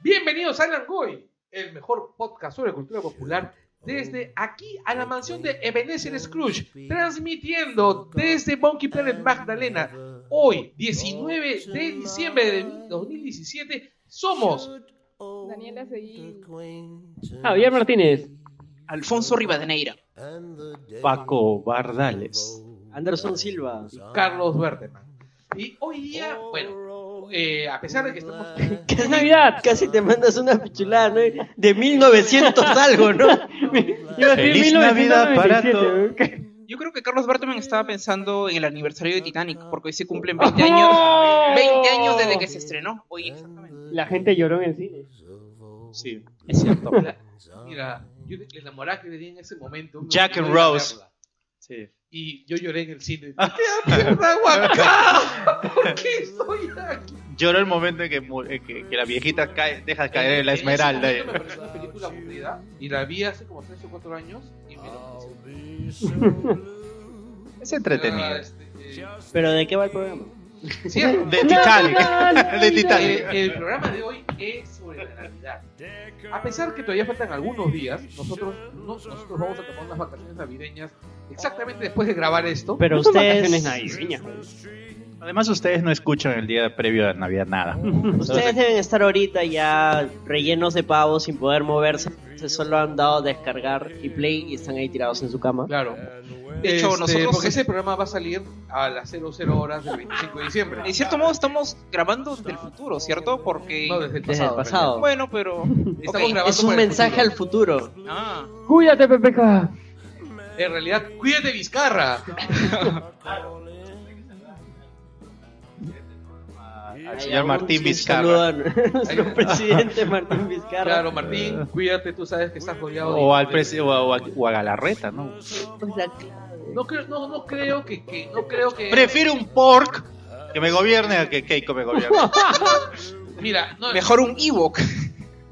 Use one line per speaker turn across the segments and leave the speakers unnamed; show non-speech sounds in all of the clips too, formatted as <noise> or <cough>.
Bienvenidos a Langoy, el mejor podcast sobre cultura popular desde aquí a la mansión de Ebenezer Scrooge, transmitiendo desde Monkey Planet Magdalena. Hoy, 19 de diciembre de 2017, somos
Daniela Seguí.
Javier Martínez,
Alfonso Rivadeneira.
Paco Bardales, Anderson Silva.
Carlos Berteman. Y hoy día, bueno, eh, a pesar de que
<laughs>
estamos... <laughs>
¡Que es Navidad!
Casi te mandas una pichulada, ¿no? De 1900 algo, ¿no?
Iba a decir
Feliz Navidad para
1997,
todos.
¿eh? ¿Qué?
Yo creo que Carlos Berteman estaba pensando en el aniversario de Titanic, porque hoy
<laughs>
se
¡Oh!
cumplen 20 años. 20 años
Oh,
desde que se estrenó. Hoy exactamente.
La gente lloró en el cine.
Sí.
Es cierto.
La- mira, yo le- la enamorada que le di en ese momento... me
Jack and
dio de
Rose.
verla.
sí.
Y yo lloré en el cine. <laughs> ¡Qué mierda,
<laughs>
guacá! ¿Por <laughs> qué
<laughs>
estoy aquí?
Lloro el momento en que, mu- en que, que la viejita cae, deja caer la
En ese
esmeralda.
momento Me pareció una película aburrida y la vi hace como 3 o 4 años y me
Ah,
lo
Es
Ah,
entretenido.
este,
¿Pero de qué va el programa?
Cierto.
De Titanic. <laughs> De
Eh,
Titanic.
el programa de hoy es sobre la Navidad. A pesar que todavía faltan algunos días, nosotros, no- nosotros vamos a tomar unas vacaciones navideñas exactamente después de grabar esto.
Pero
No son
ustedes...
vacaciones
Además, ustedes no escuchan el día previo a Navidad <laughs> nada.
Ustedes deben estar ahorita ya rellenos de pavos sin poder moverse. Se solo han dado a descargar y play y están ahí tirados en su cama.
Claro.
De hecho,
Este,
nosotros-
Porque ese programa va a salir a las 00 horas del 25 de diciembre.
En cierto modo estamos grabando desde el futuro, ¿cierto? Porque...
No, desde el
Desde el
pasado.
pasado.
Bueno, pero...
Estamos
Ok,
grabando
Es un
para el
mensaje
futuro.
al futuro.
Ah,
Cuídate, PPK.
En realidad, cuídate Vizcarra.
Al
Hay
señor
un-
Martín
un
Vizcarra.
saludo a <laughs> nuestro presidente Martín Vizcarra.
Claro, Martín, cuídate, tú sabes que estás rodeado. de-
O, al presi- o, a, o a- o a Galarreta, ¿no?
Pues la clave.
No creo, no, no creo que, que- no creo que.
Prefiero un pork que me gobierne a que Keiko me <laughs> gobierne.
Mira, no, ah,
mejor un Ewok.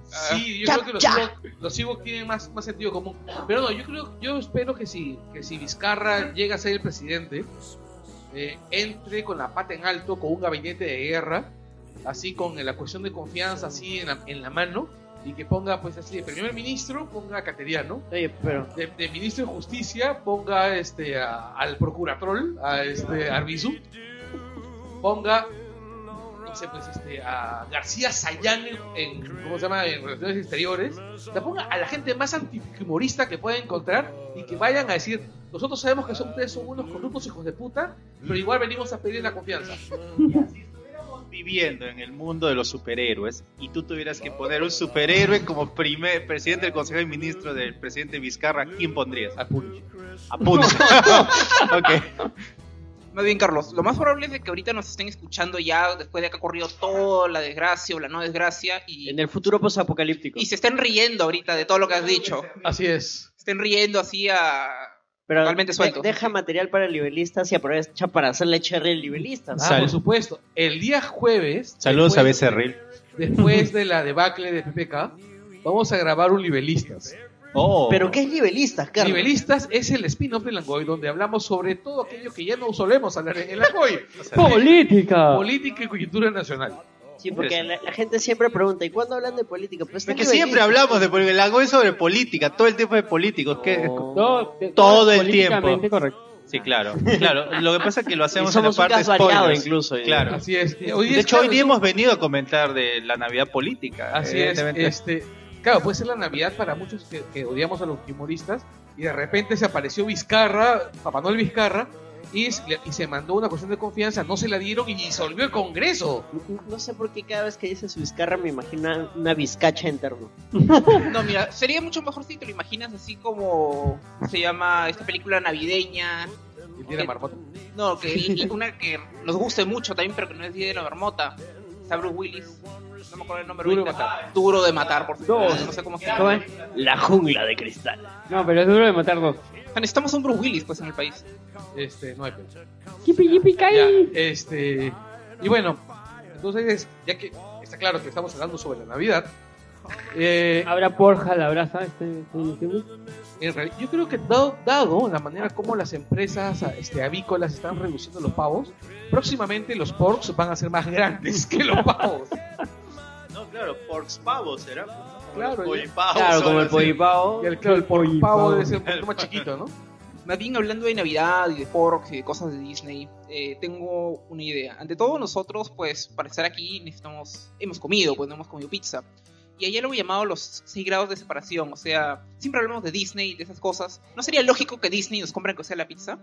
Sí, yo
Ya,
creo que los
ya.
Ewok- los Ewok tienen más, más sentido común. Pero no, yo creo, yo espero que si, que si Vizcarra llega a ser el presidente, eh, entre con la pata en alto, con un gabinete de guerra, así con la cuestión de confianza así en la, en la mano, y que ponga pues así de primer ministro, ponga a Cateriano,
Oye, pero...
de, de ministro de justicia ponga este a- al procuratrol a este Arbizu ponga no sé pues este a García Sayán en, en- cómo se llama en relaciones exteriores la ponga a la gente más antifujimorista que pueda encontrar y que vayan a decir nosotros sabemos que son, ustedes son unos corruptos hijos de puta pero igual venimos a pedir la confianza
viviendo en el mundo de los superhéroes y tú tuvieras que poner un superhéroe como primer presidente del Consejo de Ministros del presidente Vizcarra, ¿quién pondrías?
al público
A <laughs> punto. ok.
Más bien, Carlos, lo más probable es de que ahorita nos estén escuchando ya después de que ha corrido toda la desgracia o la no desgracia
En
y,
el futuro posapocalíptico.
y se estén riendo ahorita de todo lo que has dicho.
así es
Estén riendo así a...
Pero
Totalmente
de-
suelto.
deja material para libelistas y aprovecha para hacerle cherry al libelista.
Ah,
Sal-
por supuesto el día jueves
Saludos a
después-
Becerril.
después de la debacle de PPK vamos a grabar un libelistas
Oh.
Pero ¿qué es libelistas, Carlos?
Nivelistas es el spin-off de Langoy, donde hablamos sobre todo aquello que ya no solemos hablar en el Langoy:
<laughs> O sea,
Política.
política y coyuntura nacional.
Sí, porque la, la gente siempre pregunta, ¿y cuándo hablan de política? Pues
es que siempre hablamos de política. La hago es sobre política, todo el tiempo de políticos. que-
Todo,
Todo el
políticamente
tiempo.
correcto.
Sí, claro. Claro, lo que pasa es que lo hacemos
Y somos
en la
un
parte
caso variado
spoilers.
incluso, eh.
Claro.
Así es. Y hoy
De
es,
hecho, hoy
claro,
día
es-
hemos venido a comentar de la Navidad política.
Así es.
evidentemente.
Este, claro, puede ser la Navidad para muchos que, que odiamos a los humoristas, y de repente se apareció Vizcarra, Papá Noel Vizcarra, y, s- le- y se mandó una cuestión de confianza, no se la dieron y disolvió el Congreso.
No sé por qué cada vez que dices Vizcarra me imagina una vizcacha en terno.
No, mira, sería mucho mejor si te lo imaginas así como se llama esta película navideña.
Y tiene marmota.
No, que una que nos guste mucho también, pero que no es Día de la Marmota. Está Bruce Willis. No me acuerdo el nombre.
Duro de
ahorita. Duro de matar, por favor.
Dos.
No sé cómo se
¿Cómo
llama.
es? La jungla de cristal.
No, pero es duro de matar dos.
Ah, Necesitamos un Bruce Willis, pues, en el país.
Este, no hay pecho.
Yipi, yipi,
Ya,
caí.
este, y bueno, entonces, ya que está claro que estamos hablando sobre la Navidad, eh,
Habrá porja, la abraza. Este, este- este-
en real- yo creo que dado, dado la manera como las empresas a- este, avícolas están reduciendo los pavos, próximamente los porks van a ser más grandes que los pavos.
eh, No, claro, claro, porks pavo será. pues,
Claro,
Polly
ya.
pavo,
Claro,
solo
como el
así.
polipavo.
Y el, claro, el pork pavo
pavo.
debe ser un poquito más chiquito, ¿no?
Más bien hablando de Navidad y de Porks y de cosas de Disney, eh, tengo una idea. Ante todo, nosotros, pues, para estar aquí, necesitamos. Hemos comido, pues, no hemos comido pizza. Y ayer lo he llamado los 6 grados de separación. O sea, siempre hablamos de Disney y de esas cosas. ¿No sería lógico que Disney nos compre que sea la pizza?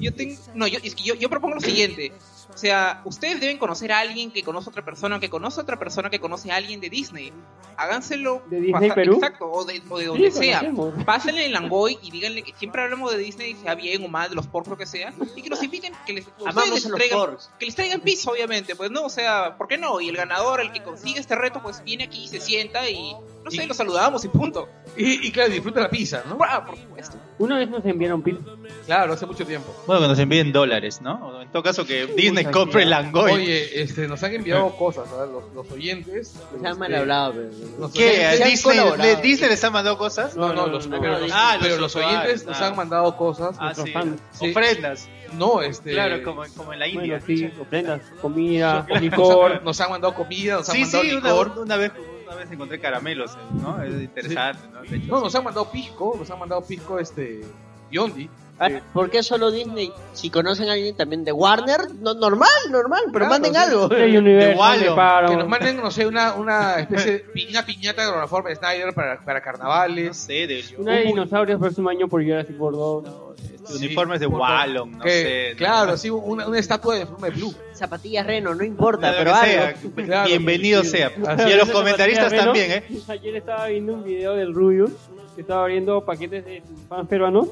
Yo tengo. No, yo, es que yo, yo propongo lo siguiente. O sea, ustedes deben conocer a alguien que conoce a otra persona, que conoce a otra persona que conoce a alguien de Disney. Háganselo.
¿De Disney Perú?
Exacto, o de, o de donde sea. Pásenle el Langoy y díganle que siempre hablamos de Disney, sea bien o mal, de los porcos lo que sea, y que nos inviten, que les, ustedes
Amamos
les
a los
traigan-
porks.
que les traigan pizza, obviamente, pues no, o sea, ¿por qué no? Y el ganador, el que consigue este reto, pues viene aquí y se sienta y, no sé,
Y-
lo saludamos y punto.
Y, y claro, disfruta la pizza, ¿no?
Ah, por supuesto.
Una vez nos enviaron pizza.
Claro, hace mucho tiempo.
Bueno, que nos envíen dólares, ¿no? En todo caso, que Disney
tranquilo.
compre el Langoy.
Oye, este, nos han enviado cosas, ¿verdad? Los, los oyentes.
Se han
este,
mal hablado, pero.
los
¿Qué? ¿A
oyentes-
Se han
Disney,
colaborado.
le- ¿Disney les ha mandado cosas?
No, no, los,
No, no,
pero,
no,
los,
ah,
pero
los
los
usuarios,
oyentes nos
ah.
han mandando cosas.
Ah,
nuestros
sí.
fans.
Sí.
Ofrendas.
No, este.
Claro, como, como en la India.
Bueno, sí, ofrendas, comida,
nos han, <laughs>
licor.
nos han mandado comida, nos han
Sí,
mandado
sí, una,
licor.
una vez, una vez encontré caramelos, eh, ¿no? Es interesante, ¿no? De hecho,
No, nos han mandado pisco, nos han mandado pisco, este. Biondi.
Ah, ¿Por qué solo Disney? Si conocen a alguien también de Warner, no, normal, normal, pero
Claro,
manden
sí.
algo.
Play Universe,
De Wallon.
de Paramount.
Que nos manden, no sé, una, una
<laughs>
especie de pi- una piñata de Ronald de Snyder para, para
no
carnavales.
sé, de
Una de dinosaurios próximo año por Jurassic World 2.
este,
Sí.
uniformes de Wallon, no
que,
sé.
claro,
¿no?
sí, una, una estatua de forma de Blue.
Zapatillas Reno, no importa,
Lo que
pero
sea, pues,
algo.
Claro.
Bienvenido
Sí.
sea.
Así
Y a los
Esa
comentaristas
zapatilla
también, ¿eh?
Reno. Ayer estaba viendo un video del Rubius que estaba abriendo paquetes de fans <laughs> peruanos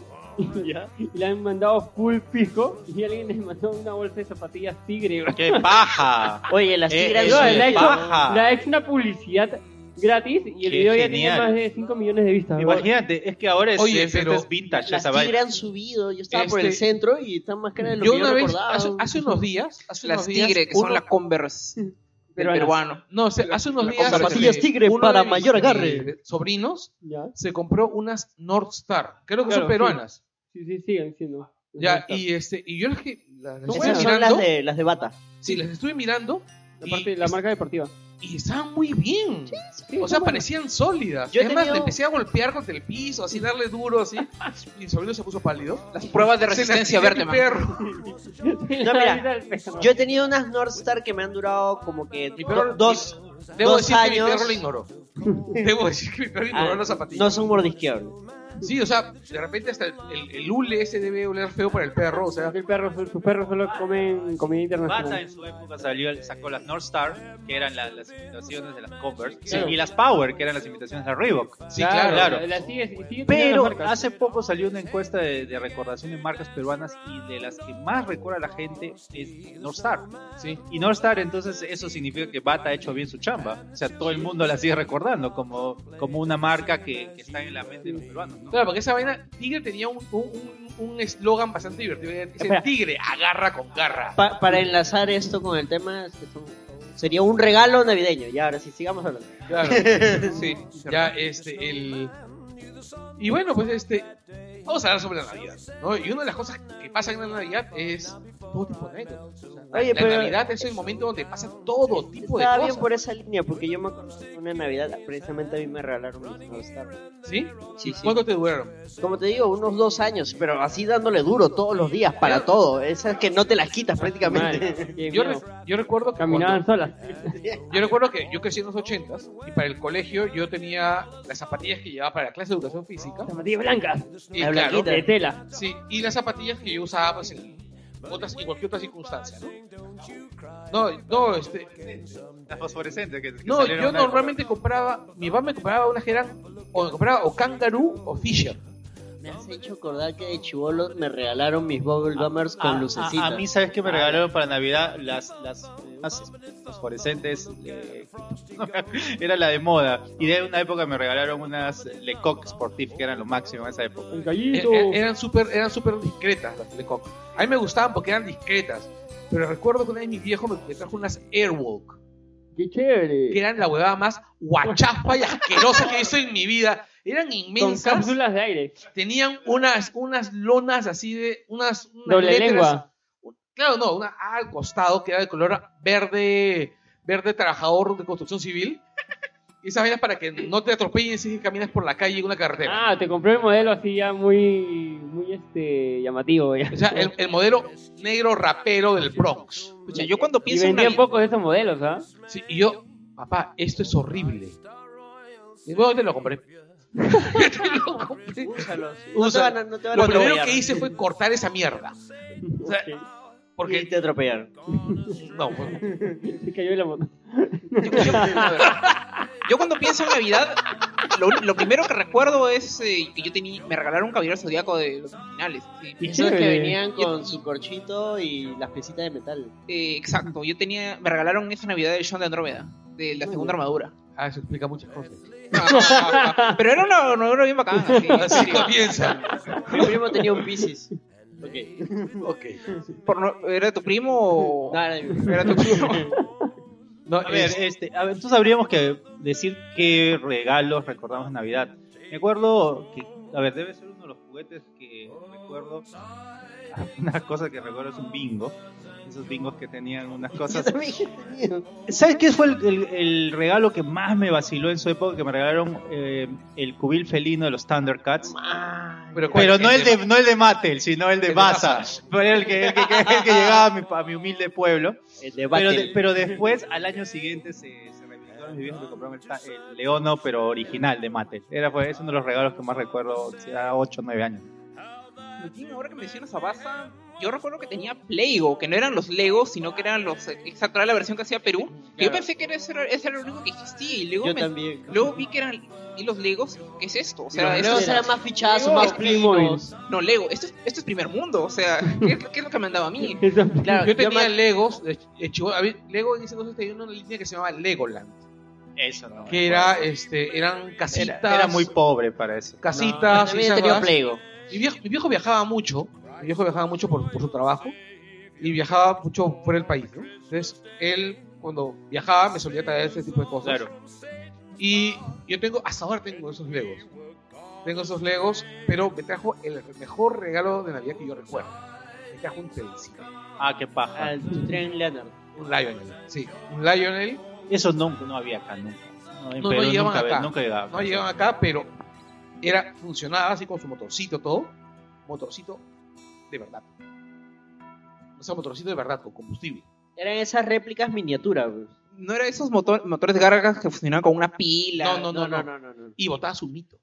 Ya.
y le han mandado full pisco y alguien les mandó una bolsa de zapatillas tigre. bro.
¡Qué paja!
Oye, las
Eh,
tigres.
<laughs> eso
No,
es
le ha
paja.
hecho, le ha hecho una publicidad gratis y el
Qué
video ya
genial.
tiene más de 5 millones de vistas. bro.
Imagínate, es que ahora es,
Oye,
es-
pero-
es vintage
Las
esa
tigres
vaina.
han subido, yo estaba por
Este-
el centro y están más caras de lo
Yo
que yo
una vez,
recordaba.
hace, hace unos días, hace
Las
unos días,
tigres, que
uno-
son la Converse del
Peruanas.
peruano.
No, o sea, hace unos
la
días.
compra
este,
zapatillas tigre
uno
para
de mis,
mayor agarre.
eh, Sobrinos
Ya.
se compró unas North Star. Creo que
Claro,
son peruanas.
Sí, sí, sigan siendo.
Ya, y este, y yo las que las
Esas
estuve
Esas
mirando.
son las de, las de bata.
Sí, las estuve mirando.
la,
y-
parte, la marca
<laughs>
deportiva.
Y estaban muy bien.
Sí,
o sea,
bueno.
parecían sólidas.
Yo he
Además,
tenido-
le empecé a golpear contra el piso, así darle duro,
<laughs>
así. Y el sobrino se puso pálido.
Las pruebas de
Se le
resistencia
atizó mi
verde, man.
perro.
<laughs>
No, mira, Yo he tenido unas North Star que me han durado como que
Mi perro-
dos.
Debo
Dos
decir que mi
años.
perro lo
<laughs>
ignoró. Debo decir que mi perro ignoró
Ah,
las zapatillas.
no son mordisqueables.
Sí, o sea, de repente hasta el, el, el hule ese debe oler feo para el perro, o sea.
El perro, sus perros solo comen comida
Bata
internacional.
en su época salió, sacó las North Star, que eran la- las imitaciones de las Converse, y las Power, que eran las imitaciones de Reebok.
Sí, claro.
claro.
La sigue, sigue teniendo
Pero
las marcas.
hace poco salió una encuesta de, de recordación de marcas peruanas y de las que más recuerda la gente es North Star.
Sí.
Y North Star, entonces, eso significa que Bata ha hecho bien su chamba. O sea, todo el mundo la sigue recordando como, como una marca que, que está en la mente de los peruanos. ¿no?
Claro, porque esa vaina, Tigre tenía un un- un- un eslogan bastante divertido. Dice,
Espera.
Tigre, agarra con garra.
Pa- para enlazar esto con el tema, es que son- sería un regalo navideño. Ya, ahora sí, sigamos hablando.
Claro. Sí. Ya, este, el. Y bueno, pues este. Vamos a hablar sobre la Navidad, ¿no? Y una de las cosas que pasa en la Navidad es todo tipo de anécdotas. O sea, la-
Oye,
la
pero-
Navidad es el momento donde pasa todo tipo de
Estaba
cosas.
bien por esa línea, porque yo me acuerdo de una Navidad, precisamente a mí me regalaron mis North Star.
¿Sí?
Sí, sí.
¿Cuánto te duraron?
Como te digo, unos dos años, pero así dándole duro todos los días para todo. Esas que no te las quitas prácticamente.
Mal, qué
Yo,
miedo.
re- yo recuerdo que
Caminaban solas.
Yo recuerdo que yo crecí en los 80s y para el colegio yo tenía las zapatillas que llevaba para la clase de educación física.
Zapatillas blancas,
Y,
La
claro,
blanquita.
de tela.
sí, y las zapatillas que yo usaba pues, en, otras, en cualquier otra circunstancia. No, no, no, este,
Las fosforescentes que, que
no
salieron
yo
en la época.
normalmente compraba, mi papá me compraba unas que eran, o me compraba o Kangaroo o Fisher.
Me has hecho acordar que de chivolo me regalaron mis Bubble Gummers
A-
con
a-
lucecitas.
Ah, A, mí, ¿sabes qué me regalaron para Navidad? Las, las, eh, unas fosforescentes. eh, <laughs> era la de moda. Y de una época me regalaron unas Lecoq Sportif, que eran lo máximo en esa época.
El
Eh,
gallito.
eh, Eran súper eran súper discretas las Lecoq. A mí me gustaban porque eran discretas. Pero recuerdo que una vez mi viejo me me trajo unas Airwalk. que
Qué chévere.
eran la huevada más guachafa y asquerosa que he visto en mi vida. Eran
Con
inmensas,
cápsulas de aire.
tenían unas, unas lonas así de, unas, unas
Doble
letras-
lengua.
Claro, no, una A al costado que era de color verde, verde trabajador de construcción civil. Y esas vainas para que no te atropellen si es que caminas por la calle en una carretera.
Ah, te compré el modelo así ya muy, muy este, llamativo. Ya.
O sea, el, el modelo negro rapero del Bronx.
Escucha, yo cuando
y
pienso en
vendían
Navidad-
pocos de esos modelos, ¿ah?
Sí, y yo, papá, esto es horrible. Y luego te lo compré. Te lo compré.
Úsalos. No te
Úsalos.
van a, no te van a
Lo primero
atropellar.
que hice fue cortar esa mierda. O sea,
Porque
porque
te atropellaron.
no, bueno,
<laughs>
<laughs>
Se cayó de la moto.
Yo cuando pienso en Navidad, lo, lo primero que recuerdo es eh, que yo tenía, me regalaron un caballero zodiaco de los originales. sí.
Y eso es que
Chévere.
venían con su corchito y las piecitas de metal.
Eh, exacto, yo tenía, me regalaron esa Navidad del John de Andrómeda, de la segunda armadura. Ah,
ah, eso explica muchas cosas.
Pero era una armadura bien bacana. sí, en
Así
serio.
comienza.
Mi primo tenía un Pisces. Ok.
Ok.
Por no- ¿Era tu primo o-
Nada, de mi primo.
Era tu primo.
<laughs>
No,
A ver,
es-
este, a ver, entonces habríamos que decir qué regalos recordamos en Navidad. Me acuerdo que, a ver, debe ser uno de los juguetes que recuerdo. <laughs> Una cosa que recuerdo es un bingo. Esos bingos que tenían
<laughs>
unas
Yo
cosas.
también he tenido.
¿Sabes qué fue el, el- el regalo que más me vaciló en su época? Que me regalaron eh, el cubil felino de los Thundercats.
pero, ¿cuál?
Pero no el de, no el de Mattel, sino el
El
de
de
Baza. <laughs> Pero era el que, el que, el que llegaba a mi, pa- a mi humilde pueblo.
El de
Pero, de-
Battle.
pero después, al año siguiente, se, se reventaron mis viejos que compraron el, ta- el Leono, pero original de Mattel. Era pues, es uno de los regalos que más recuerdo, será 8 o 9 años.
Martín, ahora que mencionas a Baza, yo recuerdo que tenía Playgo, que no eran los Legos, sino que eran los. Exacto, era la versión que hacía Perú. que Yo
Claro.
pensé que era- ese era, ese era el único que existía. Y luego,
Yo
me-
también.
luego vi que eran. ¿Y los Legos? ¿Qué es esto? O
Pero
sea,
luego
esto-
eran más fichazos,
Luego
más
es
Playmobil.
finos.
no, Lego. Esto, es- esto es primer mundo. O sea, ¿qué, es- qué es lo que me andaba a mí?
Eso-
yo tenía Legos. de ch- de chivo- había- Lego en ese entonces tenía una línea que se llamaba Legoland.
Eso no.
Que era, este, eran
Era,
casitas.
era muy pobre para eso.
Casitas.
También he
esas
tenido
huevas.
Playgo.
mi viejo, mi viejo viajaba mucho, mi viejo viajaba mucho por, por su trabajo y viajaba mucho fuera del país. ¿no? Entonces, él cuando viajaba me solía traer ese tipo de cosas.
Claro.
Y yo tengo, hasta ahora tengo esos legos. Tengo esos legos, pero me trajo el mejor regalo de Navidad que yo recuerdo. Me trajo un trencito,
Ah, qué paja.
Al tu tren Leonard.
un Lionel. Sí, un Lionel.
Eso no, no había acá nunca. No, en
No, no
Perú
llegaban
nunca,
acá.
nunca llegaba.
No llegaban acá, pero era, funcionaba así con su motorcito todo. Motorcito de verdad. O sea, motorcito de verdad, con combustible.
Eran esas réplicas miniatura. bro.
No era esos motor- motores gargas que funcionaban con una pila.
No, no, no, no.
no, no.
y botaba su mito.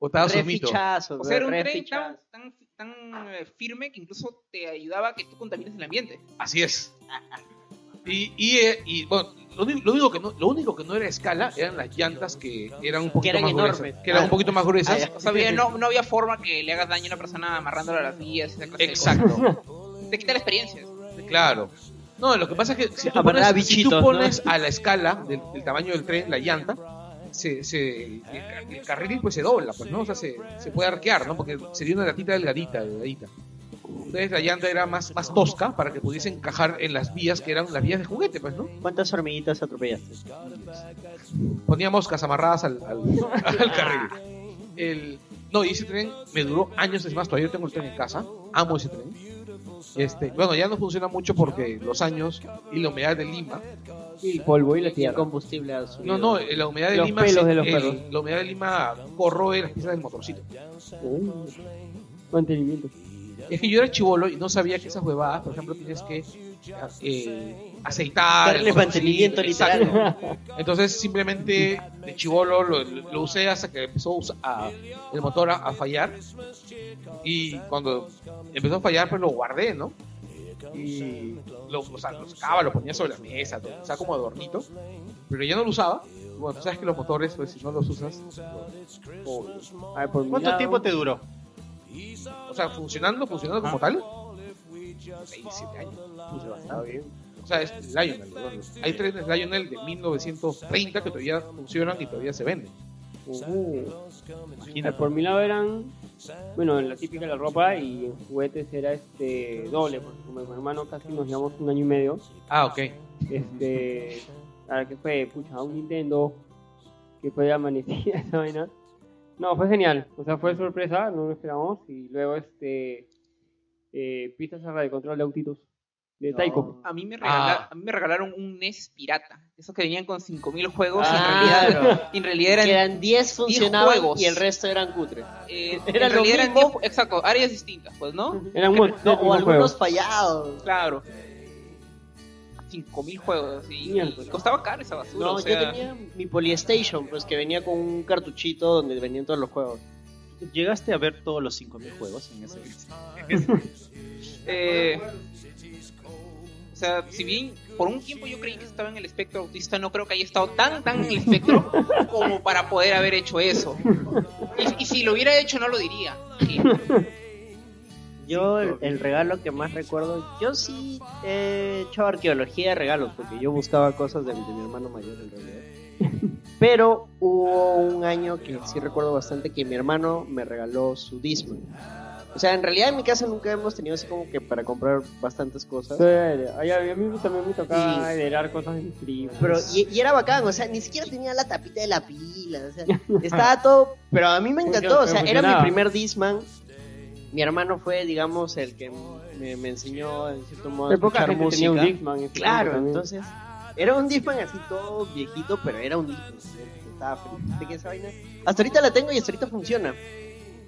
Botaba su
Re
mito.
fichazo,
O sea, era
bro,
un
re
tren tan,
fichazo.
tan, tan, eh, firme que incluso te ayudaba a que tú contamines el ambiente.
Así es. Y, y, eh, y, bueno, lo, uni- lo único que no, lo único que no era escala eran las llantas que eran un poquito
eran
más
enormes.
gruesas. Que eran un poquito más
Ah,
gruesas.
ya. o sea, bien,
<laughs>
no, no había forma que le hagas daño a una persona amarrándola a las vías. esa clase de
Exacto.
cosas. Te quita la experiencia.
claro. No, lo que pasa es que si tú
Amarrar
pones, si
Ah, bichitos,
tú
¿no? <laughs>
pones a la escala del, del tamaño del tren, la llanta, se, se, el, ca- el carril pues se dobla, pues, ¿no? O sea, se, se puede arquear, ¿no? Porque sería una gatita delgadita, delgadita. Entonces la llanta era más, más tosca para que pudiese encajar en las vías que eran las vías de juguete, pues, ¿no?
¿Cuántas hormiguitas atropellaste?
ponía moscas amarradas al, <laughs> al- al carril. El- no, y ese tren me duró años, es más, todavía tengo el tren en casa, amo ese tren. Este, bueno, ya no funciona mucho porque los años y la humedad de Lima.
Y el polvo y la
Y el
tierra.
combustible ha subido. Ah,
No, no, la humedad de
Los
Lima.
pelos de los
el-
perros.
la humedad de Lima corroe las piezas del motorcito.
Uh, Mantenimiento.
Es que yo era chivolo y no sabía que esas huevadas, por ejemplo, tienes que eh, aceitar. el
Darle
motorcito,
mantenimiento
exacto.
literal.
Entonces simplemente de chivolo lo, lo usé hasta que empezó a usa- a- el motor a, a fallar. Y cuando empezó a fallar, pues lo guardé, ¿no? Y lo, o sea, lo sacaba, lo ponía sobre la mesa, todo, o sea, como adornito. Pero ya no lo usaba. Y Bueno, tú sabes que los motores, pues si no los usas, pues, o,
A ver, por mi
¿Cuánto
lado,
tiempo te duró?
o sea, funcionando, funcionando como tal, 6, 7 años.
Pues, está bien.
O sea, es Lionel. perdón. Hay trenes Lionel de 1930 que todavía funcionan y todavía se venden.
Uh, a ver,
Imagínate.
por mi lado eran, bueno, en la típica la ropa y en juguetes era este doble, porque como con mi hermano casi nos llevamos un año y medio.
Ah, ok.
Este, a ver, ¿qué fue? Pucha, un Nintendo, que fue de amanecida <laughs> esa vaina. No, fue genial, o sea, fue sorpresa, no lo esperamos. Y luego, este, eh, pistas a radio control de autitos. de Taiko.
A mí, me regala-
Ah.
a mí me regalaron un NES pirata. Esos que venían con 5000 juegos. y en realidad,
Claro.
y en realidad
Que
eran.
eran 10 funcionaban
juegos.
y el resto eran cutre.
eh, en
era lo
realidad eran
mismo.
10 exacto, áreas distintas, pues, ¿no?
Era un montón
No,
de
o algunos
juegos.
fallados.
Claro. 5000 juegos. Y,
Mierda.
y costaba caro esa basura.
No,
o sea,
yo tenía mi Polystation, pues que venía con un cartuchito donde venían todos los juegos.
¿Llegaste a ver todos los 5.000 juegos en ese
eh, o sea, si bien por un tiempo yo creí que estaba en el espectro autista, no creo que haya estado tan, tan en el espectro como para poder haber hecho eso. Y, y si lo hubiera hecho, no lo diría. Y-
Yo el, el regalo que más recuerdo, yo sí he hecho arqueología de regalos, porque yo buscaba cosas de, de mi hermano mayor en realidad. <laughs> Pero hubo un año que sí recuerdo bastante que mi hermano me regaló su Disman. O sea, en realidad en mi casa nunca hemos tenido así como que para comprar bastantes cosas.
Sí, ay, a mí también me tocaba
Sí.
heredar cosas de mis primos.
Pero, y, y era bacán, o sea, ni siquiera tenía la tapita de la pila,
<laughs>
o sea, estaba todo, pero a mí me encantó, o sea, era mi
Funcionaba.
primer Disman. Mi hermano fue, digamos, el que me, me enseñó, en cierto modo, a
Pero poca
escuchar
gente
música.
tenía un Discman. en ese
Claro,
tiempo también.
entonces era un Discman así todo viejito, pero era un Discman. ¿no? Estaba feliz de que esa vaina. Hasta ahorita la tengo y hasta ahorita funciona.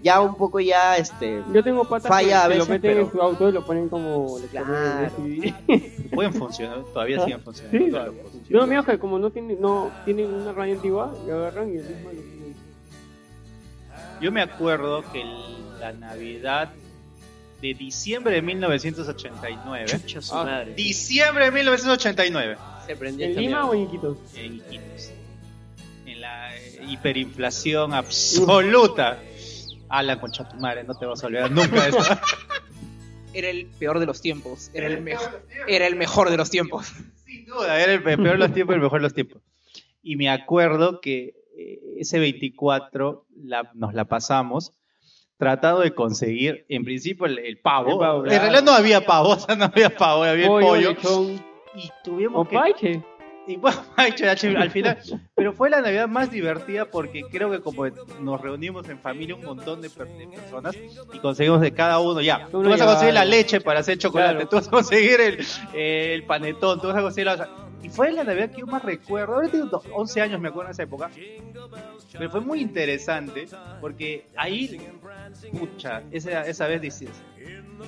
Ya un poco ya este
Yo tengo patas
Falla
que,
a
que
veces,
lo meten
pero-
en su auto y lo ponen como lector de
Claro.
DVD.
Pueden funcionar, todavía siguen funcionando.
Sí,
todavía
No,
funcionan.
mío que como no tienen, no, tienen una radio antigua, lo agarran y el Discman lo tienen.
Yo me acuerdo que el- la Navidad de diciembre de 1989.
chucha su
Ah,
madre.
Diciembre de 1989.
Se prendió
¿En
esta
Lima
mierda.
o en Iquitos?
En Iquitos. En la eh, hiperinflación absoluta. Alan, concha tu madre, no te vas a olvidar nunca de eso.
era el peor de los tiempos. Era el mejor. Era el mejor de los tiempos.
Sin duda, era el pe- peor de los tiempos y el mejor de los tiempos. Y me acuerdo que eh, ese 24 la- nos la pasamos tratando de conseguir, en principio, el, el pavo.
El pavo,
en
claro.
realidad no había pavo, <laughs> o sea, no había pavo, había el
Pollo,
pollo.
lechón,
Y tuvimos
o
que...
paiche.
<laughs> Y bueno, macho, ya chévere, al final. Pero fue la Navidad más divertida porque creo que como nos reunimos en familia un montón de, per- de personas y conseguimos de cada uno ya. Tú
Uno
vas a
lleva
conseguir la
algo.
leche para hacer chocolate,
Claro.
tú vas a conseguir el, el panetón, tú vas a conseguir la... Y fue la Navidad que yo más recuerdo. Ahora tengo do- 11 años, me acuerdo en esa época. Pero fue muy interesante porque ahí, pucha, esa, esa vez dices,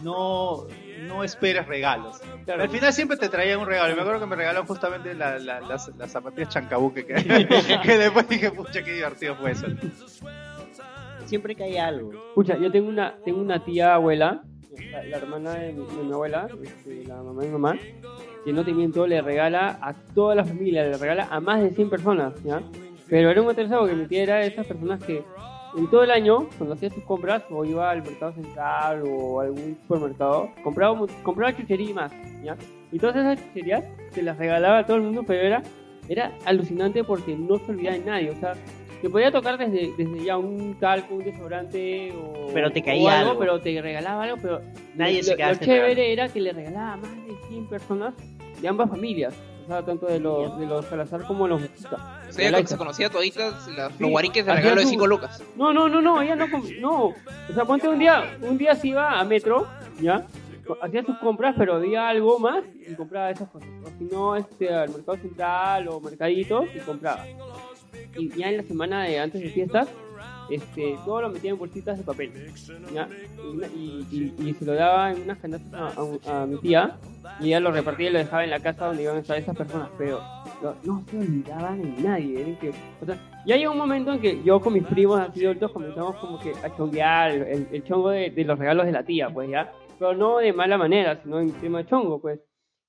no, no esperes regalos.
Claro.
Al final siempre te traían un regalo. Me acuerdo que me regalaron justamente la- la- las, las zapatillas chancabuque que, <laughs> que después dije, pucha, qué divertido fue eso.
Siempre que hay algo.
Pucha, yo tengo una, tengo una tía abuela, la, la hermana de mi, de mi abuela, este, la mamá de mi mamá, que no te miento, le regala a toda la familia, le regala a más de 100 personas, ¿ya? Pero era un interesado porque mi tía era de esas personas que en todo el año, cuando hacía sus compras, o iba al mercado central o a algún supermercado, compraba, mu- compraba chuchería y más, ¿ya? Y todas esas chucherías se las regalaba a todo el mundo, pero era, era alucinante porque no se olvidaba de nadie, o sea, te podía tocar desde, desde ya un talco, un desodorante o,
Pero te
o
caía algo.
pero te regalaba algo, pero
Nadie
lo,
se quedaba
Lo
sin
chévere era que le regalaba a más de 100 personas de ambas familias, o sea, tanto de los, de los Salazar como los Mujica.
O sea,
Like.
que se conocía toditas las,
Sí,
los guariques de
hacía
regalo de
su-
5 lucas.
No, no, no, no, ella no, com- no. O sea, ponte un día, un día se iba a metro, ¿ya? Co- Hacía sus compras, pero había algo más y compraba esas cosas. O si no, este, al mercado central o mercaditos y compraba. Y ya en la semana de antes de fiestas, este, todo lo metía en bolsitas de papel, ¿ya? Y, una- y- y- y se lo daba en unas canastas a, a- a mi tía y ella lo repartía y lo dejaba en la casa donde iban a estar esas personas, pero no, no se olvidaban de nadie, era increíble. O sea, ya llegó un momento en que yo con mis primos así de adultos comenzamos como que a chonguear el, el chongo de, de los regalos de la tía, pues ya. Pero no de mala manera, sino en tema chongo, pues.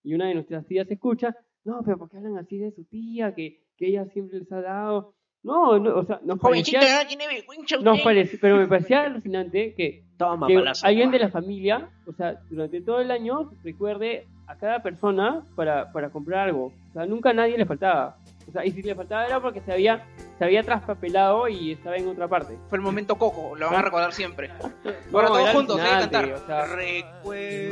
Y una de nuestras tías escucha, no, pero ¿por qué hablan así de su tía? Que, que ella siempre les ha dado. No, no, o sea, nos parecía,
no tiene
<laughs>
vergüenza
nos parecía, pero me parecía alucinante que
Toma,
que
palazo.
alguien de la familia, o sea, durante todo el año recuerde a cada persona para, para comprar algo. O sea, nunca a nadie le faltaba. O sea, y si le faltaba era porque se había, se había traspapelado y estaba en otra parte.
Fue el momento coco, lo van a recordar
<laughs>
siempre.
No,
Ahora todos
era
juntos, hay que
alucinante,
cantar.
o sea,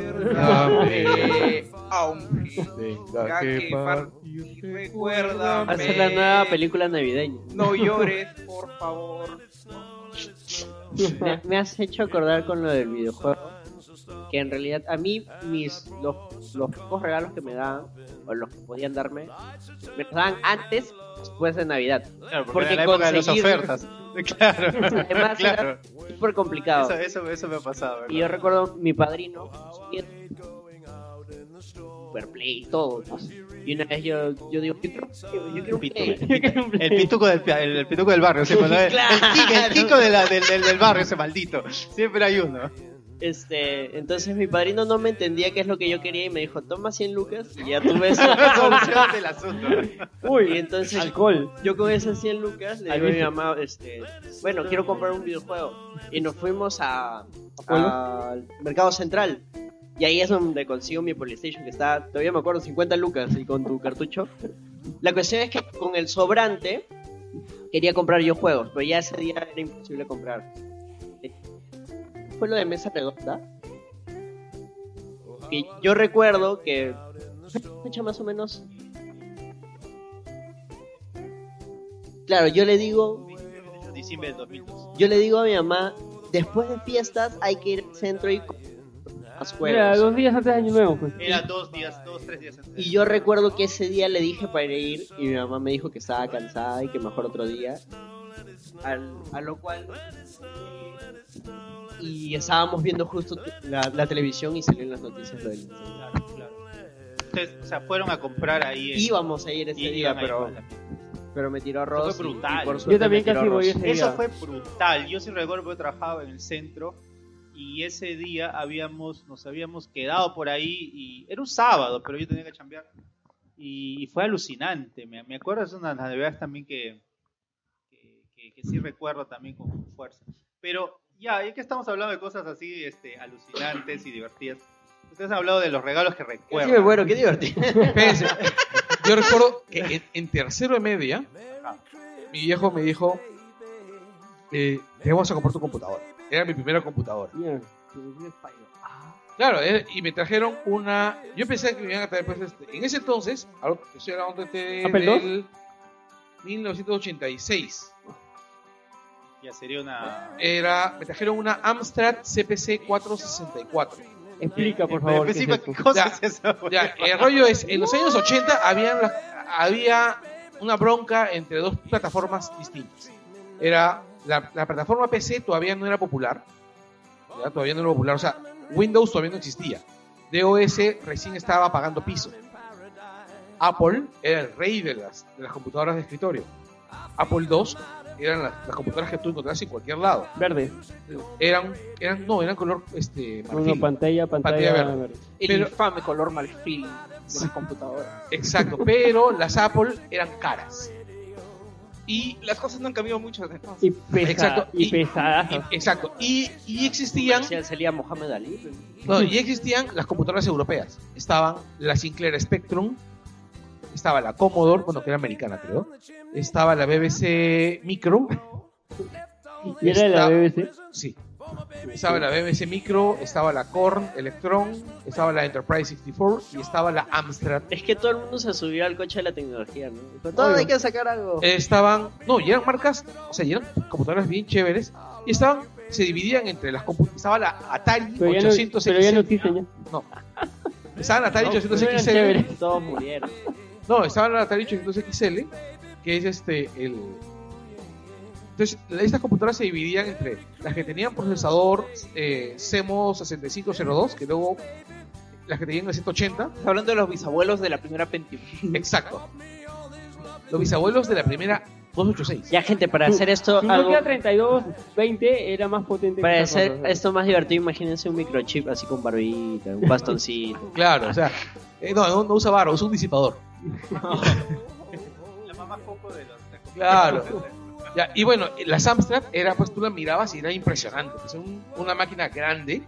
<laughs> Recuérdame, aunque tenga que partir,
Va a
recuérdame.
ser la nueva película navideña.
No
<laughs>
llores, por favor.
Me, me has hecho acordar con lo del videojuego. que en realidad a mí mis los, los pocos regalos que me daban o los que podían darme me los daban antes después de Navidad
Claro, porque,
Porque
era la época de las
conseguir-
ofertas. Claro. <laughs>
Además, era
claro.
súper complicado
Eso, eso, eso me ha pasado. ¿verdad?
y yo recuerdo mi padrino su nieto, super play y todo ¿no? y una vez yo, yo digo yo quiero, yo quiero un Play".
Pituco, El pituco del, pia- el, el pituco del barrio, siempre, ¿no? El- el, tico, el tico de la- del, del- del barrio, ese maldito. Siempre hay <laughs> uno.
Este, entonces mi padrino no me entendía qué es lo que yo quería y me dijo, toma 100 lucas y ya tuve <laughs> eso.
Solución del asunto.
y
Uy,
entonces
alcohol.
yo con esas 100 lucas le
Al
digo a mi
vicio.
mamá, este, bueno, quiero comprar un videojuego. Y nos fuimos a,
¿Polo?
al Mercado Central. Y ahí es donde consigo mi PlayStation que está, todavía me acuerdo, 50 lucas y con tu cartucho. La cuestión es que con el sobrante quería comprar yo juegos, pero ya ese día era imposible comprar. Fue lo de mesa redonda. Que yo recuerdo que fecha más o menos. Claro, yo le digo,
Eh, Diciembre del 2002.
yo le digo a mi mamá, después de fiestas hay que ir al centro y comprar más
Mira,
juegos.
dos días antes de Año Nuevo, pues.
Era dos días, dos, tres días antes.
Y yo recuerdo que ese día le dije para ir y mi mamá me dijo que estaba cansada y que mejor otro día. Al- a lo cual. eh, Y estábamos viendo justo te- la, la televisión y salieron las noticias de él.
Entonces, o sea, fueron a comprar ahí. en-
Íbamos a ir ese
y
día,
iban a ir
pero,
con la-
pero me tiró arroz.
Fue
y- y
brutal.
por
Yo
suerte me
también
tiró
casi voy
arroz.
ese
Eso
día.
fue brutal. Yo sí recuerdo porque yo trabajaba en el centro y ese día habíamos, nos habíamos quedado por ahí y era un sábado, pero yo tenía que chambear. Y, fue alucinante. Me, me acuerdo es una de las navidades también que, que, que- que sí recuerdo también con fuerza. Pero ya, ya que estamos hablando de cosas así este, alucinantes y divertidas, ustedes han hablado de los regalos que
Sí, me
recuerdan.
muero, qué divertido.
Espérense. Yo recuerdo que en, en tercero de media, mi viejo me dijo: eh, Te vamos a comprar tu computadora. Era mi primera computadora.
Mierda.
Claro, eh, y me trajeron una. Yo pensé que me iban a traer, pues, este, en ese entonces, ahora te estoy hablando de, este
¿Apple
del 1986.
Ya sería una...
Era, me trajeron una Amstrad CPC 464.
Explica,
Eh,
por
pues
favor.
Pero,
qué es
encima,
esto.
¿qué cosa
Ya,
es esa?
Ya, eh. el rollo es: en los años 80 había, la- había una bronca entre dos plataformas distintas. Era la, la plataforma PC todavía no era popular. ya, Todavía no era popular. O sea, Windows todavía no existía. DOS recién estaba pagando piso. Apple era el rey de las, de las computadoras de escritorio. Apple II eran las, las computadoras que tú encontrabas en cualquier lado.
Verde.
Eran, eran no, eran color este,
Bueno,
marfil.
pantalla, pantalla,
verde.
verde.
El
Pero-
infame color marfil de las computadoras.
Exacto, pero las Apple eran caras.
Y las cosas no han cambiado mucho desde entonces.
Y pesada.
Exacto,
Y,
y-
pesada.
Y- exacto. Y, y existían
Parecía- Salía Mohamed Ali.
no, y existían las computadoras europeas. Estaban la Sinclair Spectrum, estaba la Commodore, bueno, que era americana, creo. Estaba la BBC Micro,
Y era de la
Está-
BBC.
Sí. Estaba la BBC Micro, estaba la Korn Electron, estaba la Enterprise 64 y estaba la Amstrad.
Es que todo el mundo se subió al coche de la tecnología, ¿no? Dijo, todo
Obvio.
hay que sacar algo.
Estaban, no, y eran marcas, o sea, y eran computadoras bien chéveres y estaban, se dividían entre las computadoras. Estaba la Atari
Pero ya, no,
800
pero ya no existe ya.
Estaba la Atari
No,
800
pero eran
XL.
chéveres.
Todos murieron.
No, estaba la Atari 800 XL, que es este, el. Entonces, la- estas computadoras se dividían entre las que tenían procesador eh, CEMO 6502, que luego las que tenían el 180,
Estás hablando de los bisabuelos de la primera Pentium.
Exacto. Los bisabuelos de la primera 286.
Ya, gente, para
Su-
hacer esto
Su
algo,
Nokia 3220 era más potente
para
que
hacer
esa cosa.
esto más divertido, imagínense un microchip así con barbita,
<laughs>
un bastoncito.
Claro, o sea, eh, no, no, no usa barro, usa un disipador.
La mamá poco de los... <laughs>
Claro. Ya, y bueno, la Samstrad era, pues tú la mirabas y era impresionante. pues, un- una máquina grande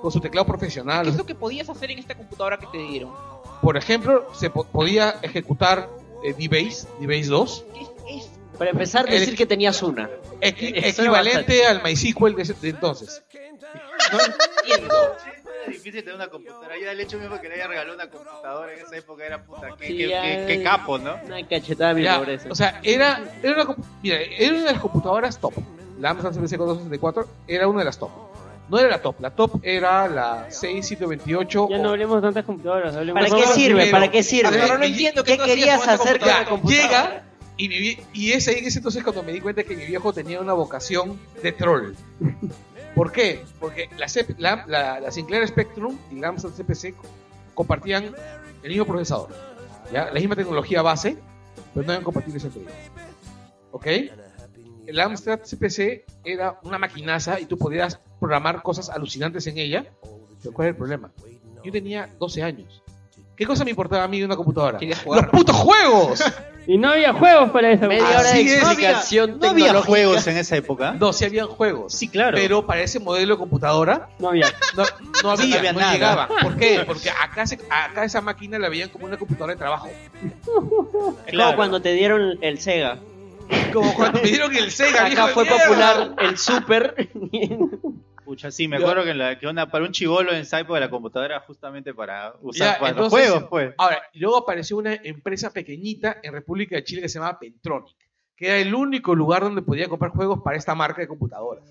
con su teclado
¿Qué
profesional.
es lo que podías hacer en esta computadora que te dieron?
Por ejemplo, se po- podía ejecutar eh, D-Base, D-Base 2,
¿Qué es?
Para empezar,
El-
decir que tenías una.
equi-
Eso era
equivalente al MySQL de, ese- de entonces.
Entiendo.
Era difícil tener una computadora. Ya el hecho mismo que le haya regalado una computadora en esa época era puta. Qué,
Sí,
qué-
ya
qué-
es-
qué capo, ¿no?
Una cachetada de mi
Ya,
pobreza.
o sea, era, era, una, compu- mira, era una de las computadoras top. La Amstrad CPC 264 era una de las top. No era la top, la top era la 6728.
Ya no hablemos de tantas computadoras. hablemos-
¿Para
Pues
qué
ahora
sirve?
primero.
¿Para qué
A ver,
Pero
ahora
no
sirve?
y-
entiendo
¿Qué
tú hacías
querías
con esa
hacer con
Ya,
la
computadora?
computadora?
llega y, mi vie- y es ahí en ese entonces cuando me di cuenta que mi viejo tenía una vocación de troll. ¿Por qué? Porque la, Cep- la, la- la Sinclair Spectrum y la Amstrad CPC co- compartían el mismo procesador, ¿ya? la misma tecnología base, pero no eran compatibles entre ellos. ¿Ok? El Amstrad CPC era una maquinaza y tú podías programar cosas alucinantes en ella. Pero ¿cuál era el problema? Yo tenía 12 años. ¿Qué cosa me importaba a mí de una computadora?
Querías
¡Los
jugar.
putos juegos!
Y no había juegos para eso.
Media hora de
Así es.
explicación
No había
tecnológica.
juegos en esa época.
No, sí habían juegos.
Sí, claro.
Pero para ese modelo de computadora
No había.
no, no había, no,
había nada.
llegaba. ¿Por qué? Porque acá, se- acá esa máquina la veían como una computadora de trabajo.
Es
Claro.
como cuando te dieron el Sega.
Como cuando me dieron el Sega. viejo
Acá
de
fue
mierda.
popular el Super. <laughs>
Pucha, sí, me acuerdo que, la, que una, para un chivolo en esa época la computadora era justamente para usar
Ya,
para
entonces-
los juegos, pues.
Ahora, y luego apareció una empresa pequeñita en República de Chile que se llamaba Pentronic, que era el único lugar donde podía comprar juegos para esta marca de computadoras.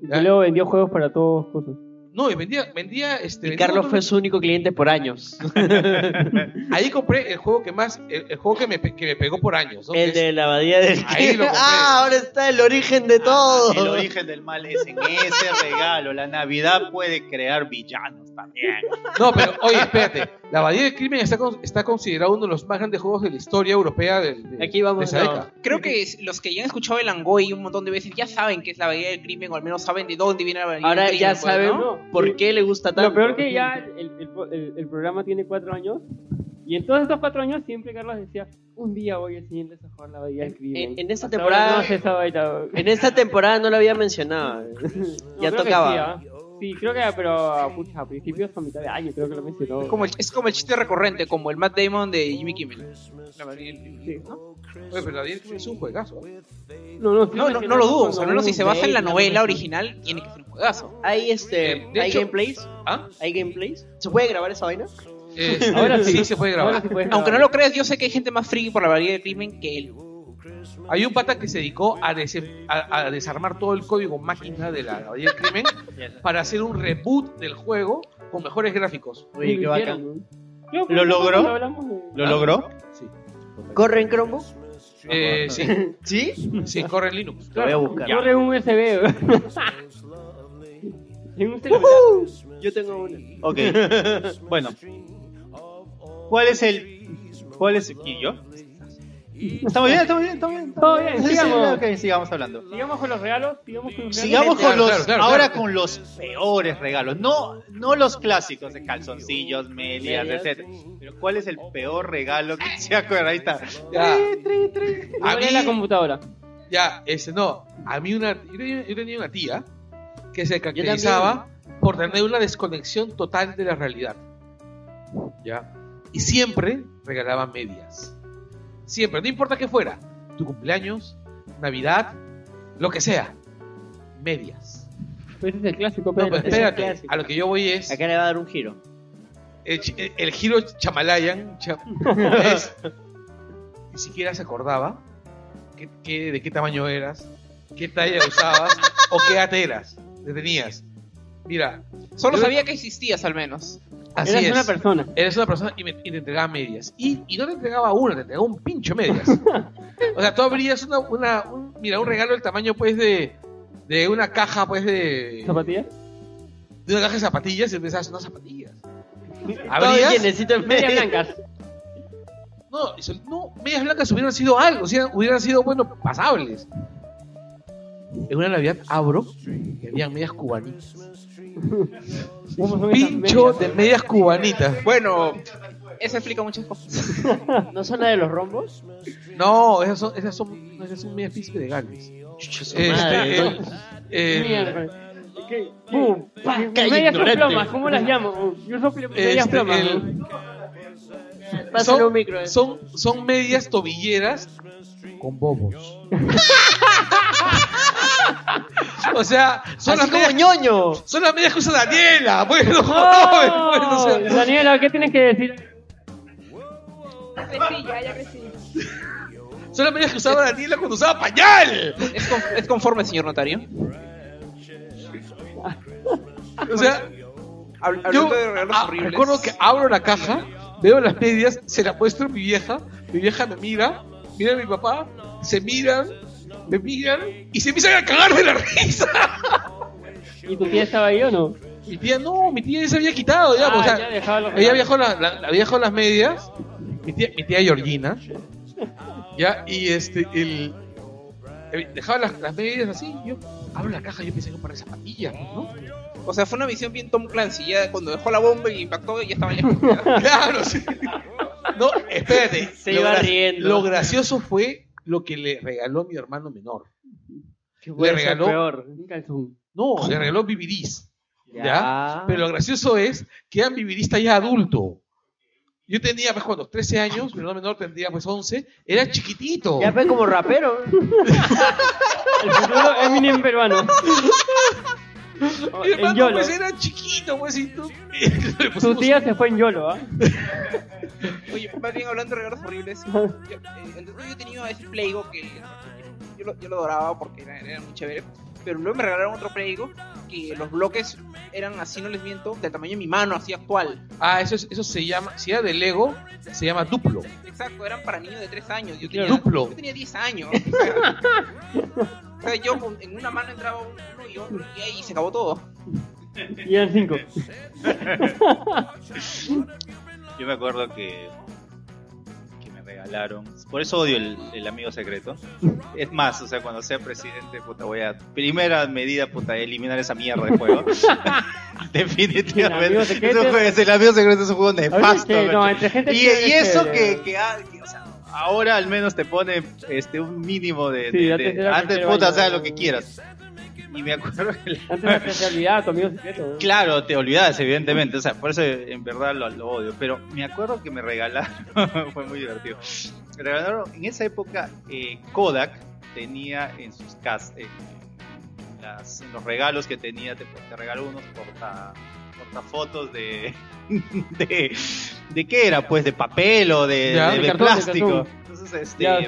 Y que luego vendió juegos para todos. cosas.
No, y vendía, vendía este.
Y
vendía
Carlos
un
fue
montón
su único cliente
<laughs>
por años.
de- Ahí compré el juego que más, el, el juego que me, pe- que me pegó por años. ¿no? Que
El
es-
de la abadía del
Ahí lo compré.
<laughs>
Ah,
Ah, ahora está el origen de todo.
El origen del mal es en ese regalo. La Navidad puede crear villanos también.
No, pero oye, espérate. La Abadía del Crimen está, con- está considerado uno de los más grandes juegos de la historia europea del- de,
Aquí vamos,
de esa
no.
década.
Creo que es- los que ya han escuchado el Angoy un montón de veces ya saben que es la bahía del crimen, o al menos saben de dónde viene la bahía
Ahora
del crimen.
ya
pues,
sabemos
¿no?
por qué le gusta tanto.
Lo peor que ya el, el- el- el programa tiene cuatro años. Y en todos estos cuatro años siempre Carlos decía, un día voy a enseñarles a jugar la bahía del crimen.
en- en esta
Hasta ahora
temporada-
no sé esa vaina.
En esta temporada no lo había mencionado.
No,
<laughs> ya
creo que
tocaba.
Sí, ¿ah? Sí, creo que, pero a, pucha, a principios a mitad de año creo que lo mencionó.
Es como, el, es como el chiste recurrente, como el Matt Damon de Jimmy Kimmel. La bahía del crimen,
Sí.
¿no?
Oye, pero la Abadía del Crimen es un juegazo. ¿eh?
No, no, sí
No,
mencionó
no, no lo dudo, o sea,
cuando
al menos si
hubo
se
un
basa en la
break,
novela
¿no?
original, tiene que ser un juegazo.
Hay este,
Eh, de
hay
hecho-
gameplays,
¿Ah?
hay gameplays. ¿Se puede grabar esa vaina?
Eh,
Ahora sí.
se puede
Ahora
grabar.
sí puedes
Aunque no
grabar.
lo creas, yo sé que hay gente más friki por la bahía del crimen que él.
Hay un pata que se dedicó a, dese- a- a desarmar todo el código máquina de la Abadía del Crimen para hacer un reboot del juego con mejores gráficos.
Ni
Oye, qué
hicieron,
bacán.
¿no? Creo que
¿Lo
nosotros
logró?
lo hablamos de-
¿Lo logró?
¿Corre en Chromebook?
Eh, sí,
¿Sí?
sí, corre en Linux.
Lo voy a buscar.
Corre un USB. güey. en un celular.
Yo tengo una.
<laughs>
Ok. Bueno. ¿Cuál es el. ¿Cuál es. ¿Y yo? Estamos bien, estamos bien, estamos bien.
Todo bien,
Sí, sí,
sigamos.
ok, sigamos hablando.
Sigamos con los regalos. Sigamos con los regalos.
Sigamos con
Claro,
los.
claro, claro,
ahora
claro.
con los peores regalos. No, no los clásicos de calzoncillos, medias,
Medias.
etc. Pero ¿cuál es el peor regalo que se acuerda? Ahí está.
Ya,
Yo abrí la computadora.
ya, ese no. A mí una, yo tenía- yo tenía una tía que se caracterizaba por tener una desconexión total de la realidad. ¿Ya? Y siempre regalaba medias. Siempre, no importa qué fuera. Tu cumpleaños, Navidad, lo que sea. Medias.
Pues ese es el clásico.
No,
pero
pero
es un
espérate,
clásico.
a lo que yo voy es
Acá le va a dar un giro.
el, chi- el- el giro chamalayan cha- es, ni siquiera se acordaba qué- qué- de qué tamaño eras, qué talla usabas o qué edad eras, te tenías. Mira,
Solo
Yo-
sabía que existías al menos.
así
Eres
es.
una persona.
Eres una persona y, me- y te entregaba medias. Y, y no te entregaba una, te entregaba un pincho de
<laughs>
medias. o sea, tú abrías una, una- un, mira, un regalo del tamaño pues de, de una caja pues de,
¿Zapatillas?
de una caja de zapatillas y pensabas, no zapatillas.
Todo
Abrías
llenecito en <laughs>
Medias
medio.
blancas.
No, eso- no, medias blancas hubieran sido algo, o sea, hubieran sido, bueno, pasables. En una Navidad abro y había medias cubanitas.
¿Cómo son esas
Pincho
medias?
de medias cubanitas.
Bueno, eso explica muchas cosas.
¿No son la de los rombos?
No, esas son, esas son, no, esas son medias príncipe de Gales. Este, eh,
madre,
el- el-
Mierda. ¿Qué? ¡Bum! ¡Pah! Medias con
ignorante.
plomas, ¿cómo las llamo? Yo soy pl- medias
Este,
plomas.
el-
¿no?
Pásale un micro. eh.
son, son medias tobilleras con bobos. <laughs> o sea, son las,
Así como
medias,
ñoño.
son las medias que usa Daniela. <laughs> Bueno,
¡Oh!
bueno, o sea,
Daniela, ¿qué tienes que decir?
Ya crecí, ya, ya crecí.
son las medias que usaba Daniela cuando usaba pañal.
¿Es, con- es conforme, señor notario?
O sea,
Habl-
yo
Hablando de regalos
ah,
horribles.
recuerdo que abro la caja, veo las medias, se las muestro a mi vieja, mi vieja me mira, mira a mi papá, se miran, me miran y se empiezan a cagar de la risa.
¿Y tu tía estaba ahí o no?
Mi tía, no, mi tía ya se había quitado, digamos,
Ah,
o sea,
ya dejaba los
Ella
regalos.
viajó la, la, la viajó las medias, mi tía, mi tía Georgina, ya, y este, el, el- dejaba las, las medias así, yo abro la caja, yo pensé que para zapatillas,
<laughs>
¿no?
O sea, fue una visión bien Tom Clancy. Ya cuando dejó la bomba y impactó, ya estaba ya.
Claro, sí. No, espérate.
<laughs> Se iba
gra-
riendo.
Lo gracioso fue lo que le regaló mi hermano menor.
Que
Le
puede ser
regaló-
peor, un calzón.
No, le regaló vividis. ¿Ya?
Ya.
Pero lo gracioso es que era vividista ya adulto. Yo tenía, pues, cuando 13 años, mi hermano menor tendría, pues, 11, era chiquitito.
Ya fue como rapero.
<laughs> El futuro es mínimo peruano.
Mi
en
hermano
YOLO.
pues era chiquito, pues, y tú... <laughs> le
Tu
pusimos-
tía se fue en YOLO, ¿ah?
Oye, más bien hablando de regalos horribles. Yo, eh, entonces yo he tenido ese Playgo que yo lo, yo lo adoraba porque era, era muy chévere. Pero luego me regalaron otro Playgo que los bloques eran así, no les miento, del tamaño de mi mano, así actual.
Ah, eso, es- eso se llama, si era de Lego, se llama Duplo.
Exacto, eran para niños de 3 años. Yo tenía,
Claro. Duplo.
yo tenía 10 años. O sea, <laughs> o sea, yo con- en una mano entraba uno y otro y ahí se acabó todo.
Y eran cinco.
Yo me acuerdo que, que me regalaron. Por eso odio el, el amigo secreto. Es más, o sea, cuando sea presidente, puta, voy a. Primera medida, puta, eliminar esa mierda de
<laughs>
<laughs>
juego.
El amigo
Definitivamente.
secreto-
Ese juego es- el amigo secreto es un juego
A veces
nefasto.
que- este, eh, no,
¿me
entre gente
y,
chévere,
y eso
chévere.
que, que, ah, que, o sea, ahora al menos te pone este un mínimo de,
Sí,
de-
antes
de-
era
antes
cualquier
puta
vaina.
sea lo que quieras y me acuerdo que la-
Antes era especialidad, tu amigo secreto. ¿no?
claro te olvidas evidentemente o sea por eso en verdad lo, lo odio pero me acuerdo que me regalaron <laughs> fue muy divertido me regalaron en esa época eh, Kodak tenía en sus casas en los regalos que tenía te, te regaló unos porta portafotos de, <laughs> de de qué era pues de papel o de,
Ya.
de-
De
de
cartón, de
plástico
cartón.
entonces este
Ya,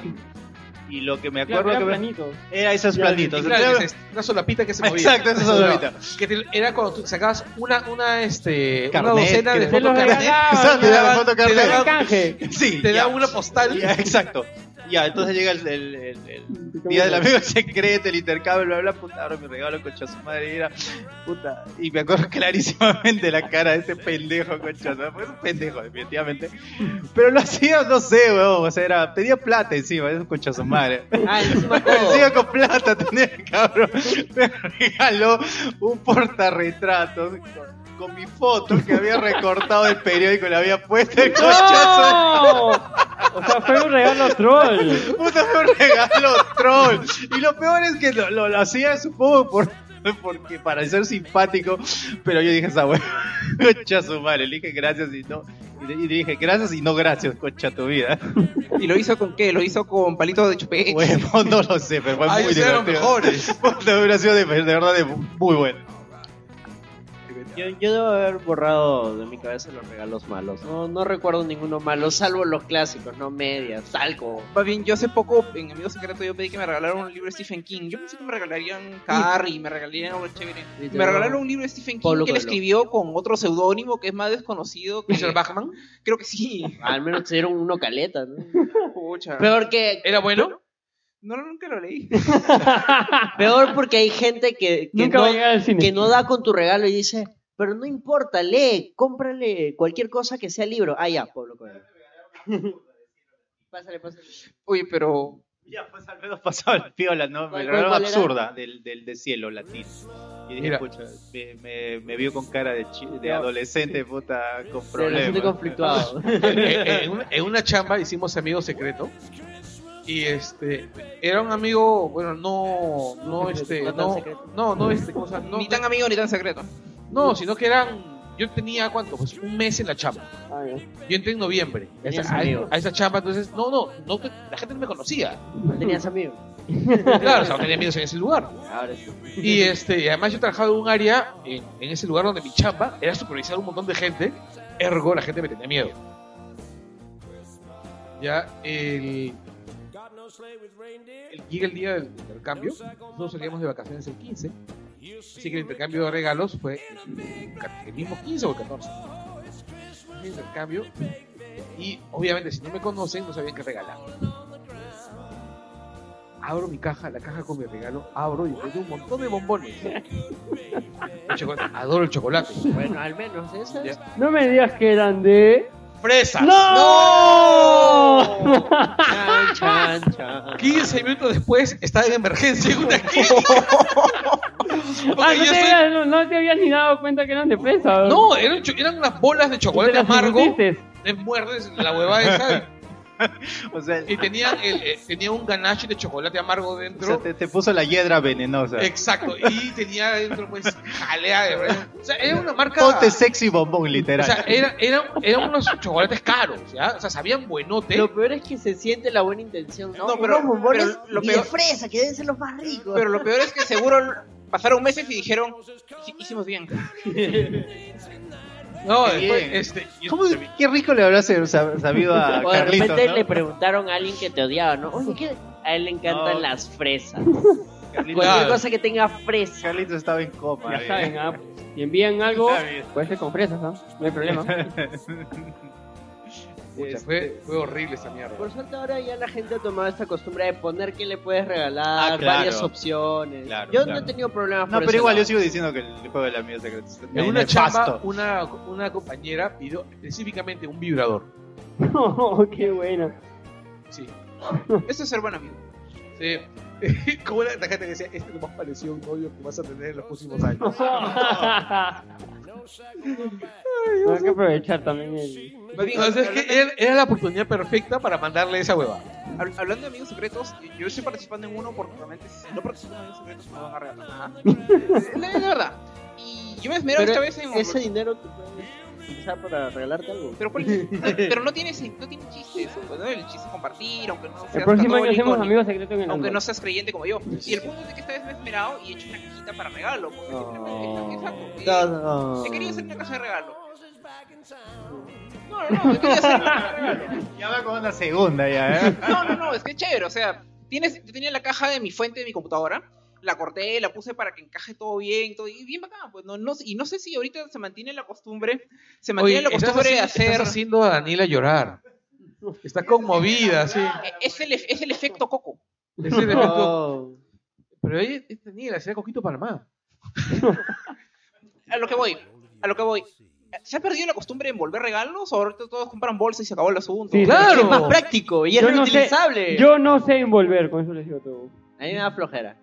y lo que me
claro,
acuerdo
era
que me-
planito.
era esos
Ya,
planitos
Claro,
Era-
que es una solapita que se movía.
<laughs> exacto esos
Claro.
ahorita
Que te- era cuando tú sacabas una, una, este,
Carnet,
una docena
que
de
te-
Se
fotos
los
carnet, <laughs>
te
regalaban.
te
ya.
daban
daban-
foto
te
carnet.
Era
daban-
canje.
sí
te
ya.
da una postal.
Ya, exacto ya entonces llega el, el- el- el día del amigo secreto el intercambio bla bla puta ahora mi regalo concha su madre y era puta y me acuerdo <laughs> clarísimamente la cara de ese pendejo concha su madre fue un pendejo definitivamente pero lo hacía no sé weón o sea era pedía plata encima es un concha su madre
Ah, encima todo.
Sigo con plata, <laughs> tenía el cabrón. Me regaló un portarretratos con, con mi foto que había recortado del periódico y le había puesto el cochazo.
¡No! O sea, fue un regalo troll.
Puta, fue un regalo troll. Y lo peor es que lo, lo- lo hacía, supongo, por, porque para ser simpático. Pero yo dije, esa hueá, <laughs> concha su madre. Le dije, gracias y no. Y le- y le dije, gracias y no gracias, concha tu vida.
<laughs> ¿Y lo hizo con qué? Lo hizo con palitos de chupete. <laughs>
Huevo, no lo sé, pero fue
Ah,
muy
ellos eran
divertido.
mejores.
<laughs>
Puta, hubiera sido de, de verdad de muy bueno.
Yo, yo debo haber borrado de mi cabeza los regalos malos. No, no recuerdo ninguno malo, salvo los clásicos, no medias, algo.
Más bien, yo hace poco en Amigos Secretos yo pedí que me regalaran un libro de Stephen King. Yo pensé que me regalarían Carrie, me regalarían algo chévere.
Y te
Me
lo-
regalaron un libro de Stephen King
Pablo
que él
Coelho.
escribió con otro seudónimo que es más desconocido que...
Richard Bachman.
<laughs> Creo que
<laughs>
sí.
Al menos te dieron uno caleta, ¿no?
Pucha.
Peor que.
¿Era bueno?
No, no, nunca lo leí. <laughs>
Peor porque hay gente que, que
Nunca
no,
va a llegar al cine.
que no da con tu regalo y dice, pero no importa, lee, cómprale cualquier cosa que sea libro. Ah, ya, Pablo Coelho. <laughs> pásale, pásale.
Oye, pero...
Ya, pues al menos pasaba el piola, ¿no? Me
¿Cuál-
regalaron
cuál era?
absurda del, del, del cielo latín. Y dije,
Mira.
pucha, me, me, me vio con cara de, chi- de
No.
adolescente, puta, con
Relación
problemas.
de
<laughs>
conflictuado.
Eh, en, una, en una chamba hicimos amigo secreto. Y este, era un amigo, bueno, no,
<laughs>
no, este,
No tan
no,
secreto.
no, no, este, ¿cómo se llama? no,
ni tan amigo ni tan secreto.
no, sino que eran, yo tenía, ¿cuánto? Pues un mes en la chamba.
Ah, ya.
Yo entré en noviembre a
Tenías
esa, a-
amigos.
a esa chamba, entonces, no, no, no, la gente no me conocía.
No tenías amigos.
<laughs> Claro, o sea, no tenía amigos en ese lugar.
Ahora sí.
Y este, y además yo trabajaba en un área, en, en ese lugar donde mi chamba era supervisar un montón de gente, ergo la gente me tenía miedo. Ya, el. el- Llega el día del, del cambio, nosotros salíamos de vacaciones el 15, Así que el intercambio de regalos fue el mismo 15 o el 14. El intercambio. Y obviamente, si no me conocen, no sabían qué regalar. Abro mi caja, la caja con mi regalo, abro y encuentro un montón de bombones.
<laughs>
El chocolate- Adoro el chocolate.
Bueno, al menos eso es.
No me digas que eran de.
¡Fresas!
¡No!
<laughs> Chan, chan, chan.
15 minutos después estaba en emergencia en
<laughs>
una clínica. Porque
Ah, no,
yo
te
soy-
habías, no, no te habías ni dado cuenta que eran de fresa.
No, eran, cho- eran unas bolas de
Tú te
chocolate
las
amargo.
pusiste.
Te muerdes la huevada esa.
<laughs> O sea,
Y tenían, el, eh, tenía un ganache de chocolate amargo
o sea,
dentro.
te, te puso la hiedra venenosa.
Exacto. Y tenía dentro, pues, jalea de O sea, era una marca.
Ponte sexy bombón,
o
literal.
sea, era, era- eran unos chocolates caros, ¿ya? O sea, sabían buenote.
Eh,
Lo peor es que se siente la buena intención, ¿no?
No, pero-
Unos bombones
pero lo
y
peor-
de fresa, que deben ser los más ricos.
Pero lo peor es que seguro pasaron meses y dijeron, "Hici- hicimos bien.
No,
Qué
después,
bien.
este. y-
¿Cómo- qué rico le habrá sab- sab- sabido a
o de
Carlitos,
repente
¿no?
le preguntaron a alguien que te odiaba, ¿no? Oye, ¿qué? A él le encantan
No.
las fresas.
Carlitos,
Claro.
Cualquier cosa que tenga fresa.
Carlitos estaba en coma.
Ya
eh.
saben, ah, si envían algo,
Está bien.
puede ser con fresas, ¿ah? No hay problema. <laughs>
pucha, fue, fue horrible esa mierda.
Por suerte ahora ya la gente ha tomado esta costumbre de poner que le puedes regalar,
Ah, claro.
varias opciones.
Claro,
yo
claro.
no he tenido problemas
No,
por
pero
ese
igual yo
lado.
sigo diciendo que el juego de la mía secreta es
En una chamba,
nefasto.
una, una compañera pidió específicamente un vibrador.
No, Oh, qué bueno.
Sí.
Eso es ser buen amigo.
sí. <laughs> Como era la gente que decía, este es lo más parecido a un novio que vas a tener en los próximos años.
Tengo que aprovechar también el...
Más bien,
Entonces, es
hablando,
que era, era la oportunidad perfecta para mandarle esa hueva.
hab- hablando de amigos secretos, yo estoy participando en uno porque realmente si no participo en amigos secretos no van a regalar
<laughs>
nada. La la verdad. Y yo me esmero
Pero
esta vez en...
Ese dinero tú puedes utilizar para regalarte algo.
Pero, ¿cuál es?
<laughs>
No, pero no tiene, sen- no tiene chiste eso, pues, ¿no? El chiste es compartir, aunque no seas
El próximo año
católico,
hacemos
ni-
amigos secretos en el
aunque
<laughs>
no
Android.
seas creyente como yo. Y el punto es de que esta vez me he esmerado y he hecho una cajita para regalo. porque
No.
siempre-
No,
Exacto.
no.
eh, He querido hacer una caja de regalo. No, no, no, he querido hacer una caja de regalo.
Ya va con una segunda ya, ¿eh?
No, no, no, es que es chévere, o sea, tienes, yo tenía la caja de mi fuente de mi computadora. La corté, la puse para que encaje todo bien, todo y bien bacán. Pues no, no, y no sé si ahorita se mantiene la costumbre, se mantiene
Oye,
la
estás
costumbre de
haciendo-
hacer.
Estás haciendo a Daniela llorar. Está conmovida, sí.
Eh, Es el, ef- es el efecto coco.
Es el efecto-
Oh.
Pero ahí es Daniela, será Coquito Panamá.
A lo que voy, a lo que voy. ¿Se ha perdido la costumbre de envolver regalos? ¿O ahorita todos compran bolsas y se acabó el asunto?
Sí,
Es
¡Claro!
más práctico y
Yo
es
no sé-
reutilizable.
Yo no sé envolver, con eso les digo todo.
A mí me da flojera.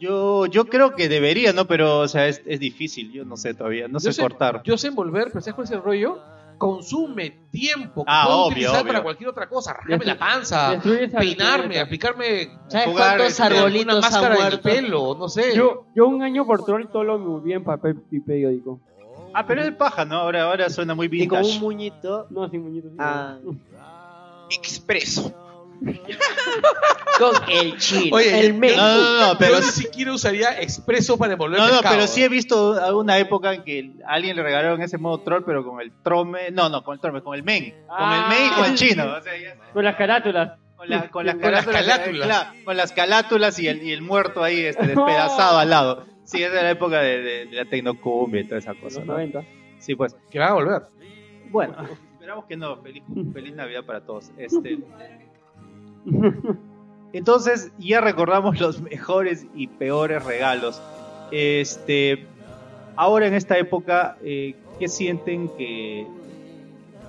Yo, yo creo que debería, ¿no? Pero, o sea, es, es difícil. Yo no sé todavía. No
Yo
sé,
sé-
cortar.
Yo sé envolver, pero ¿sabes cuál es el rollo? Consume tiempo que
Ah,
puedo
obvio,
utilizar
obvio.
para cualquier otra cosa. Rascarme
Destruir-
la panza,
Destruyes al-
peinarme, aplicarme
¿Sabes
Jugar,
cuántos
este,
una
arbolitos han
máscara en el
muerto?
pelo, no sé.
Yo, yo un año por troll todo lo moví en papel y periódico.
Ah, pero es paja, ¿no? Ahora, ahora suena muy
Y con un
vintage.
muñito.
No, sin muñitos. sin
Ah.
muñitos.
Expreso.
Con el chile.
Oye,
el
No,
mes.
no,
Pero
no, pero...
yo ni siquiera usaría expreso para envolver
No, no,
pescado.
pero sí he visto
ah,
alguna época en que alguien le regalaron ese modo troll, pero con el trome, no, no, con el trome, con el men, con el men y
<laughs>
con el chino, o sea, ya-
<laughs> Con las carátulas.
con, la- con las
Con las
calátulas,
calátulas.
claro, con las calátulas y el, y el muerto ahí este, despedazado al lado. Sí, esa era la época de, de- de la tecnocumbia y toda esa
Con
cosa,
los
¿no?
90.
Sí, pues.
¿eh? Que van a volver.
Bueno, esperamos que no. Feliz, feliz Navidad para todos. Este. Entonces, ya recordamos los mejores y peores regalos. Este. Ahora en esta época, eh, ¿qué sienten que,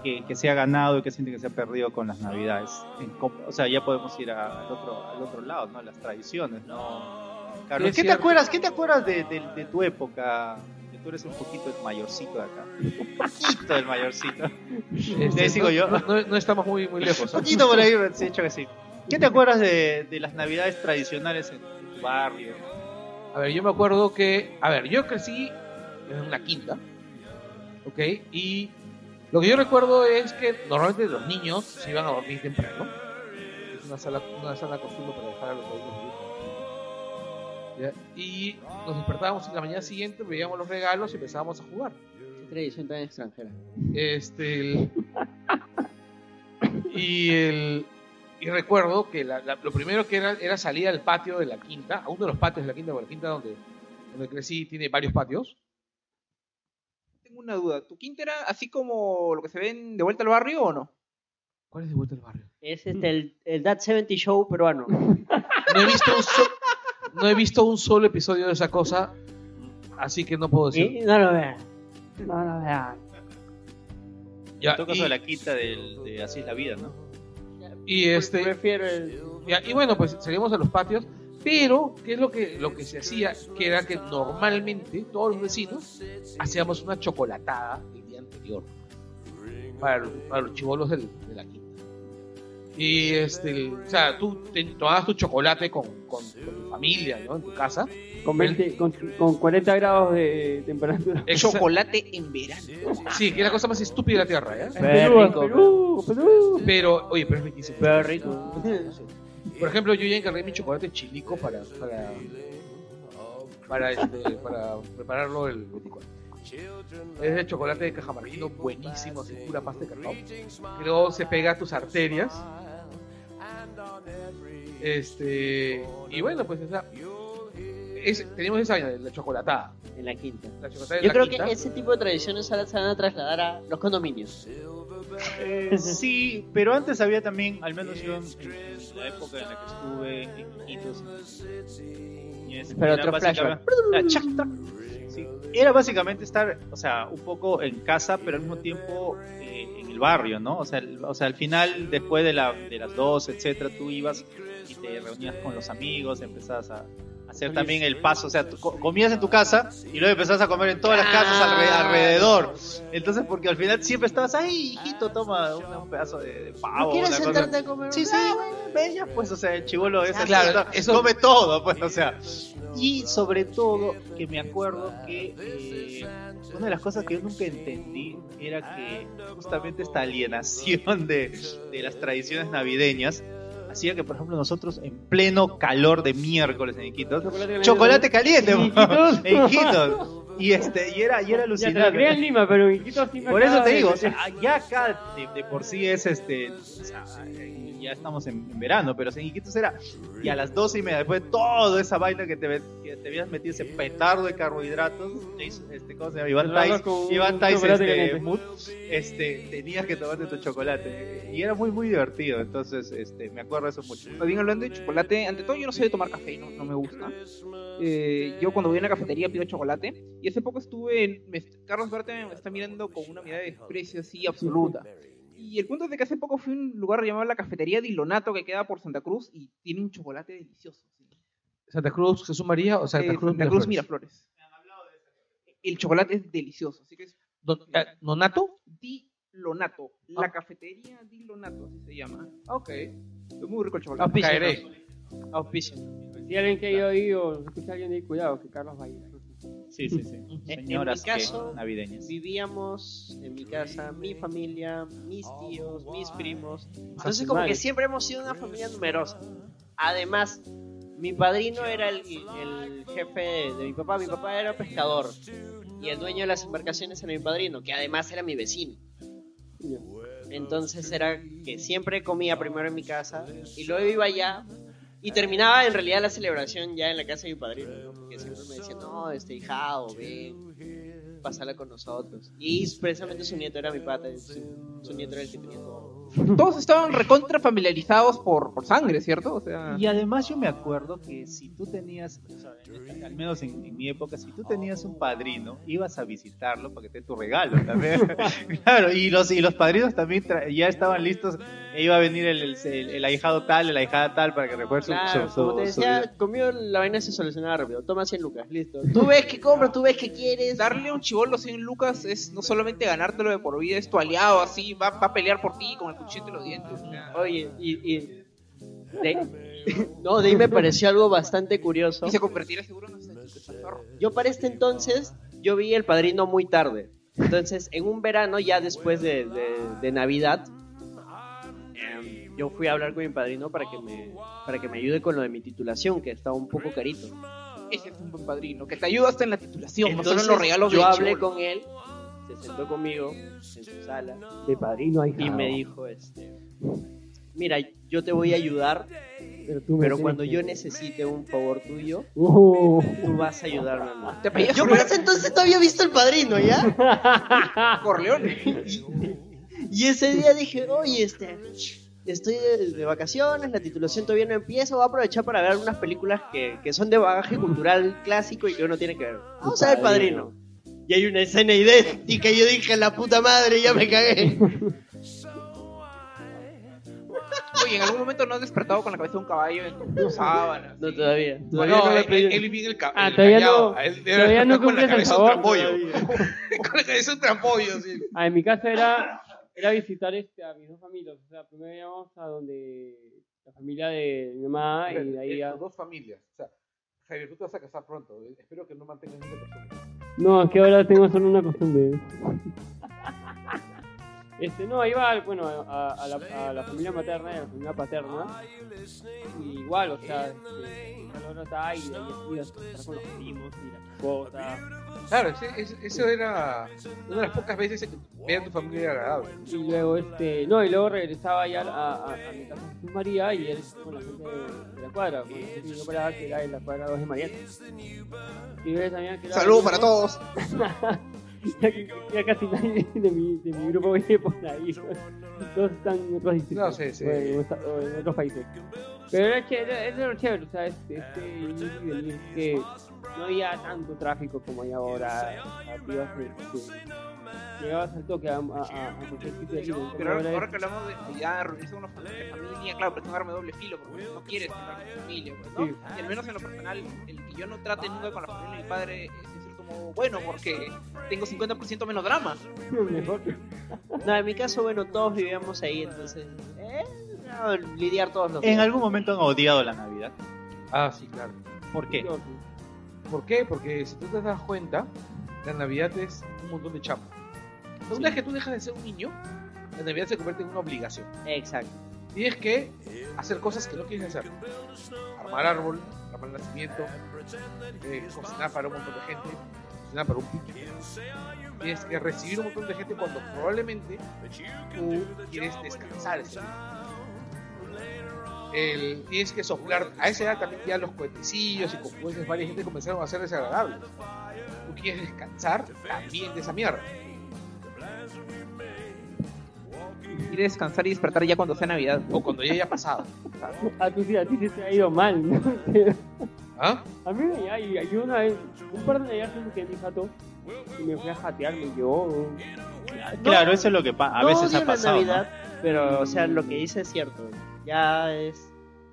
que, que se ha ganado y qué sienten que se ha perdido con las navidades? En com- o sea, ya podemos ir a- al, otro, al otro lado, ¿no? Las tradiciones, ¿no? Carlos,
Es
¿qué te
cierto.
acuerdas, ¿qué te acuerdas de, de- de tu época? Que tú eres un poquito el mayorcito de acá. Un poquito el mayorcito.
Este,
ahí sigo
no-
yo.
No, no- no estamos muy, muy lejos. ¿ah?
Un poquito por ahí, sí, hecho que sí. ¿Qué te acuerdas de, de las navidades tradicionales en tu barrio?
A ver, yo me acuerdo que. A ver, yo crecí en una quinta. ¿Ok? Y lo que yo recuerdo es que normalmente los niños se iban a dormir temprano. Es una sala, una sala costumbre para dejar a los adultos dormir. ¿Ya? Y nos despertábamos en la mañana siguiente, veíamos los regalos y empezábamos a jugar.
Qué tradición tan extranjera.
Este. el- y el. Y recuerdo que la- la- lo primero que era era salir al patio de la quinta, a uno de los patios de la quinta, porque la quinta donde, donde crecí, tiene varios patios.
Tengo una duda. ¿Tu quinta era así como lo que se ven de vuelta al barrio o no?
¿Cuál es de vuelta al barrio?
Es este, el, el That 70 Show peruano.
No he visto un, so- no he visto un solo episodio de esa cosa, así que no puedo decir.
¿Sí? No lo vean. No lo vean.
Ya,
En todo
Ah, y,
caso, la quinta del- de Así es la vida, ¿no?
y este,
Prefiero el.
Ya, y bueno, pues salimos a los patios, pero ¿qué es lo que, lo que se hacía? Que era que normalmente todos los vecinos hacíamos una chocolatada el día anterior para, los- para los chivolos del- de la quinta. Y este, o sea, tú te tomabas tu chocolate con, con- con tu familia, ¿no? En tu casa.
Con, 20 con, con 40 grados de temperatura.
Eso-
Chocolate en verano.
Sí, que es la cosa más estúpida de la tierra, ¿eh?
Qué
Perú,
rico.
Perú, Perú.
Pero, oye, pero es riquísimo.
Pero rico.
Por ejemplo, yo ya encargué mi chocolate chilico para para para, este, para prepararlo el 24. Es de chocolate de cajamarquino buenísimo, así pura pasta de cacao. Que luego se pega a tus arterias. Este, y bueno, pues esa, es- tenemos esa vaina de la chocolatada.
En la quinta.
La chocolatada de
Yo
la
creo
quinta.
que ese tipo de tradiciones ahora se van a trasladar a los condominios. <laughs>
Eh, sí, pero antes había también, al menos yo en, en la época en la que estuve en Iquitos. y es-
Pero
era
otro
básicamente- la chac, tac. Sí, Era básicamente estar, o sea, un poco en casa, pero al mismo tiempo eh, en el barrio, ¿no? O sea, el- o sea, al final, después de, la, de las dos, etcétera, tú ibas y te reunías con los amigos, empezabas a hacer también el paso, o sea, tú co- comías en tu casa y luego empezabas a comer en todas las casas
Ah,
alre- alrededor. Entonces, porque al final siempre estabas, ay, hijito, toma un, un pedazo de, de pavo.
¿No quieres
una cosa".
sentarte Ah, a comer?
Ah, Sí, sí, ven ya, pues, o sea, el chivolo es así,
Claro,
está-
eso-
come todo, pues, o sea. Y sobre todo, que me acuerdo que eh, una de las cosas que yo nunca entendí era que justamente esta alienación de, de las tradiciones navideñas hacía que, por ejemplo, nosotros en pleno calor de miércoles en Iquitos,
Chocolate,
chocolate caliente,
<laughs> ¿En Iquitos?
en Iquitos. Y, este, y era, y era
Ya te lo creía en
alucinante.
Lima, pero en Iquitos sí me
Por eso
acaba
te
de
digo, o
meter.
sea, ya acá de, de por sí es este. o sea, ya estamos en, en verano, pero en Iquitos era. Y a las 12 y media, después de toda esa vaina que te, ve- que te habías metido, ese petardo de carbohidratos, este, ¿cómo se llama? Iván
Claro,
Tais,
con un
Iván Tais,
chocolate
este,
caliente.
Mood, este, tenías que tomarte tu chocolate. Y era muy, muy divertido. Entonces, este, me acuerdo eso mucho.
También hablando de chocolate, ante todo yo no sé de tomar café, no, no me gusta. Eh, yo cuando voy a una cafetería pido chocolate. Y hace poco estuve en... me- Carlos Verte me está mirando con una mirada de desprecio así absoluta. Y el punto es de que hace poco fui a un lugar llamado la Cafetería Dilonato que queda por Santa Cruz y tiene un chocolate delicioso.
Santa Cruz, Jesús María o Santa
Eh,
Cruz,
Santa Cruz Miraflores. El chocolate es delicioso, así que es
Don- eh, ¿Nonato?
Dilonato. La
Ah.
cafetería Dilonato, así se llama.
Ok.
Es muy rico el chocolate.
Auspicio.
Caeré. Auspicio.
Si alguien que ha ido ahí o escucha a alguien ahí, cuidado, que Carlos va a ir.
Sí, sí, sí.
En- en
Señoras
mi caso-
que- navideñas.
Vivíamos en mi casa, mi familia, mis tíos, mis primos.
su
Entonces como
madre.
que siempre hemos sido una familia numerosa. Además, mi padrino era el, el jefe de, de mi papá. Mi papá era pescador. Y el dueño de las embarcaciones era mi padrino, que además era mi vecino.
Ya.
Entonces era que siempre comía primero en mi casa y luego iba allá y terminaba en realidad la celebración ya en la casa de mi padrino, ¿no? que siempre me decía, no, este hijado, ven, pasala con nosotros. Y precisamente su nieto era mi pata, su, su nieto era el que tenía todo.
Todos estaban recontra familiarizados por, por sangre, ¿cierto? O sea,
Y además yo me acuerdo que si tú tenías, o sea, en- al menos en, en mi época, si tú tenías un padrino, ibas a visitarlo para que te dé tu regalo
<laughs>
también. claro, y los, y los padrinos también tra- ya estaban listos, e iba a venir el, el, el- el ahijado tal, el ahijada tal, para que recuerde su,
Claro,
su- su-
como te
su vida.
decía, comió la vaina se solucionaba rápido, toma 100 lucas, listo. Tú ves que compras, tú ves que quieres.
darle a un chivolo 100 lucas es no solamente ganártelo de por vida, es tu aliado, así, va, va a pelear por ti con el cuchillo de los dientes. o sea.
Oye, y... y- de- <laughs> no, de ahí me pareció algo bastante curioso.
Y se convertirá seguro en ese chico chatarro.
Yo para este entonces, yo vi El Padrino muy tarde. Entonces, en un verano, ya después de, de- de Navidad, em, yo fui a hablar con mi padrino para que, me, para que me ayude con lo de mi titulación, que estaba un poco carito.
Ese es un buen padrino, que te ayuda hasta en la titulación, no solo
Entonces,
en los regalos
yo
del
hablé
chibolo.
con él, se sentó conmigo en su sala
De padrino ahí.
y me dijo, este, mira, yo te voy a ayudar,
Pero, tú me
pero
tienes
cuando
que-
yo necesite un favor tuyo,
Uh.
tú vas a ayudarme, amor.
Te apellidas
Yo para ese entonces no había visto el padrino, ¿ya? <laughs>
Corleone.
Y ese día dije, oye, este, estoy de, de vacaciones, la titulación todavía no empieza, voy a aprovechar para ver unas películas que, que son de bagaje cultural clásico y que uno tiene que ver. Vamos a ver Padrino. Y hay una escena idéntica y yo dije, la puta madre, ya me cagué.
Oye, ¿en algún momento no has despertado con la cabeza de un caballo en tu sábana?
No, todavía.
Bueno, eh,
Todavía no me
él,
pedí-
él, él vive en el, ca-
Ah,
el
todavía
Callao.
no-
A <laughs> él debe
todavía no
despertar con la
cumples el
cabeza de un
favor,
trambollo.
todavía.
<laughs> Con la cabeza de un trambollo, sí.
Ah, en mi caso era, era visitar este, a mis dos familias. O sea, primero íbamos a donde la familia de mi mamá y de ahí
Eh,
a...
Dos familias. O sea, Javier, tú te vas a casar pronto. eh. Espero que no mantengas esa persona.
No, es que ahora tengo solo una costumbre. Este, no, iba bueno, a, a la, a la familia materna y a la familia paterna. Y igual, o sea, este, a la hora está ahí, ahí iba a estar con los primos y las cosas.
Claro, ese- ese- eso era una de las pocas veces que veía a tu familia agradable.
Y luego, este, no, y luego regresaba ya a, a, a mi casa con María y él con la gente de, de la cuadra, con la gente que yo paraba que era de la cuadra 2 de María. Y yo sabía que era-
Saludos para todos.
<laughs> ya, ya casi nadie de mi, de mi grupo viene por ahí. Todos están en otros distritos.
No, sí, sí.
O en, otra- o en otros países. Pero era chévere, era lo chévere, o sea, este, este ir y venir que no había tanto tráfico como hay ahora. O sea, tú ibas, este, llegabas al toque a, a, a- a cualquier sitio de Lima.
Pero
Ahora
ahora,
es-
ahora que hablamos de cuidar, reunirse con los de familia, claro, pero es un arma de doble filo, porque pues, no quieres tener con tu familia, pues, ¿no?
Sí.
Y al menos en lo personal, el que yo no trate nunca con la familia de mi padre es de cierto modo bueno, porque tengo 50% menos drama.
<laughs> mejor.
No, en mi caso, bueno, todos vivíamos ahí, entonces... ¿eh? No, lidiar todos nosotros.
En algún momento han odiado la Navidad.
Ah, sí, claro.
¿Por qué?
¿Por qué? Porque si tú te das cuenta, la Navidad es un montón de chamba. Una vez que tú dejas de ser un niño, la Navidad se convierte en una obligación.
Exacto.
Tienes que hacer cosas que no quieres hacer. Armar árbol, armar nacimiento, eh, cocinar para un montón de gente, cocinar para un pique. Tienes que recibir un montón de gente cuando probablemente tú quieres descansar ese día. El- tienes que soplar. A esa edad también ya los cuetecillos y como dices, varias gente comenzaron a ser desagradables. Tú quieres descansar también de esa mierda.
Quiere descansar y despertar ya cuando sea Navidad.
O cuando ya haya pasado.
A tu sí, a ti sí te ha ido mal. ¿no? <laughs>
¿Ah?
A mí me hay, hay una vez, un par de navidades me quedé en mi jato y me fui a jatear, me llevó. Ah,
Claro, eso es lo que pa- a
No
veces
odio
ha pasado.
la
¿no?
Navidad, pero o sea, lo que dice es cierto. Ya es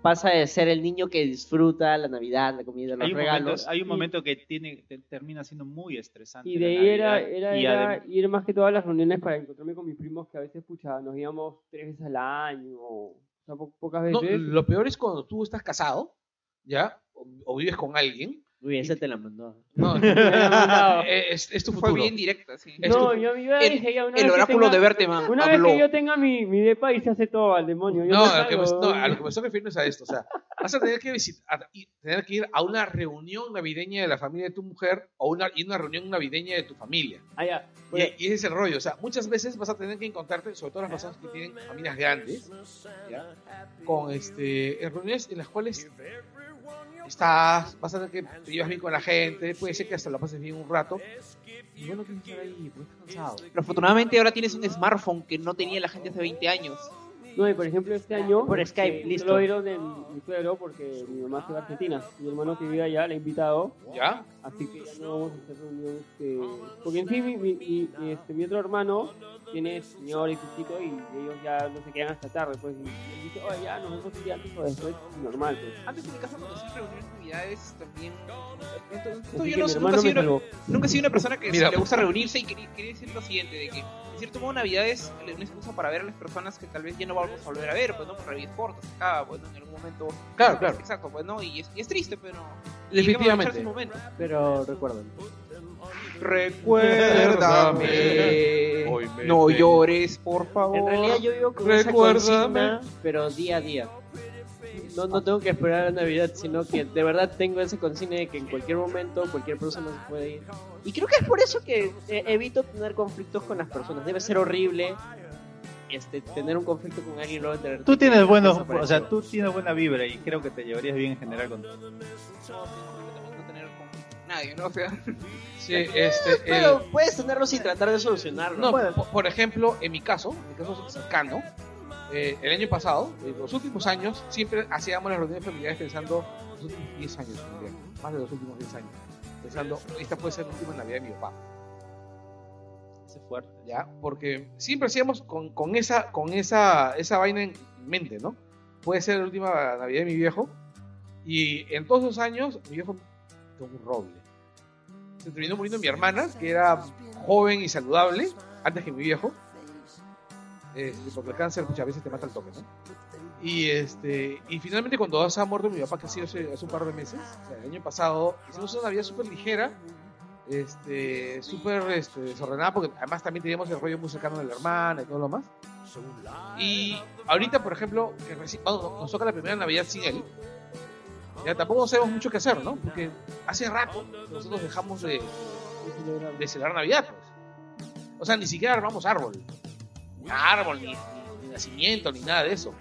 pasa de ser el niño que disfruta la Navidad, la comida, los
Hay un,
regalos.
momento, hay un
y-
momento que tiene, te- termina siendo muy estresante.
Y
la
de ahí era,
Navidad,
era,
y
era
adem-
ir más que todas las reuniones para encontrarme con mis primos que a veces, pucha, nos íbamos tres veces al año, o sea, po- pocas
No,
veces. <laughs>
lo peor es cuando tú estás casado, ¿ya? O, o vives con alguien.
Uy, ese te la mandó.
No,
Me habían mandado.
<laughs> eh, es, es tu
Fue
futuro.
bien directa, sí.
Es
No,
tu-
yo mi vida
el-
dije ya una vez
El
que
oráculo
tenga-
de Berteman
Una vez que
habló.
yo tenga mi, mi depa y se hace todo al demonio. yo
No, a
salgo,
lo,
pues,
que me, no,
¿no?
a lo que me estoy refiriendo es a esto. O sea, vas a tener que, visitar, y tener que ir a una reunión navideña de la familia de tu mujer o una, y una reunión navideña de tu familia.
Ah, ya.
Eh,
Y,
Bueno,
y ese es el rollo. O sea, muchas veces vas a tener que encontrarte, sobre todo las personas que tienen familias grandes, ¿ya? con este, en reuniones en las cuales estás, vas a tener que te llevas bien con la gente, puede ser que hasta la pases bien un rato. Y bueno, tienes que estar ahí, porque estás cansado.
Pero afortunadamente ahora tienes un smartphone que no tenía la gente hace 20 años.
No, y por ejemplo, este año.
Por Skype, listo.
Lo dieron de mi mi suegro porque mi mamá se va a Argentina. Mi hermano que vive allá le ha invitado.
¿Ya?
Así que ya no vamos a hacer reunión. Este... Porque en sí, mi, mi, mi- mi, este, mi otro hermano tiene señor y chiquito y ellos ya no se quedan hasta tarde. Pues y él dice, oye, ya nos vemos un día antes o después. Normal, pues.
Antes en mi casa cuando hacían reuniones navidades también... Entonces,
Así
yo
que Pues
no-
mi
nunca
hermano me
he sido una-
salvó.
nunca he sido una persona que
Mira.
le gusta reunirse y quería, quería decir lo siguiente, de que en cierto modo Navidad es una excusa para ver a las personas que tal vez ya no vamos a volver a ver, pues no, por la vida es corta, se acaba, pues ¿no? en algún momento.
Claro, claro.
Exacto, pues no, y es, y es triste, pero...
Definitivamente.
llegamos a aprovechar ese
Pero recuerden.
Recuérdame, hoy
momento.
me
No
tengo-
llores, por favor.
En realidad yo vivo con esa
Recuérdame.
consigna, pero día a día. No, no tengo que esperar a Navidad, sino que de verdad tengo esa consigna de que en cualquier momento cualquier persona se puede ir. Y creo que es por eso que eh, evito tener conflictos con las personas. Debe ser horrible este, tener un conflicto con alguien y luego tener...
Tú tienes buenos, o sea, tú tienes buena vibra y creo que te llevarías bien en general con todo.
no tener conflicto con nadie, ¿no? O sea,
Sí, este, el-
Pero puedes tenerlo sin tratar de solucionarlo.
no,
Puedes.
po- por ejemplo, en mi caso, en mi caso cercano, eh, el año pasado, en los últimos años, siempre hacíamos las reuniones familiares pensando los últimos 10 años, familiar, más de los últimos 10 años, pensando, esta puede ser la última Navidad de mi papá.
Ese es fuerte.
¿ya? Porque siempre hacíamos con, con esa, con esa, esa vaina en mente, ¿no? Puede ser la última Navidad de mi viejo. Y en todos esos años, mi viejo con un roble. Se terminó muriendo mi hermana, que era joven y saludable, antes que mi viejo. Eh, porque el cáncer muchas veces te mata al toque, ¿no? Y, este, y finalmente cuando se ha muerto mi papá, que ha sido hace, hace un par de meses, o sea, el año pasado, hicimos una Navidad súper ligera, este, súper este, desordenada, porque además también teníamos el rollo muy cercano de la hermana y todo lo más. Y ahorita, por ejemplo, que reci- bueno, nos toca la primera Navidad sin él, ya tampoco sabemos mucho qué hacer, ¿no? Porque hace rato nosotros dejamos de, de celebrar Navidad, pues. O sea, ni siquiera armamos árbol. Árbol, ni, ni- ni nacimiento, ni nada de eso.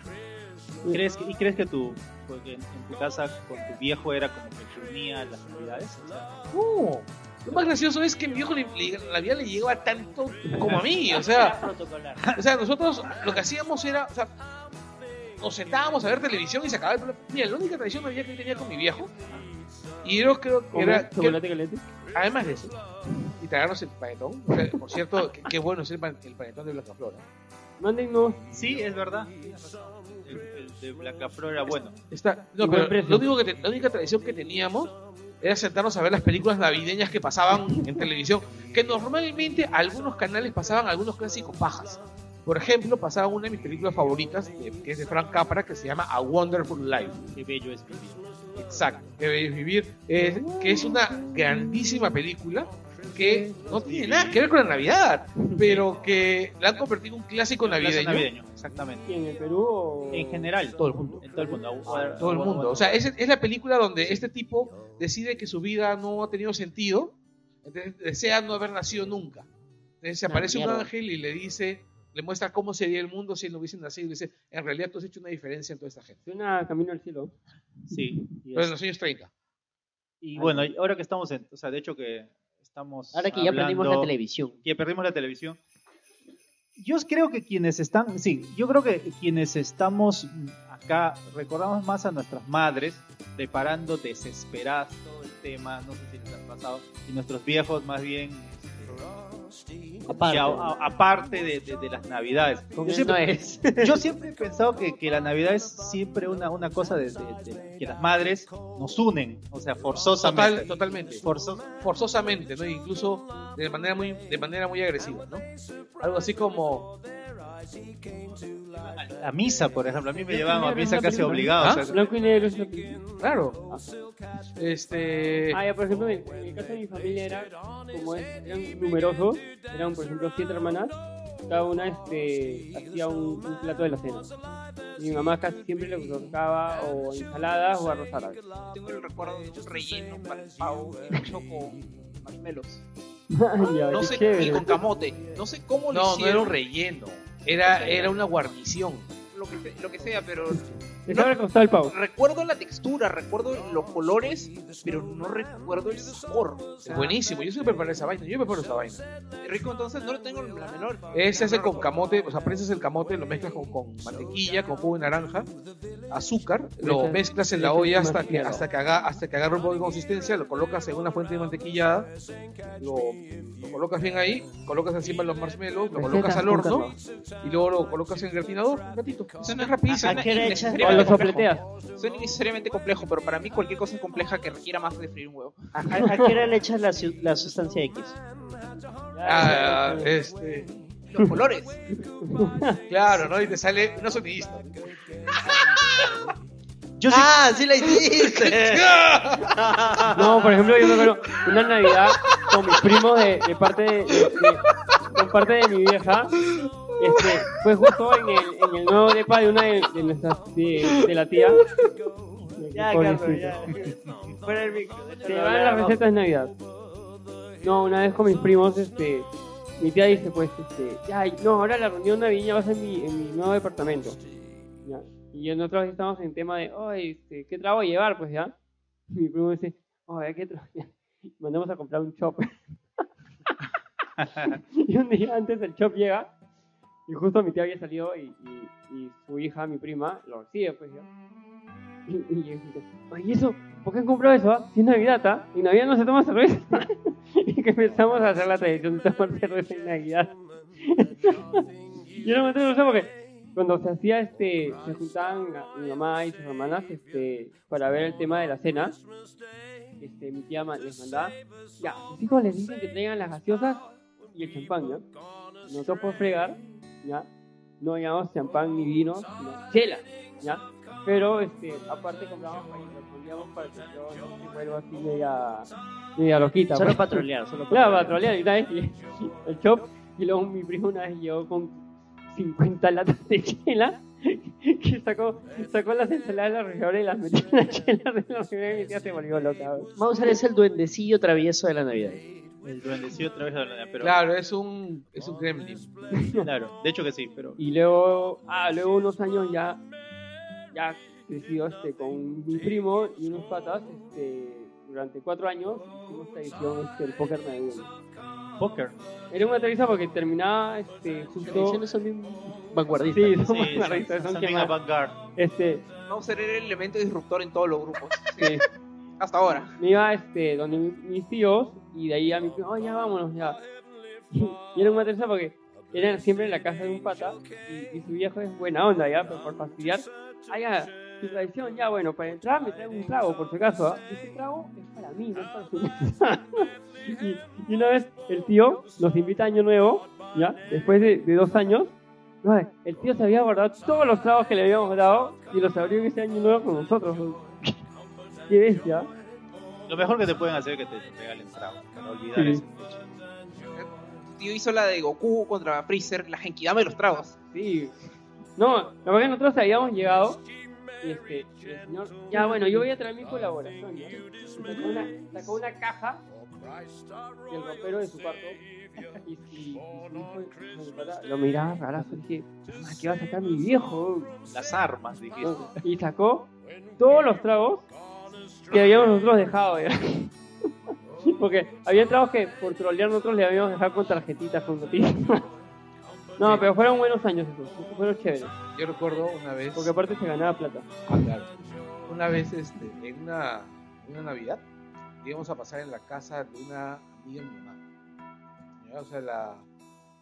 ¿Crees que, ¿Y crees que tu, porque en, en tu casa con tu viejo era como que se unía las navidades? O sea,
No. Lo más gracioso es que mi viejo le- le- la vida le llegaba tanto como a mí. O sea,
Era protocolar.
<laughs> o sea, nosotros lo que hacíamos era, o sea, nos sentábamos a ver televisión y se acababa el problema. Mira, la única tradición navideña que yo tenía con mi viejo, y yo creo que
Comer
era, que-
chocolate caliente.
además de eso, y tragarnos el panetón. O sea, por cierto, qué, qué bueno es el, pan- el panetón de Blanca Flora.
Mándennos.
sí, es verdad. tienes razón. El, el de Blancaflor era bueno.
Está, no,
Y buen
pero
precio.
lo único que te- la única tradición que teníamos era sentarnos a ver las películas navideñas que pasaban en televisión, que normalmente algunos canales pasaban algunos clásicos pajas. Por ejemplo, pasaba una de mis películas favoritas, eh, que es de Frank Capra, que se llama A Wonderful Life.
Qué bello es vivir.
Exacto, que debéis vivir, es, que es una grandísima película que no tiene nada que ver con la Navidad, pero que la han convertido en un clásico
Plaza
navideño.
navideño, exactamente.
¿Quién? ¿En Perú o...?
En general,
Todo el mundo. Ah,
en todo el mundo. a- a-
Todo el
a-
mundo. O sea, es, es la película donde este tipo decide que su vida no ha tenido sentido, entonces desea no haber nacido nunca. Entonces se
Una
aparece un
mierda.
ángel y le dice, le muestra cómo sería el mundo si él no hubiese nacido y le dice, en realidad tú has hecho una diferencia en toda esta gente.
Suena a Camino al Cielo.
sí. Y,
Pero en
es-
los años 30.
y bueno, y ahora que estamos en, o sea, de hecho que estamos
Ahora que ya aprendimos la
hablando-
televisión.
que perdimos la televisión. Yo creo que quienes están, sí, yo creo que quienes estamos acá recordamos más a nuestras madres preparando desesperadas todo el tema, no sé si les han pasado, y nuestros viejos más bien
Aparte.
que a- a- aparte de, de- de las navidades.
Con
Yo
él no
siempre,
es.
yo siempre he pensado que, que la navidad es siempre una, una cosa de, de- de- que las madres nos unen, o sea,
Total,
forzosamente.
totalmente.
Forzo-
Forzosamente, ¿no? Incluso de manera muy, de manera muy agresiva, ¿no? Algo así como,
a misa, por ejemplo, a mí me llevaban a
primera
misa casi
película.
obligado.
¿Ah?
o sea,
Blanco y negro es la película.
claro. Este.
Ah, ya, por ejemplo, en, en el caso de mi familia era, como es- eran numerosos, eran por ejemplo siete hermanas, cada una este, hacía un, un plato de la cena. Mi mamá casi siempre le colocaba o ensaladas o arroz árabe.
tengo el recuerdo de un relleno para el pavo que hecho con marshmallows.
<laughs> Ya,
No
qué
sé,
chévere.
y con camote. No sé cómo lo
No, no era
hicieron.
un relleno. Era, era una guarnición.
Lo que, se- lo que sea, pero
Estaba recostado el pavo.
recuerdo la textura, recuerdo los colores, pero no recuerdo el sabor. O sea,
Buenísimo. Yo siempre preparé esa vaina. Yo preparo esa vaina.
Rico, entonces no lo tengo la menor.
Eh, se hace con
camote
camote, o sea, prensas el camote, lo mezclas con, con mantequilla, con jugo de naranja, azúcar, lo
Mezclas-
mezclas en la
mezclas
olla hasta que,
demasiado.
hasta que, haga, hasta que agarre un poco de consistencia, lo colocas en una fuente de mantequillada, lo, lo colocas bien ahí, colocas encima los marshmallows, lo colocas al horno y luego lo colocas en el gratinador un ratito. Eso no es rapidísimo.
¿A qué le echas?
O
Espérate,
lo
complejo.
sopleteas.
Suena innecesariamente complejo, <laughs> pero para mí cualquier cosa es compleja que requiera más de freír un huevo.
¿A, <laughs> a- a qué hora le echas la, su- la sustancia X?
Ah, este,
Los colores.
claro, ¿no? Y te sale una sonidista.
Yo sí
¡Ah, sí la <laughs> hiciste!
No, por ejemplo, yo me acuerdo una Navidad con mis primos de, de parte de, de- con parte de mi vieja. Este, fue justo en el, en el nuevo depa de una de, de nuestras de, de la tía.
ya, Carlos, ya. Fuera el micro.
Se van las recetas de Navidad. No, una vez con mis primos, este, mi tía dice, pues, este, ya, no, ahora la reunión navideña va a ser en mi, en mi nuevo departamento. Ya. Y nosotros estamos en tema de, oye, este, ¿qué trago llevar? Pues ya. Mi primo dice, oye, ¿qué trago? <laughs> Ya. Mandamos a comprar un chop. <laughs> y un día antes el chop llega, y justo mi tía había salido y, y- y su hija, mi prima, lo recibe, pues ya. Y, y yo dije, oye, ¿y eso? ¿Por qué han comprado eso? ah? Si es Navidad, ¿ah? Y en Navidad no se toma cerveza. <laughs> y que empezamos a hacer la tradición de tomar cerveza en Navidad. <laughs> yo no me entero, no sé por qué. Cuando se hacía este, se juntaban a- mi mamá y sus hermanas este, para ver el tema de la cena. Este, mi tía ma- les mandaba, ya, sus hijos les dicen que traigan las gaseosas y el champán, ¿ya? Nosotros por fregar, ¿ya? No llevamos champán ni vino, sino chela, ¿ya? Pero, este, aparte compramos para lo poníamos para que yo no se vuelva así media, media loquita.
Solo
pues.
patrolear, solo
Claro, para trolear,
patrolear.
y una vez que- <laughs> el chop, y luego mi primo una vez llegó con 50 latas de chela, <laughs> que sacó, sacó las ensaladas de la refrigeradora y las metió en la chela de la refrigeradora y mi tía se volvió loca.
Mauser es el duendecillo travieso de la Navidad.
El duendecillo otra vez habla- pero
Claro, es un, es un gremlin.
claro, de hecho que sí, pero
Y luego, ah, luego unos años ya, ya crecido este, con mi primo y unos patas, este, durante cuatro años hicimos tradición este, el póker navideño.
póker.
Era una tradición porque terminaba este,
Las
justo...
tradiciones son bien vanguardistas.
Sí,
Sí,
somos
son-
marristas,
son
son
bien
quemados.
avant-garde.
Este,
Mauser era el elemento disruptor en todos los grupos. sí,
sí.
hasta ahora.
me iba este, donde mi- mis tíos y de ahí a mi primo, oh, ya vámonos, ya. <laughs> Y era una tercera porque era siempre en la casa de un pata y, y su viejo es buena onda, ya, pero por fastidiar. Ah, ya, su tradición, ya, bueno, para entrar me trae un trago, por si acaso, ¿ah? Ese trago es para mí, no es para su casa. <laughs> y, y una vez el tío nos invita a Año Nuevo, ya, después de, de dos años. no, el tío se había guardado todos los tragos que le habíamos dado y los abrió en ese año nuevo con nosotros. <laughs> Qué bestia.
Lo mejor que te pueden hacer es que te regalen trago, para olvidar
Sí.
ese fecha.
Tu tío hizo la de Goku contra Freezer, la Genkidama de los tragos.
Sí. No, la verdad que nosotros habíamos llegado y este, y el señor, ya bueno, yo voy a traer mi colaboración. ¿ya? Y Sacó, una, sacó una caja del ropero de su cuarto y, y- y su hijo, mi pata, lo miraba rarazo y dije, "Ah, ¿qué va a sacar mi viejo?
Las armas, dijiste.
Y sacó todos los tragos que habíamos nosotros dejado. ¿ya? <laughs> Porque había tragos que por trolear nosotros le habíamos dejado con tarjetitas, con noticias. <laughs> No, pero fueron buenos años esos, fueron chéveres.
Yo recuerdo una vez.
Porque aparte se ganaba plata.
Ah, claro. Una vez este, en una, en una Navidad íbamos a pasar en la casa de una amiga de mi mamá. Ya, O sea, la,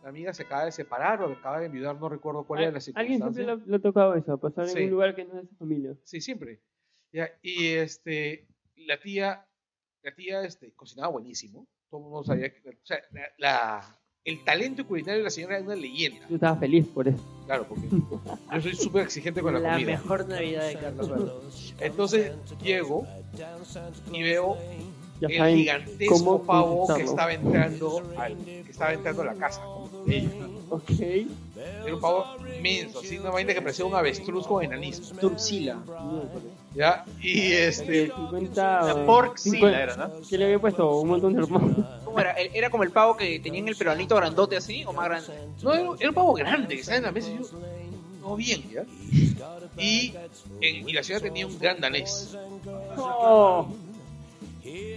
la amiga se acaba de separar o acaba de enviudar, no recuerdo cuál era la
Al- Ah, Alguien siempre
circunstancia.
le le ha tocado eso, pasar
Sí.
en un lugar que no es de su familia.
Sí, siempre. Ya, y este, la tía, la tía este, cocinaba buenísimo. Todo el mundo sabía que, o sea, la, la- el talento culinario de la señora era una leyenda.
Yo estaba feliz por eso.
Claro, porque yo soy súper exigente con la,
La
comida.
mejor Navidad de Carlos Barros.
Entonces llego y veo
Ya
el
saben
gigantesco
cómo
pavo que
conquistarlo.
estaba entrando al, que estaba entrando a la casa.
Ok.
Era un pavo inmenso, así una vaina que parecía un avestruz con enanismo.
Turcila.
¿Ya? Y
Este,
este.
50,
La
eh,
porcila
50.
era, ¿no?
Que le había puesto un montón de hormonas.
<laughs>
¿Cómo era? ¿El- ¿Era como el pavo que tenía en el peruanito grandote así o más grande?
No, era, era un pavo grande que estaba en la mesa y yo. No bien, ¿ya? Y, en, y la ciudad tenía un gran danés.
No.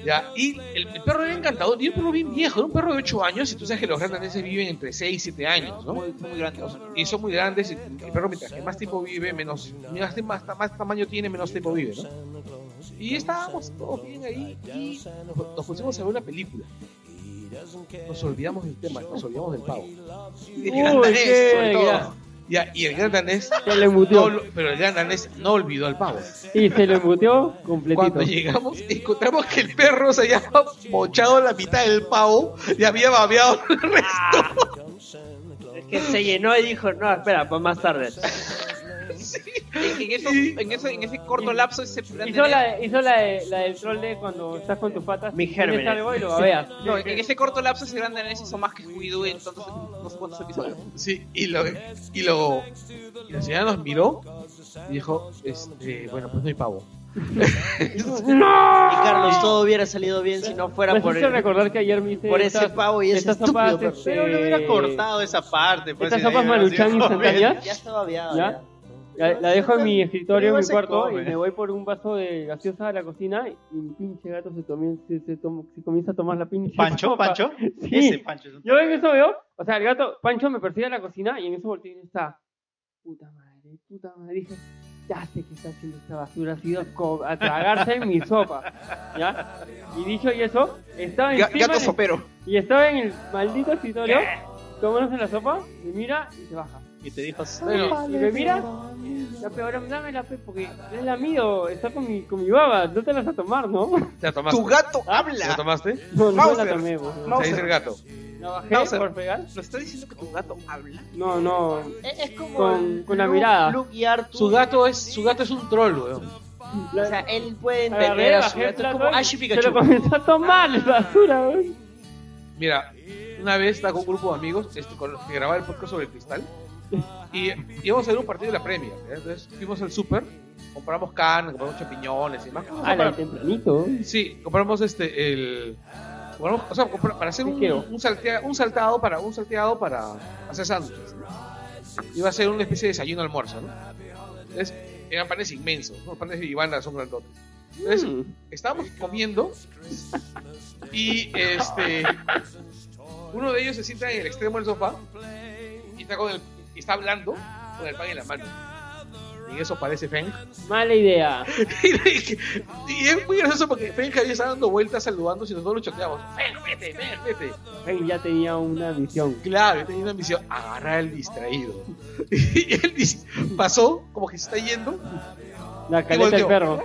¿Ya? Y el, el perro era encantador. Y un perro bien viejo, era un perro de 8 años. Y tú sabes que los grandes daneses viven entre 6 y 7 años, ¿no?
Muy, muy grande. o sea,
y son muy grandes y el perro mientras que más tiempo vive menos mientras que más, ta- más tamaño tiene menos tiempo vive ¿no? y estábamos todos bien ahí y nos nos pusimos a ver una película nos olvidamos del tema nos olvidamos del pavo
y el gran
Uy,
danés,
qué
sobre todo.
gran-
Ya, y el gran danés
Se le
no
muteó.
lo- pero el gran danés no olvidó al pavo
Sí, se le muteó completito.
cuando llegamos encontramos que el perro se había mochado la mitad del pavo y había babeado el resto
Es que se llenó y dijo, no, espera, para más tarde.
En, en esos- en ese, en ese corto lapso, ese gran
Hizo,
danés-
la, de- hizo la, de- la del troll de cuando estás con tus patas.
Mi
tienes
germen.
algo y lo babeas.
No, en ese corto lapso ese gran danés hizo más que Scooby-Doo en tantos, no sé cuántos episodios.
Sí, y lo, y lo y la señora nos miró y dijo, este, bueno, pues no hay pavo.
Y Carlos, todo hubiera salido bien si no
Me
fuera por
hiciste
el-
recordar que ayer me hice
por ese
estas-
pavo y ese
estas
estúpido
sopas,
perro.
este,
Pero le hubiera cortado esa parte. pues,
Estas
y ahí
sopas
hubiera sido
maruchan
comer.
instantáneas.
Ya estaba aviado.
¿Ya? La, la dejo en mi escritorio, en
Luego
mi
se
cuarto,
come.
y me voy por un vaso de gaseosa a la cocina y mi pinche gato se, tomie- se, se tom- se comienza a tomar la pinche.
¿Pancho?
sopa.
¿Pancho?
Sí.
Ese Pancho. es un-
Yo en eso veo, o sea, el gato, Pancho me persigue a la cocina y en eso volteo y está. Puta madre, puta madre. Dije, ya sé que está haciendo esta basura, ha sido co- a tragarse en mi sopa. ¿Ya? Y dicho y eso, estaba
Ga-
encima
Gato
de-
sopero.
y estaba en el maldito escritorio, tomándose la sopa, me mira y se baja.
Y te dijo,
Bueno,
Y me mira, ya pero ahora dame la fe porque es la mío, está con mi, con mi baba, no te la vas a tomar, ¿no? <laughs>
¿te la tomaste?
Tu gato
¿Te la
habla.
tomaste?
No, no me la
Mauser.
tomé, boludo.
Te dice el gato.
¿La bajé
Mauser.
por pegar?
¿Lo está diciendo que tu gato habla?
No, no,
Es, es como
Con-
el
con la
Luke-
mirada.
Luke y Arthur.
Su gato es, su gato es un troll, weón.
O sea, él puede
Agarré,
entender a su
bajé el
gato. Es como
plato y
Ash
se
y
lo
Pikachu.
comenzó a tomar la basura, güey.
Mira, una vez estaba con un grupo de amigos este, con los que grababa el podcast sobre el cristal. Y íbamos a ver un partido de la Premier. ¿ya? Entonces fuimos al súper, compramos carne, compramos champiñones y más cosas.
Ah,
para-
la tempranito.
Sí, compramos este el compramos- o sea, compra- para hacer un,
Piqueo.
un, saltea- un saltado para un salteado para hacer sándwiches. ¿no? Iba a ser una especie de desayuno almuerzo, ¿no? Entonces, eran panes inmensos, ¿no? panes de Ivana son grandotes. Entonces, estábamos comiendo y este uno de ellos se sienta en el extremo del sofá y está con el y está hablando con el pan en la mano. Y en eso parece Feng.
Mala idea.
<laughs> Y, le dije- y es muy gracioso porque Feng había estado dando vueltas saludando y nosotros lo choteamos. Feng, vete, Feng, vete.
Ey, ya tenía una misión.
Claro, yo tenía una misión, agarrar al distraído. <laughs> Y él dis- pasó, como que se está yendo, <laughs>
La caleta del
volteó.
perro.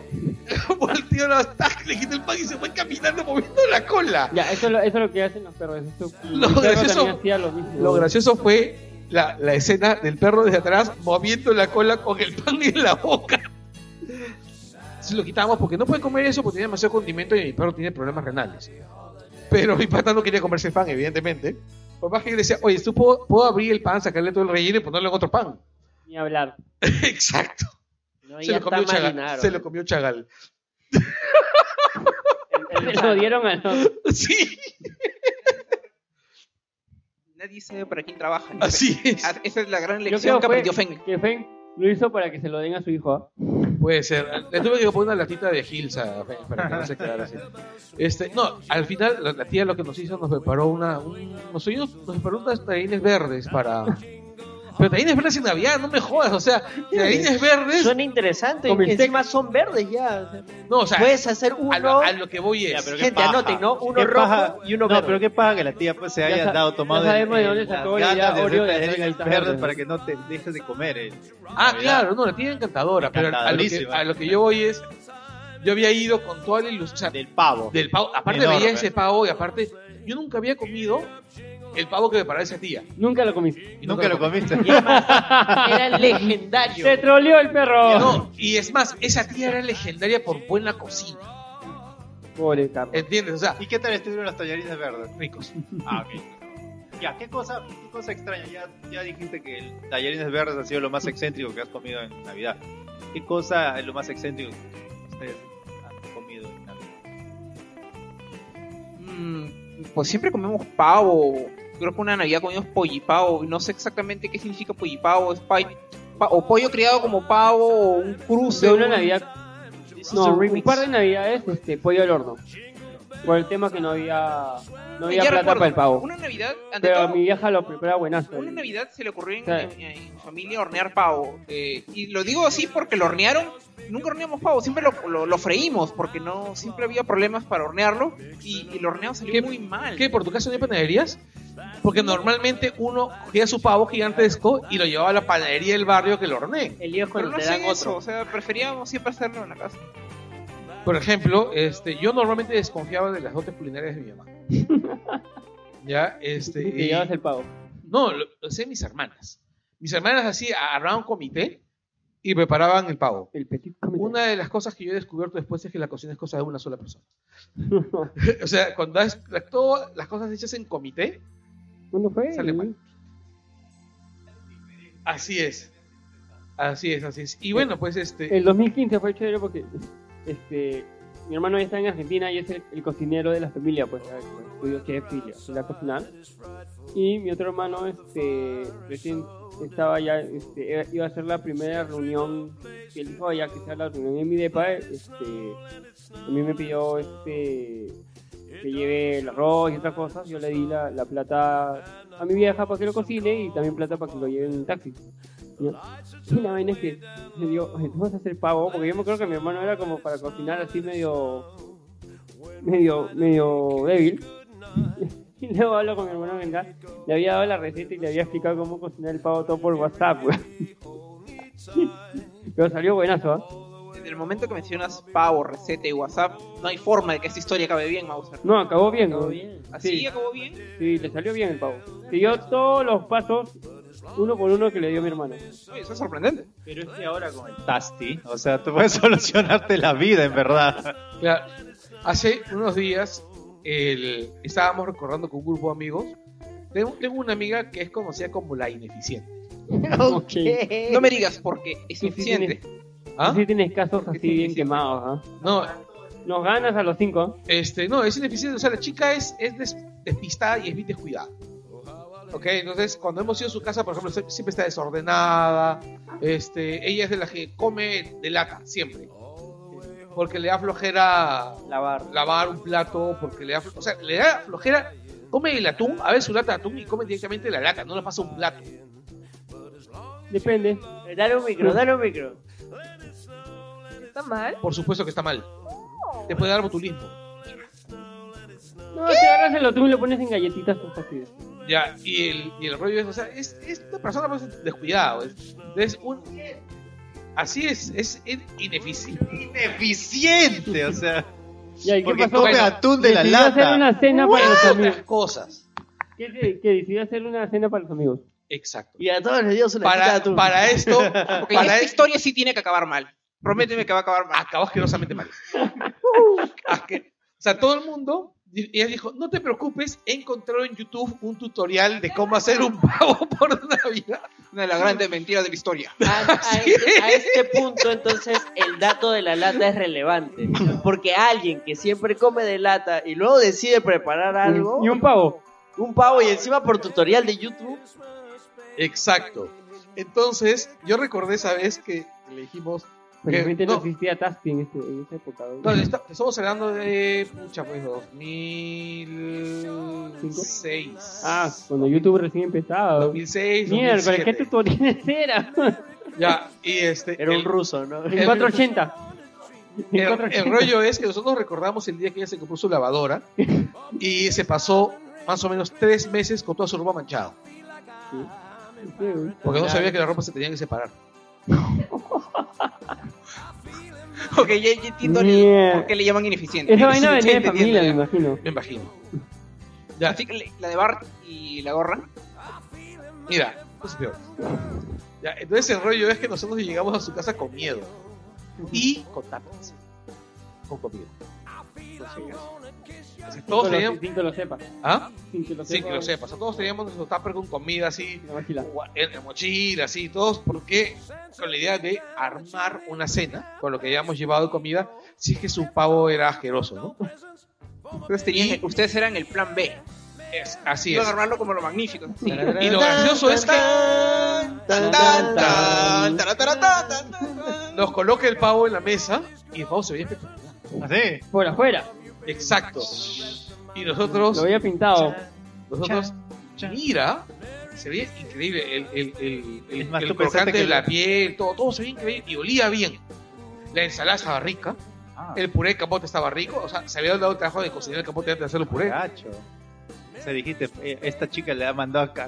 volteó la tac, le quita el pan y se fue caminando moviendo la cola.
Ya, eso, es lo- eso es lo que hacen los perros. Eso,
<laughs> Lo
mi perro
gracioso-
también hacía lo mismo.
Lo gracioso fue la, la escena del perro desde atrás moviendo la cola con el pan en la boca. Se lo quitamos porque no puede comer eso porque tiene demasiado condimento y mi perro tiene problemas renales. Pero mi pata no quería comerse el pan, evidentemente. Por más que yo le decía, oye, tú puedo, puedo abrir el pan, sacarle todo el relleno y ponerle en otro pan. <laughs>
Ni hablar.
Exacto.
No,
Se
ya
lo,
está
comió Chagal,
<laughs>
marinado.
se lo comió Chagal. <laughs>
lo dieron a los.
Sí,
Nadie sabe para quién trabaja.
así es.
Ah, Esa es la gran
Yo
lección
creo
que
fue-
aprendió Feng.
Que Fen lo hizo para que se lo den a su hijo. ¿ah?
Puede ser. Le tuve que poner una latita de Hills a- para que no se quedara así. Este, no, al final la, la tía lo que nos hizo nos preparó una, un- nos, hizo- nos preparó unas tallarines verdes para. Pero tallarines verdes en Navidad, no me jodas. O sea, tallarines verdes.
Suena interesante.
Con
y
bistec.
Encima son verdes ya. o sea,
No, o sea,
Puedes hacer
a lo,
uno.
a lo que voy
Ya,
es.
pero qué
Gente,
paja.
anoten, ¿no? Uno
<laughs> Qué paja.
rojo y uno
No,
verde.
pero qué paja que la tía pues se
Ya
haya
sa-
dado tomado
ya sabemos de dónde
las
sacó la
ganas
idea Oreo de
hacer
hacer
tallarines
galletas
verdes
verdes.
para que no te dejes de comer. eh.
Ah, claro, no, la tía encantadora. Pero a lo, que, a lo que yo voy es. Yo había ido con toda la ilusión. o sea,
Del pavo.
del pavo. Aparte
Enorme.
veía ese pavo y aparte yo nunca había comido el pavo que me paraba esa tía.
Nunca lo comiste.
Y
Nunca lo comiste. <laughs>
Y además, era legendario.
Se troleó el perro.
No, y es más, esa tía era legendaria por buena cocina.
Pobre Carlos.
¿Entiendes? O sea,
¿Y qué tal estuvieron los tallarines verdes?
ricos.
Ah, ok. Ya, ¿qué cosa, qué cosa extraña? Ya, ya dijiste que el tallarines verdes ha sido lo más excéntrico que has comido en Navidad. ¿Qué cosa es lo más excéntrico que ustedes han comido en Navidad?
Mm, pues siempre comemos pavo. Creo que una Navidad comimos pollipavo. y No sé exactamente qué significa pollipavo. Es pa- pa- o pollo criado como pavo, o un cruce.
De una
un-
Navidad.
This is
No,
a
un
remix.
par de Navidades, este, pollo al horno. Por el tema que no había. No había
Ya
plata
recuerdo,
para el pavo.
Una Navidad, ante
Pero a
todo,
mi vieja lo prepara buenazo.
una Navidad se le ocurrió en,
Claro.
en- en mi familia hornear pavo. eh, y lo digo así porque lo hornearon. Nunca horneamos pavo, siempre lo, lo- lo freímos porque no siempre había problemas para hornearlo y, y el horneado salió
¿Qué-
muy mal.
¿Qué? ¿Por tu caso no hay panaderías? Porque normalmente uno cogía su pavo gigantesco y lo llevaba a la panadería del barrio que lo hornee.
El lío es
Pero
cuando
no
te
hacían
dan
eso,
otro.
o sea, preferíamos siempre hacerlo en la casa.
Por ejemplo, este, yo normalmente desconfiaba de las dotes culinarias de mi mamá.
<laughs>
ya, este.
Y te
y-
llevas el pavo.
No, lo, lo hacían mis hermanas. Mis hermanas así agarraban un comité y preparaban el pavo.
El petit comité.
Una de las cosas que yo he descubierto después es que la cocina es cosa de una sola
<laughs>
persona. <laughs> o sea, cuando das la- todas las cosas hechas en comité,
¿Cuándo fue?
Sale mal. así es. Así es, así es. Y bueno, pues este.
El 2015 fue chévere porque este, mi hermano ya está en Argentina y es el, el cocinero de la familia, pues, a- pues, estudió chef y se la cocina. Y mi otro hermano, este, recién estaba ya, este, iba a ser la primera reunión que él dijo, ya que sea la reunión en mi depa, este, a mí me pidió, este, que lleve el arroz y otras cosas, yo le di la, la plata a mi vieja para que lo cocine y también plata para que lo lleve en el taxi. ¿ya? Y la vaina es que le digo, "Oye, vamos a hacer pavo, porque yo me acuerdo que mi hermano era como para cocinar así medio, medio, medio débil. <laughs> Y luego hablo con mi hermano que acá, le había dado la receta y le había explicado cómo cocinar el pavo todo por WhatsApp, güey. <laughs> Pero salió buenazo, ¿ah?
En el momento que mencionas pavo, receta y WhatsApp, no hay forma de que esta historia acabe bien, Mauser.
No, acabó bien,
Todo
güey.
bien.
Así
Sí.
acabó bien.
Sí, le salió bien el pavo. Siguió todos los pasos, uno por uno que le dio mi hermano.
Oye, eso es sorprendente.
Pero es que ahora con el Tasty, o sea, tú puedes <laughs> solucionarte la vida, en verdad.
Claro. Hace unos días el- estábamos recordando con un grupo de amigos. Tengo, tengo una amiga que es conocida como la ineficiente.
<laughs> Ok.
No me digas porque es
Tú sí
suficiente.
¿Ah?
Sí tienes casos así bien
Sí.
quemados, ¿ah?
No,
Nos ganas a los cinco, ¿ah?
este, no, es ineficiente. O sea, la chica es, es des- despistada y es bien descuidada. Ok, entonces cuando hemos ido a su casa, por ejemplo, sie- siempre está desordenada. Este, ella es de la que come de lata, siempre. Porque le da flojera
Lavar.
lavar un plato porque le da, flo- o sea, le da flojera. Come el atún, a veces su lata de atún y come directamente la lata, no le pasa un plato.
Depende.
Dale un micro, dale un micro.
¿Está mal?
Por supuesto que está mal. Te puede dar botulismo.
No, te agarras el atún y lo pones en galletitas pues, con fastidio.
Ya, y el, y el rollo es, o sea, es, es una persona pues, descuidada. pues. Entonces, un, así es, es in- ineficiente.
Ineficiente, o sea,
Ya, ¿y qué
porque
pasó?
come
Bueno,
atún de la
Decidió hacer
lata.
una cena para los amigos.
Otras cosas.
¿Qué, qué- qué? decidió hacer una cena para los amigos.
Exacto.
Y a todos les dio su
Para,
latita de atún.
para esto,
Ok,
para
esta
esto
historia sí tiene que acabar mal. Prométeme que va a acabar mal.
acabó asquerosamente mal. Asque- o sea, todo el mundo, y ella dijo, no te preocupes, he encontrado en YouTube un tutorial de cómo hacer un pavo por Navidad.
Una de las grandes mentiras de la historia.
A,
<laughs>
a este, a este punto, entonces, el dato de la lata es relevante. Porque alguien que siempre come de lata y luego decide preparar algo,
Y un pavo.
un pavo y encima por tutorial de YouTube,
Exacto. Entonces, yo recordé esa vez que le dijimos,
Felizmente no,
no.
existía Tasty en, este, en esa época. ¿no?
no, le está- estamos hablando de, pucha, pues 2006.
Ah, cuando YouTube recién empezaba.
2006,
Miércoles, ¿qué
2007.
tutoriales <laughs> era?
Ya, y este,
era un
el-
ruso, ¿no?
En 480. En
El, el
480.
rollo es que nosotros recordamos el día que ella se compró su lavadora y se pasó más o menos tres meses con toda su ropa manchada. Porque no sabía que la ropa se tenía que separar.
<laughs> Ok, ya ya entiendo el-
Mierda.
por qué le llaman ineficiente.
Esa vaina venía de
Ineficiente,
familia, me
entiendo
imagino.
Me imagino.
ya.
Ya,
Así que le- la de Bart y la gorra.
mira, esto es peor. Ya, entonces el rollo es que nosotros llegamos a su casa con miedo y con tapas. Con comida. Por si acaso. Entonces, todos
Sin que lo-
teníamos.
Sin que lo sepa.
¿Ah?
Sin que lo
Sí, que lo sepas. O sea, Todos teníamos nuestro tupper con comida así.
la mochila.
gua- en la mochila, así, todos, porque con la idea de armar una cena con lo que habíamos llevado de comida, si es que su pavo era asqueroso, ¿no?
Ustedes, tenían-
Y-
ustedes eran el plan B.
Es, así
Iban
es.
a armarlo como lo magnífico. Sí.
Y lo gracioso es que
Tan,
Tan,
tan,
tan,
tan.
taratarata, tan, tan, tan.
nos coloca el pavo en la mesa y el pavo se veía espectacular.
Así.
Por afuera.
Exacto. Y
Lo
nosotros,
había pintado.
nosotros, mira, se veía increíble el, el, el, el-
Es más,
el
tú
crocante
pensaste que
de la
lo-
piel, todo, todo se veía increíble y olía bien. La ensalada estaba rica,
Ah,
el puré de camote estaba rico, o sea, se había dado el trabajo de cocinar el camote antes de hacer el puré.
gacho. O sea, dijiste, eh, esta chica le ha mandado a, a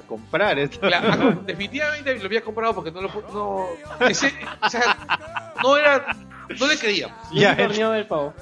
<laughs>
comprar esto.
La- ah, definitivamente lo había comprado porque no lo pu- no, ese- o sea, no era no le creíamos
ya,
Un torneo del pavo.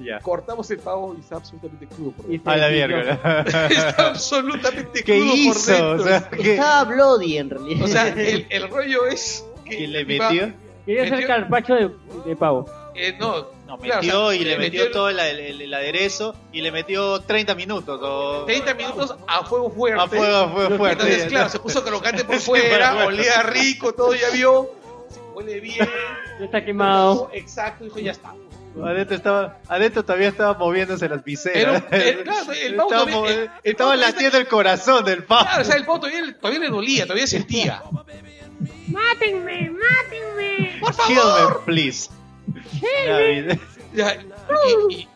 ya.
cortamos el pavo y está absolutamente crudo por
Y
dentro
se
A la
desinfló.
mierda.
<laughs> está absolutamente
<laughs> ¿Qué
crudo
hizo?
por
O
dentro
sea, ¿qué,
Estaba bloody en realidad.
O
<laughs>
sea, el, el rollo es que
¿quién le
iba-
metió?
Quería hacer
Metió-
carpacho de, de pavo.
eh, no
No, metió
Claro, o sea,
y le
le
metió,
metió-
todo el, el- el aderezo y le metió 30 minutos. O...
30 minutos a fuego fuerte
A fuego, fuego fuerte.
entonces claro se puso crocante
<laughs>
por
Sí,
fuera
bueno.
olía rico todo ya vio se huele bien
Ya está quemado.
exacto dijo ya está
Adentro, estaba, adentro todavía estaba moviéndose las
Era
viseras.
un- era- eh, claro, el pavo
eh, estaba
todavía-
mo-
el- el pavo
estaba
todavía-
latiendo el corazón del pavo.
Claro, o sea, el pavo todavía, le- todavía le dolía, todavía sentía.
¡Mátenme! ¡Mátenme!
¡Por
Kill
favor!
me, please. Ya, vi-
Ya, y, <laughs> y-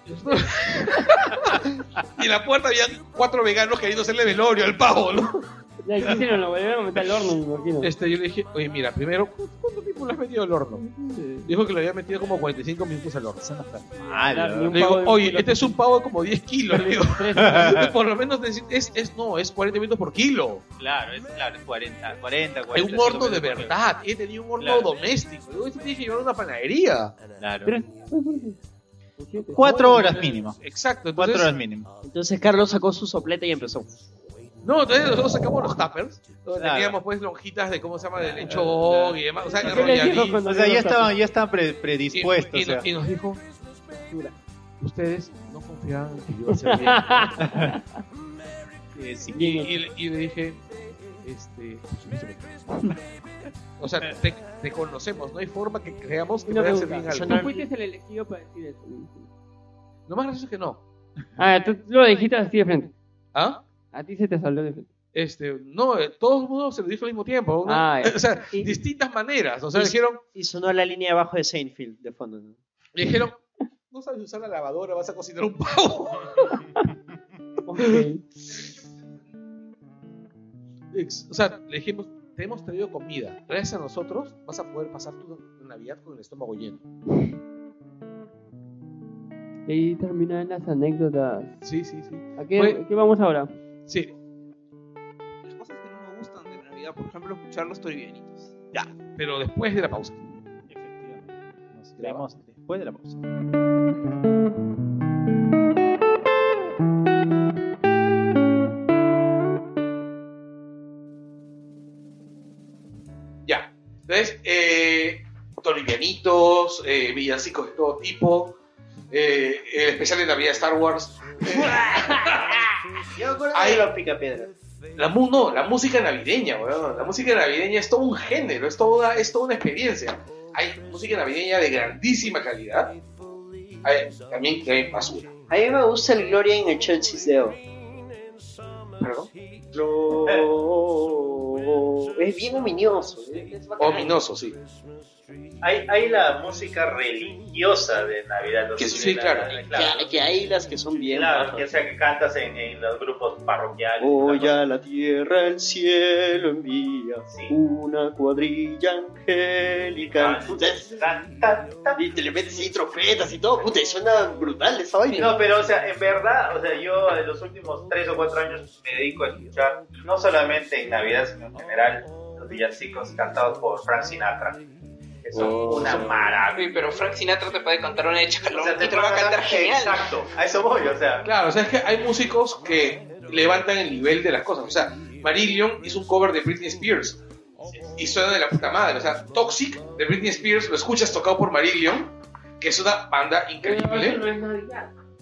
y en la puerta había cuatro veganos queriendo hacerle velorio al pavo, ¿no?
Ya quisieron, lo volvieron a meter al horno, me imagino.
Este, yo le dije, oye, mira, primero, ¿cu- ¿cuánto tiempo le has metido al horno? Dijo que lo había metido como 45 minutos al horno.
Malo.
Le digo, oye, este es un pavo de como 10 kilos, le digo.
<laughs>
<laughs> por lo menos es, es, es- no, es 40 minutos por kilo.
Claro, es, claro, es 40, 40, 40.
Es un horno de verdad. He tenido un horno
Claro.
doméstico. Digo, este tiene que llevar a una panadería.
Claro.
Tres- siete.
Cuatro horas mínimo.
Exacto.
Cuatro
Entonces,
horas mínimo.
Entonces Carlos sacó su soplete y empezó.
No, entonces nosotros sacamos los tuppers. Donde
Claro.
teníamos pues lonjitas de cómo se llama, de lechón
claro.
y demás. O sea,
¿Qué
de
les dijo
rolladito.
cuando
O sea, ya
vieron los
estaban, ya estaban pre-
Y-
predispuestos.
Y,
o sea.
y nos dijo, "Mira, ustedes no confiaban en que yo iba a hacer bien.
<laughs> Eh, sí.
y, y le- y le dije, este, <laughs> por supuesto que no". o sea, te, te conocemos, no hay forma que creamos que
Una
puedas hacer
pregunta,
bien
Tú
algo.
Sonar-
fuiste el elegido para decir eso.
Lo más gracioso es que no.
Ah, tú lo dijiste así de frente.
¿Ah?
A ti se te salió de frente.
Este, no, eh, todo el mundo se lo dijo al mismo tiempo. ¿no? <laughs>
Ah, ya.
o sea,
eh. Y-
distintas maneras. O sea,
y-
dijeron,
Y sonó la línea abajo de Seinfeld de fondo. ¿no?
me dijeron, no sabes usar la lavadora, vas a cocinar un pavo. <laughs>
Ok.
Ex- O sea, le dijimos, te hemos traído comida. Gracias a nosotros vas a poder pasar tu Navidad con el estómago lleno.
Y ahí terminan las anécdotas.
Sí, sí, sí.
¿A qué,
Fue-
qué vamos ahora?
Sí,
Las cosas que no me gustan de la Navidad, por ejemplo, escuchar los toribianitos.
pero después de la pausa.
Efectivamente. Nos vemos después de la pausa.
Ya. Entonces, eh, toribianitos, eh, villancicos de todo tipo, eh, el especial de Navidad de Star Wars.
Yo con
Ahí-
los picapiedras.
La, mu- no, la música navideña, weón. La música navideña es todo un género, es toda, es toda una experiencia. Hay música navideña de grandísima calidad. Hay, también que hay basura.
A mí me gusta el Gloria en el Chelsea Deo.
Perdón.
Es bien ominoso. es- es bacán.
Ominoso, sí.
Hay, hay la música religiosa de Navidad. ¿no?
Que sí,
De la-
claro.
de-
Que, hay- que hay las que son bien.
Claro,
bajas.
que sea que cantas en, en los grupos parroquiales.
Voy
¿no?
a la tierra, el cielo envía
Sí.
una cuadrilla angélica.
Ah.
Puta,
Tan, tan, tan.
Y te le metes así trompetas y todo, puta, y suena brutal esa vaina.
No, pero o sea, en verdad, o sea, yo en los últimos tres o cuatro años me dedico a escuchar, no solamente en Navidad, sino en general, los villancicos cantados por Frank Sinatra, que son
Oh.
una maravilla.
pero Frank Sinatra te puede cantar una de Chacalón y te lo va
puede
a cantar genial.
Exacto, a eso voy, o sea.
Claro, o sea, es que hay músicos que levantan el nivel de las cosas. O sea, Marillion hizo un cover de Britney Spears y suena de la puta madre. O sea, Toxic de Britney Spears lo escuchas tocado por Marillion, que es una banda increíble.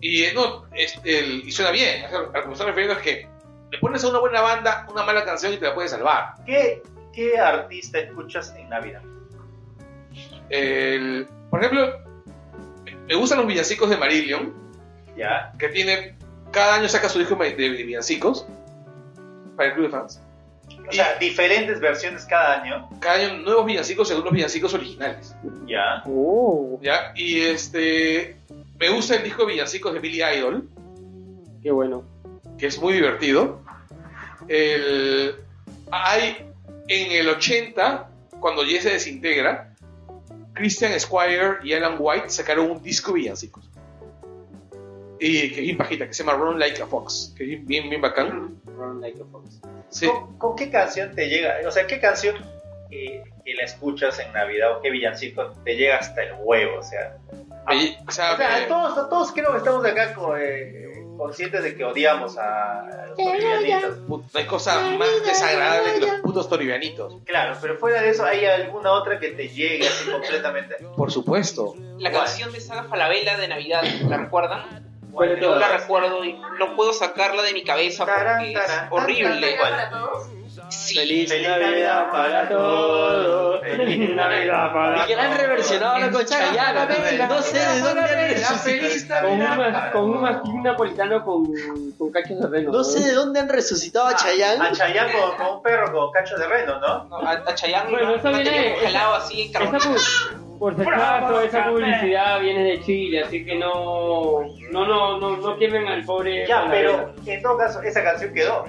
Y, eh, no, es el- y suena bien. O sea, a lo que me estoy refiriendo es que le pones a una buena banda una mala canción y te la puede salvar.
¿Qué, qué artista escuchas en Navidad?
El- por ejemplo, me- me gustan los villancicos de Marillion.
¿Ya?
que tiene cada año saca su disco de, de villancicos para el club de fans.
O sea, diferentes versiones cada año.
Cada año nuevos villancicos según los villancicos originales.
Ya.
Oh,
¿ya? Y este me gusta el disco de villancicos de Billy Idol,
qué bueno.
que es muy divertido. El, hay en el 80, cuando Jess se desintegra, Christian Squire y Alan White sacaron un disco de villancicos. Y que es bien pajita, que se llama Run Like a Fox, que es bien, bien bacán.
Run like a fox. Oh,
Sí.
¿Con, con qué canción te llega? O sea, ¿qué canción eh, que la escuchas en Navidad o qué villancico te llega hasta el huevo? O sea,
Ahí- o sea, eh,
o sea,
me-
a todos, a todos creo que estamos acá co- eh, conscientes de que odiamos a los
Eh,
bolivianitos.
Put- No hay cosa más desagradable que los putos toribianitos.
Claro, pero fuera de eso, ¿hay alguna otra que te llegue así completamente?
Por supuesto.
La canción de Saga Falabella de Navidad, ¿la recuerdan?
¿Cuál de
Yo
todas?
la recuerdo y no puedo sacarla de mi cabeza
Tarán,
porque es
tarán,
horrible.
¿Cuál?
Sí,
Feliz Navidad para todos.
Feliz Feliz Navidad para
Y que la han reversionado ahora con Chayanne. No sé de dónde han resucitado.
Con un, ma- con un mastín napolitano con, con cachos de reno.
No sé de dónde han resucitado a
A
Chayanne.
Chayanne con, con un perro con cacho de reno, ¿no?
No, a, a Chayanne
Bueno,
lo
eso
tenían
viene-
congelado así en
Esa
carbón.
pu- por si acaso, esa publicidad viene de Chile, así que no. No, no, no, no quemen al pobre.
Ya,
Falabella.
pero en todo caso, esa canción quedó.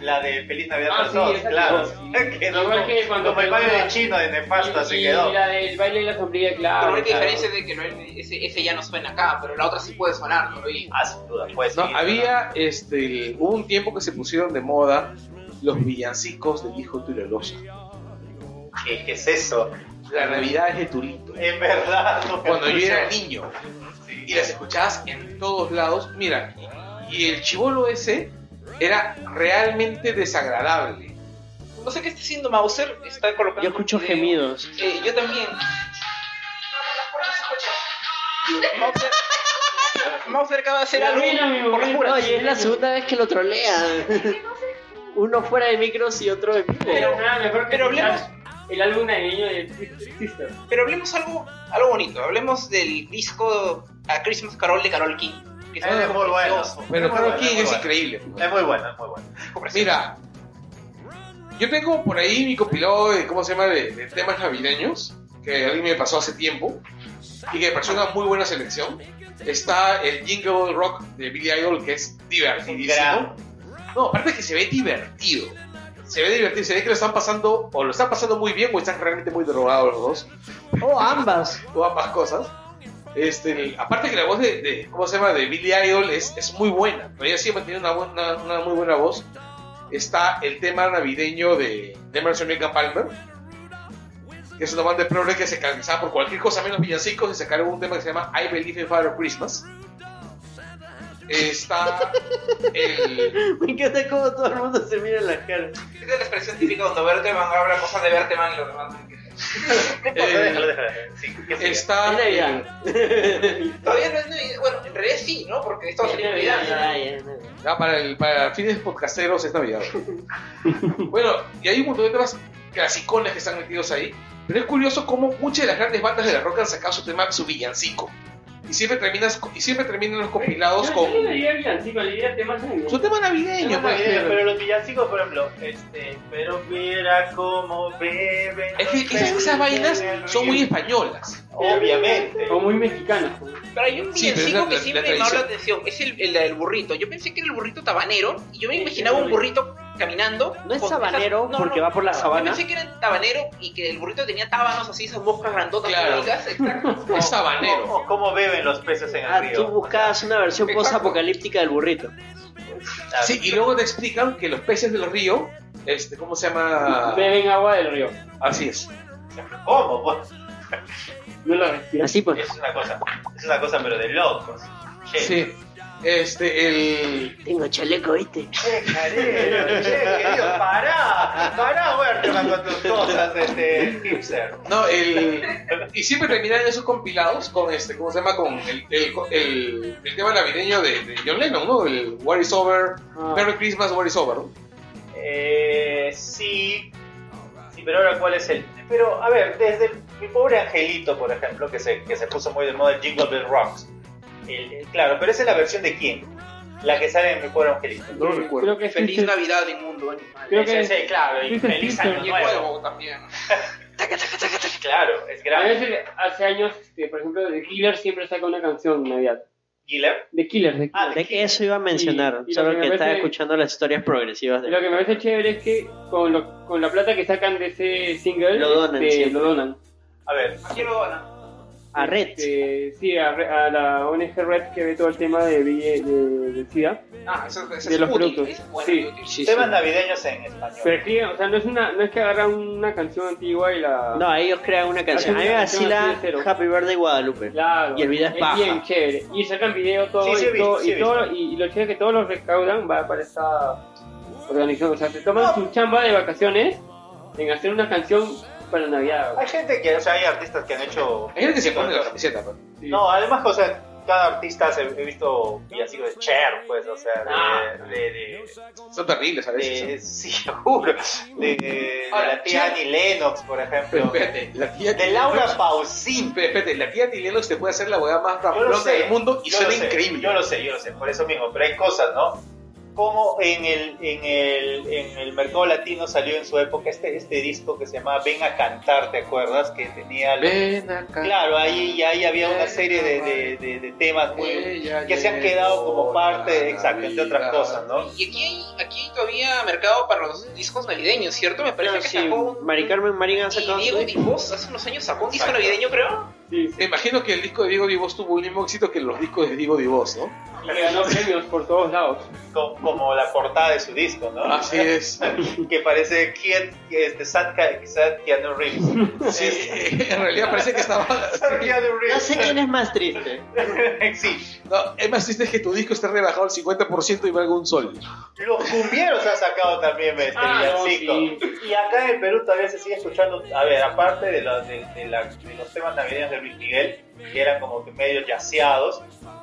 La de Feliz Navidad
Ah,
para
sí,
todos,
esa
<laughs> claro.
quedó, sí.
Quedó
Igual
como-
que cuando
como el
pegó
baile
la-
de chino de Nefasta se
Y- y
quedó.
La del baile y la sombrilla, claro.
La única
claro.
diferencia es de que no hay- ese, ese ya no suena acá, pero la otra sí puede sonar, ¿no? Y-
Ah, sin duda, pues.
No,
sí,
había este, el- hubo un tiempo que se pusieron de moda los villancicos del hijo Tulerosa.
¿Qué, qué es eso?
La Navidad es de Tulito.
En verdad, no
Cuando yo era niño y las escuchabas en todos lados, mira, y el chivolo ese era realmente desagradable.
No sé qué está haciendo Mauser, está colocando.
Yo escucho
un video.
gemidos.
Eh, yo también. Mauser, Mauser acaba de hacer
La
algo
ruina, mi
por las
momento.
puras.
Oye, es la segunda vez que lo trolean. Uno fuera de micros y otro de vivo.
Pero nada, mejor que
pero hablemos- Ah,
escuchar El álbum navideño de Twisted Sister.
Pero hablemos algo, algo bonito. Hablemos del disco A Christmas Carol de Carol King. Que
Es muy bueno.
Pero
Es muy
claro,
bueno,
King
muy
es
bueno.
increíble.
Es muy bueno, es muy bueno.
Mira, yo tengo por ahí mi compilado de, ¿cómo se llama?, de, de temas navideños, que alguien me pasó hace tiempo, y que me pareció una muy buena selección. Está el Jingle Rock de Billy Idol, que es divertidísimo.
Gran.
No, aparte que se ve divertido. Se ve divertido, se ve que lo están pasando, o lo están pasando muy bien, o están realmente muy drogados los dos
Oh, ambas. <laughs>
o ambas cosas. Este, aparte que la voz de, de- ¿cómo se llama? De Billy Idol es, es muy buena. Pero ella siempre tiene una, buena, una muy buena voz. Está el tema navideño de, de Emerson Lake and Palmer, que es una banda de progres que se caracterizaba por cualquier cosa menos villancicos y sacaron un tema que se llama I Believe in Father Christmas. Está el...
Me encanta cómo todo el mundo se mira en la cara.
Es la expresión típica cuando verte van habla cosas de verte man y los demás.
Eh,
Déjalo,
el-
déjalo. Sí, que siga.
está...
Era
el-
ya.
Todavía no es Navidad. Bueno, en realidad sí, ¿no? Porque esto va a ser Navidad.
Ya, ya, ya.
Ah, para, el, para fines podcasteros es Navidad. bueno, y hay un montón de temas clasicones que están metidos ahí. Pero es curioso cómo muchas de las grandes bandas de la rock han sacado su tema, su villancico. Y siempre, terminas, y siempre terminan los compilados
Eh, Yo-
con
Yo le diría villancico, le diría temas navideños.
su tema navideño.
Pero
pues.
Eh, pero los villancicos, por ejemplo, este, pero mira cómo beben.
Es que
los
esas, esas vainas
peces del
son muy
río.
españolas.
Obviamente.
O muy mexicanos.
Pero hay un
Sí, pero es
villancico
la-
que
la- la
siempre me llamó la
tradición.
atención. Es el, el del burrito. Yo pensé que era el burrito tabanero. Y yo me imaginaba un burrito caminando.
No es
con-
sabanero
esas- no,
porque
no.
va por la
Yo
sabana.
pensé que era tabanero y que el burrito tenía tábanos así, esas moscas grandotas.
Claro.
blancas, exacto.
Es
O,
sabanero.
o cómo beben los peces en el
Ah,
río.
tú buscabas una versión
Exacto.
post-apocalíptica del burrito.
Ah,
Sí, y luego te explican que los peces del río, este, ¿cómo se llama?
Beben agua del río.
Así es.
¿Cómo? Pues,
No lo respiran.
Así pues.
es una cosa, es una cosa, pero de locos. Che,
Sí. Este, el,
Tengo chaleco, ¿viste?
che, Jarelo, che, querido, pará, pará, Wertman, con tus cosas, este, hipster.
No, el, y siempre terminan esos compilados con este, ¿cómo se llama? Con el, el, el- el tema navideño de, de John Lennon, ¿no? El What is Over,
Ah.
Merry Christmas, What is Over. ¿no?
Eh, sí. Sí, pero ahora cuál es el. Pero, a ver, desde el- mi pobre angelito, por ejemplo, que se, que se puso muy de moda el Jingle Bell Rocks. El- el- claro, pero esa es la versión de quién? La que sale en mi pobre angelito.
No lo recuerdo.
Ah, Creo que es
Feliz
Twisted-
Navidad, inmundo animal.
Creo que-
Ese, claro, y
Dice
feliz
Tito.
año
Y el
nuevo.
huevo también.
Claro, es
A
grave.
veces, hace años, este, por ejemplo, The Killer siempre saca una canción en Navidad.
Killer.
The Killer, The Killer.
Ah,
De que eso iba a mencionar,
Y- y lo que
solo
me
que estaba
parece-
escuchando las historias progresivas
Y
de
Lo que me parece chévere es que con, lo- con la plata que sacan de ese single,
Lo donan
este,
siempre.
lo donan.
A ver,
Quiero
a Red.
Este, sí, a, Re- a la ONG Red que ve todo el tema de, VIH de, de SIDA.
Ah, eso, eso
De
es
los
útil.
productos.
Es bueno,
Sí.
útil.
temas navideños en español.
Pero sí, o sea, no es, una, no es que agarran una canción antigua y la...
No, ellos crean una canción. A mí
Hacen
me
una canción
vacila
así de cero.
Happy Birthday Guadalupe.
Claro,
Y el video es paja.
bien chévere. Y sacan video todo
Sí, sí he
y, todo,
visto, sí
y,
he
todo y, y lo chévere que todos los recaudan va para esta organización. O sea, se toman su chamba de vacaciones en hacer una canción para Navidad.
Hay gente que, o sea, hay artistas que han hecho.
Hay gente que se pone la camiseta. pero-
Sí.
No, además, o sea, cada artista hace- he visto villancicos de Cher, pues, o sea, de,
Ah.
de- de-
Son terribles a veces.
de- <laughs> sí, seguro, de, de la
Ahora,
tía
Cher-
Annie Lennox,
<laughs>
por
Pero
ejemplo,
espérate, la tía
de Laura
Espérate,
Pausini.
<laughs> Espérate, la tía Tilelox te puede hacer la weá más
Yo lo
ramplonga
sé,
del mundo y
yo
suena
lo sé,
increíble.
Yo lo sé, yo lo sé, por eso mismo, pero hay cosas, ¿no? Como en el, en el, en el mercado latino salió en su época este, este disco que se llamaba Ven a cantar, ¿te acuerdas? Que tenía... los-
Ven acá.
Claro, ahí, ahí había una serie de, de- de- de temas muy...
Ella
que se han
llegó
quedado como parte,
la
exacto, entre otras
Navidad.
cosas, ¿no?
Y aquí hay, aquí hay todavía mercado para los discos navideños, ¿cierto? Me parece
Claro,
que
sí,
sacó un-
Mari Carmen Marín ha
Y
sacado
Diego
su-
Divos hace unos años sacó un disco
Exacto.
navideño, creo.
Me imagino que el disco de Diego Divos tuvo el mismo éxito que los discos de Diego Divos, ¿no?
Y ganó premios por todos lados.
Co- como la portada de su disco, ¿no?
Así es.
Que parece Kean- este, Sad, Ca- Sad Keanu Reeves.
Sí,
Es-
<laughs> en realidad parece que
<laughs>
estaba.
Sad Keanu
No
Reeves. <laughs>
sé quién es más triste.
sí,
No, es más triste que tu disco esté rebajado al 50% y valga un sol.
los cumbieros ha sacado también este villancico. Y acá en Perú todavía se sigue escuchando, a ver, aparte de, la- de- de la- de los temas navideños de Luis Miguel, que eran como que medio yaceados,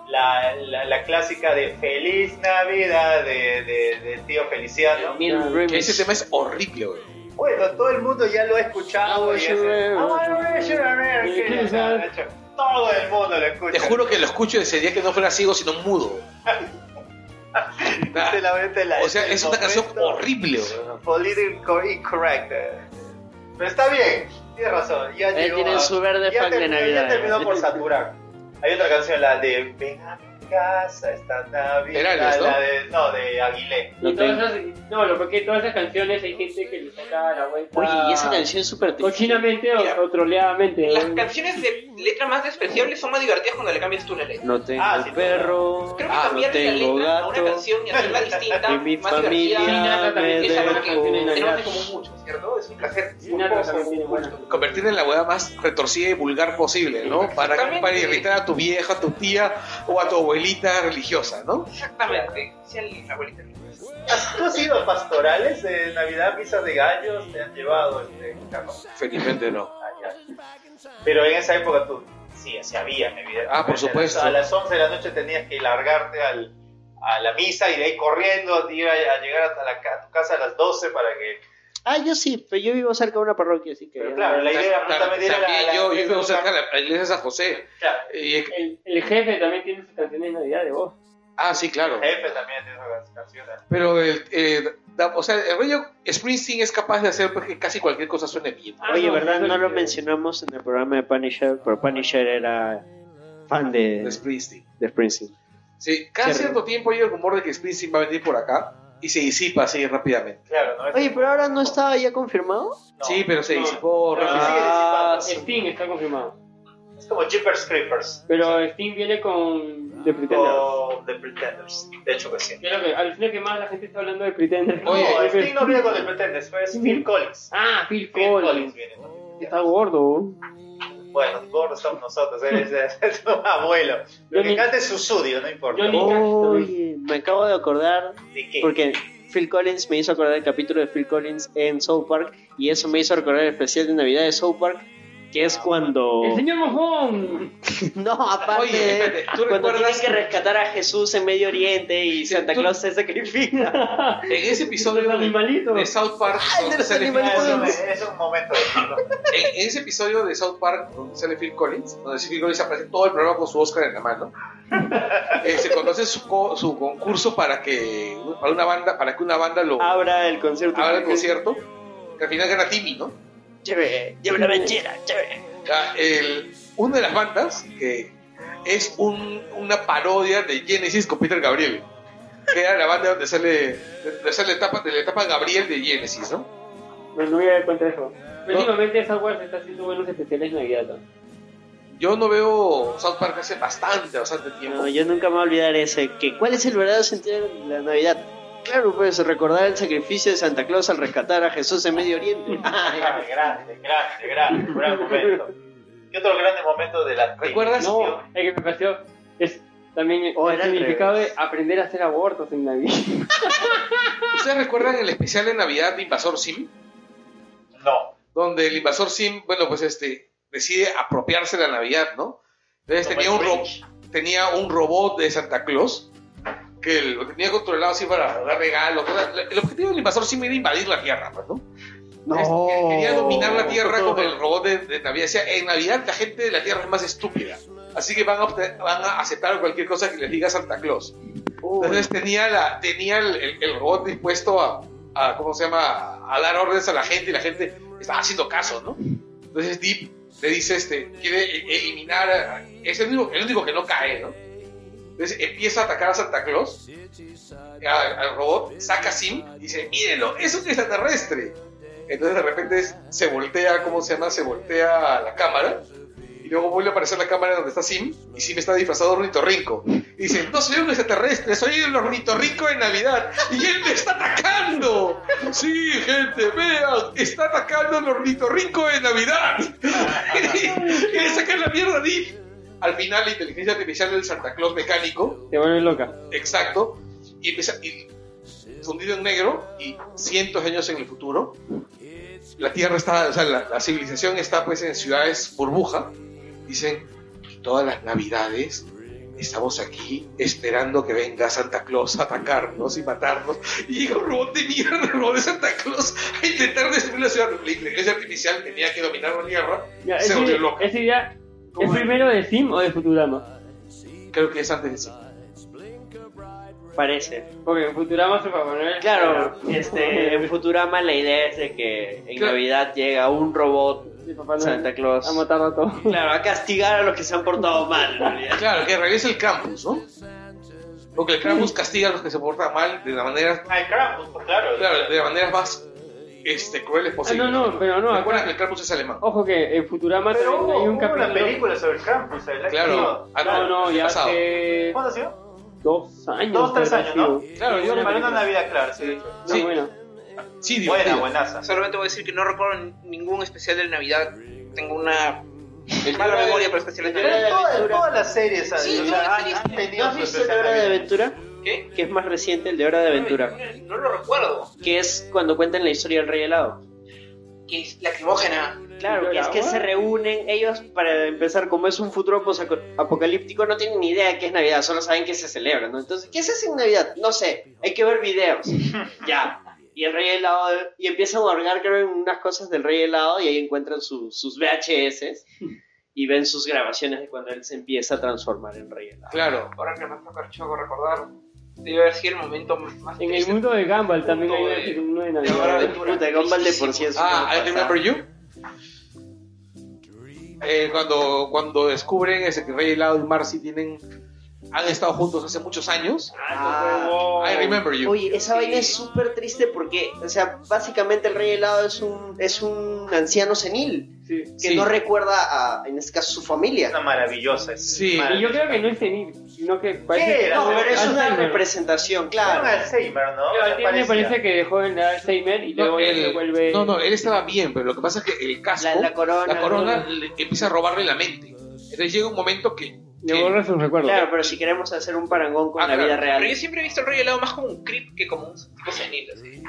la, la- la clásica de Feliz Navidad de, de- de tío Feliciano.
Que ese tema es horrible, güey.
Bueno, todo el mundo ya lo ha escuchado. Y hace, "I wanna wish you a Merry Christmas". De hecho, Todo el mundo lo escucha.
Te juro que lo escucho ese día que no fuera ciego, sino mudo.
Se la vete la-
O sea, es una canción
momento
horrible, güey.
Politically incorrect. eh. Pero está bien, tienes razón. Ya
Él
llegó
tiene
a-
su verde
ya
fan de
terminó- ya
Navidad. ¿eh?
terminó
<laughs>
por saturar. Hay otra canción, la de Ven a mi casa esta Navidad.
Perales, ¿no?
La de, no, de Aguilé.
Y todas esas- no, lo porque todas esas canciones hay gente que le saca la vuelta.
Oye, y
Ah.
esa canción es súper triste.
Cochinamente o, o troleadamente.
Las
¿eh?
canciones de letra más despreciable son más divertidas cuando le cambias tú la letra.
No tengo
Ah, sí,
perro.
Creo que
no
cambiarle la
tengo
letra a una
gato.
canción y hacerla distinta,
Y <laughs> mi
más
familia
divertida,
me
es algo
dejó.
que tenemos en común mucho, ¿cierto? Es un placer.
Y Nata también tiene buena.
Convertirla en la weá más retorcida y vulgar posible, ¿no? Para,
Exactamente.
para irritar a tu vieja, a tu tía o a tu abuelita religiosa, ¿no?
Exactamente. Sea la abuelita.
¿Tú has ido a pastorales de Navidad, misas de gallos? ¿Te han llevado? Este, Carlos?
Felizmente no. <laughs>
Ah, ya. Pero en esa época tú, sí, se había, evidentemente.
Ah, por supuesto.
A las 11 de la noche tenías que largarte al, a la misa y de ahí corriendo ir a, a llegar hasta la, ca- a tu casa a las 12 para que...
Ah, yo sí, pero yo vivo cerca de una parroquia, así que.
Pero claro, la idea justamente era la...
También
la-
yo, yo vivo
la-
cerca de la iglesia de San José.
Claro,
Y es-
El, el jefe también tiene sus canciones de Navidad de voz.
ah, sí, claro.
Jefe también tiene esas canciones.
Pero el, eh, da- o sea, el rollo Springsteen es capaz de hacer pues, que casi cualquier cosa suene bien.
Oye, ¿verdad? Ah, No lo mencionamos en el programa de Punisher, pero Punisher era fan
De
de,
Springsteen.
de Springsteen.
Sí, cada
Cierto.
cierto tiempo hay el rumor de que Springsteen va a venir por acá y se disipa así rápidamente.
Claro, ¿no?
Oye, pero ahora no estaba ya confirmado.
No.
sí, pero se
no.
disipó
Pero se
rápidamente.
sigue
Ah,
disipando.
Sting está confirmado.
Es como Jeepers Creepers.
Pero Sting viene con The Pretender.
O The Pretenders. De hecho que sí.
Creo que alucina que más la gente está hablando de Pretender.
Oye,
<laughs>
no, Sting no viene con The Pretenders, fue Phil Collins.
Ah, Phil
Phil Collins
Collins.
viene con The
Está gordo.
Bueno, gordos somos nosotros, eres, eres un abuelo. Lo que cante es Susudio, no importa.
Johnny Cash también.
Oye, me acabo de acordar
¿De qué?
porque Phil Collins me hizo acordar el capítulo de Phil Collins en South Park y eso me hizo recordar el especial de Navidad de South Park, que es cuando
El señor mojón.
<laughs> no aparte
Oye,
de-
espérate, ¿tú
cuando
recuerdas
tienen que rescatar a Jesús en Medio Oriente y
Sí,
Santa
tú-
Claus se <laughs> sacrifica.
en ese episodio
Los
de,
animalitos.
de South Park?
Ay, de
donde
los
sale Phil
animalitos.
Collins,
es, es un momento de
en, en ese episodio de South Park donde sale Phil Collins, donde Phil Collins aparece todo el programa con su Oscar en la mano, eh, se conoce su, co- su concurso para que para una banda para que una banda lo
Abra el concierto.
abra el concierto, que al final gana Timmy, ¿no?
Chévere, llévame la mentira, chévere.
Ya, el- una de las bandas que es un- una parodia de Genesis con Peter Gabriel, que era la banda donde sale, donde sale la etapa de la etapa Gabriel de Genesis, ¿no?
Me no voy a dar cuenta de eso. Pero Últimamente esa web está haciendo buenos especiales de Navidad. ¿no?
Yo no veo South Park hace bastante, bastante tiempo.
No, yo nunca me voy a olvidar ese. Que, ¿Cuál es el verdadero sentido de la Navidad? Claro, pues recordar el sacrificio de Santa Claus al rescatar a Jesús en Medio Oriente. <laughs>
grande, grande, grande, grande, gran momento. ¿Qué otro grande momento de la
¿Recuerdas?
No, el que me pareció es también
Oh,
el
era al
significado de
revés.
aprender a hacer abortos en Navidad.
¿Ustedes recuerdan el especial de Navidad de Invasor Sim?
No.
Donde el Invasor Sim, bueno, pues este, decide apropiarse la Navidad, ¿no? Entonces
Como
tenía
el
un, ro-
Grinch.
tenía un robot de Santa Claus que lo tenía controlado así para dar regalos. cosas. El objetivo del invasor sí era invadir la Tierra, pues, ¿no? Este, Quería
Oh,
dominar la Tierra como el robot de, de Navidad. Decía, en Navidad la gente de la Tierra es más estúpida. Así que van a, obte- van a aceptar cualquier cosa que les diga Santa Claus. Entonces tenía, la, tenía el, el- el robot dispuesto a, a, ¿cómo se llama? A dar órdenes a la gente y la gente estaba haciendo caso, ¿no? Entonces Deep le dice, este, quiere e- eliminar, a- es el único, el único que no cae, ¿no? Entonces empieza a atacar a Santa Claus, a- al robot, saca a Sim y dice, mírenlo, es un extraterrestre. Entonces de repente es- se voltea, ¿cómo se llama? Se voltea a la cámara. Y luego vuelve a aparecer la cámara donde está Sim. Y Sim está disfrazado de ornitorrinco. Y dice, no soy un extraterrestre, soy el ornitorrinco de Navidad. Y él me está atacando. Sí, gente, vean, está atacando el ornitorrinco de Navidad. <laughs> y le saca la mierda a Deep. Al final la inteligencia artificial del Santa Claus mecánico
Te vuelve loca.
Exacto. Y empieza y fundido en negro y cientos de años en el futuro. La Tierra está, o sea, la, la civilización está pues en ciudades burbuja. Dicen, "Y todas las navidades estamos aquí esperando que venga Santa Claus a atacarnos y matarnos. Y llega un robot de mierda, el robot de Santa Claus, a intentar destruir la ciudad. La inteligencia artificial tenía que dominar la Tierra.
Ya,
Se
ese-
volvió loca.
esa idea, ¿es primero de Sim o de Futurama?
Creo que es antes de sí.
Parece.
Porque en Futurama se va a poner.
Claro,
<laughs>
este, en Futurama la idea es de que en
Claro.
Navidad llega un robot
Sí, papá Noel.
Santa Claus
A matar a todos.
Claro, a castigar a los que se han portado mal.
<laughs>
en realidad.
Claro, que regrese el Krampus, ¿no? Porque el Krampus castiga a los que se portan mal de la manera,
Ah, el Krampus, pues claro.
claro, de la manera más este, crueles
Ah,
posible.
no, no, pero no.
Recuerda que
Acá,
el Krampus es alemán.
ojo que en Futurama
Pero
también
hubo,
hay un
hubo
capítulo.
una película sobre el Krampus. el año
Claro,
pasado.
ah,
No, no,
el
ya
pasado.
hace
¿Cuándo ha sido?
dos años.
Dos, tres
creo que
años, ¿no?
ha sido.
Claro, yo
Una
Para una
película.
Navidad, claro, sí, de hecho.
No,
Sí.
Ah, bueno.
Sí,
Buena,
divertida.
buenaza.
Solamente voy a decir que no recuerdo ningún especial de Navidad. Tengo una
El
mala
tema de-
memoria para especiales de
Pero
Navidad.
de
Todas
aventura.
todas las series ¿sabes?
Sí,
O
yo
sea,
sí,
han, han
sí.
tenido
¿No has
su
visto el
especial
de Hora de
navideño.
Aventura?
¿Qué?
Que es más reciente el de Hora de Aventura.
No lo recuerdo.
Que es cuando cuentan la historia del Rey Helado.
Que es lacrimógena.
Claro, que es que se reúnen ellos para empezar, como es un futuro posaco- apocalíptico, no tienen ni idea de qué es Navidad, solo saben que se celebra, ¿no? Entonces, ¿qué se hace en Navidad? No sé, hay que ver videos. ya. Y el Rey Helado, y empiezan a orgar, creo, en unas cosas del Rey Helado, y ahí encuentran su- sus VHS y ven sus grabaciones de cuando él se empieza a transformar en Rey Helado.
Claro.
Ahora que me está carchoco recordar. Debe haber sido el momento más
En el
triste.
mundo de Gumball también hay
Mundo de-
una- uno de Navidad.
de Hora de Aventura.
Puta, Gumball de por sí es
Ah, I
una pasada.
remember you. Eh, cuando, cuando descubren ese que Rey Helado y Marcy tienen, han estado juntos hace muchos años.
Ah,
I remember you.
Oye, esa vaina es súper triste porque, o sea, básicamente el rey helado es un, es un anciano senil
Sí.
que
Sí.
no recuerda a, en este caso, su
Es una
familia.
maravillosa. es
Sí.
Y yo creo que no es senil, sino que
¿Qué?
parece.
No,
No, pero es una
Alzheimer.
representación,
Era un
claro.
Alzheimer, ¿no?
Pero a ti me
Parecía.
parece que dejó de dar Alzheimer y luego
No,
ya
él-
se vuelve.
no, no, él estaba bien, pero lo que pasa es que el casco,
La, la corona.
la corona le- empieza a robarle la mente. Entonces llega un momento que
Le borra sus recuerdos.
Claro, pero si queremos hacer un parangón con
Ah,
la
claro.
vida
Pero yo
real.
siempre he visto el Rey Helado más como un creep que como un tipo senil. así.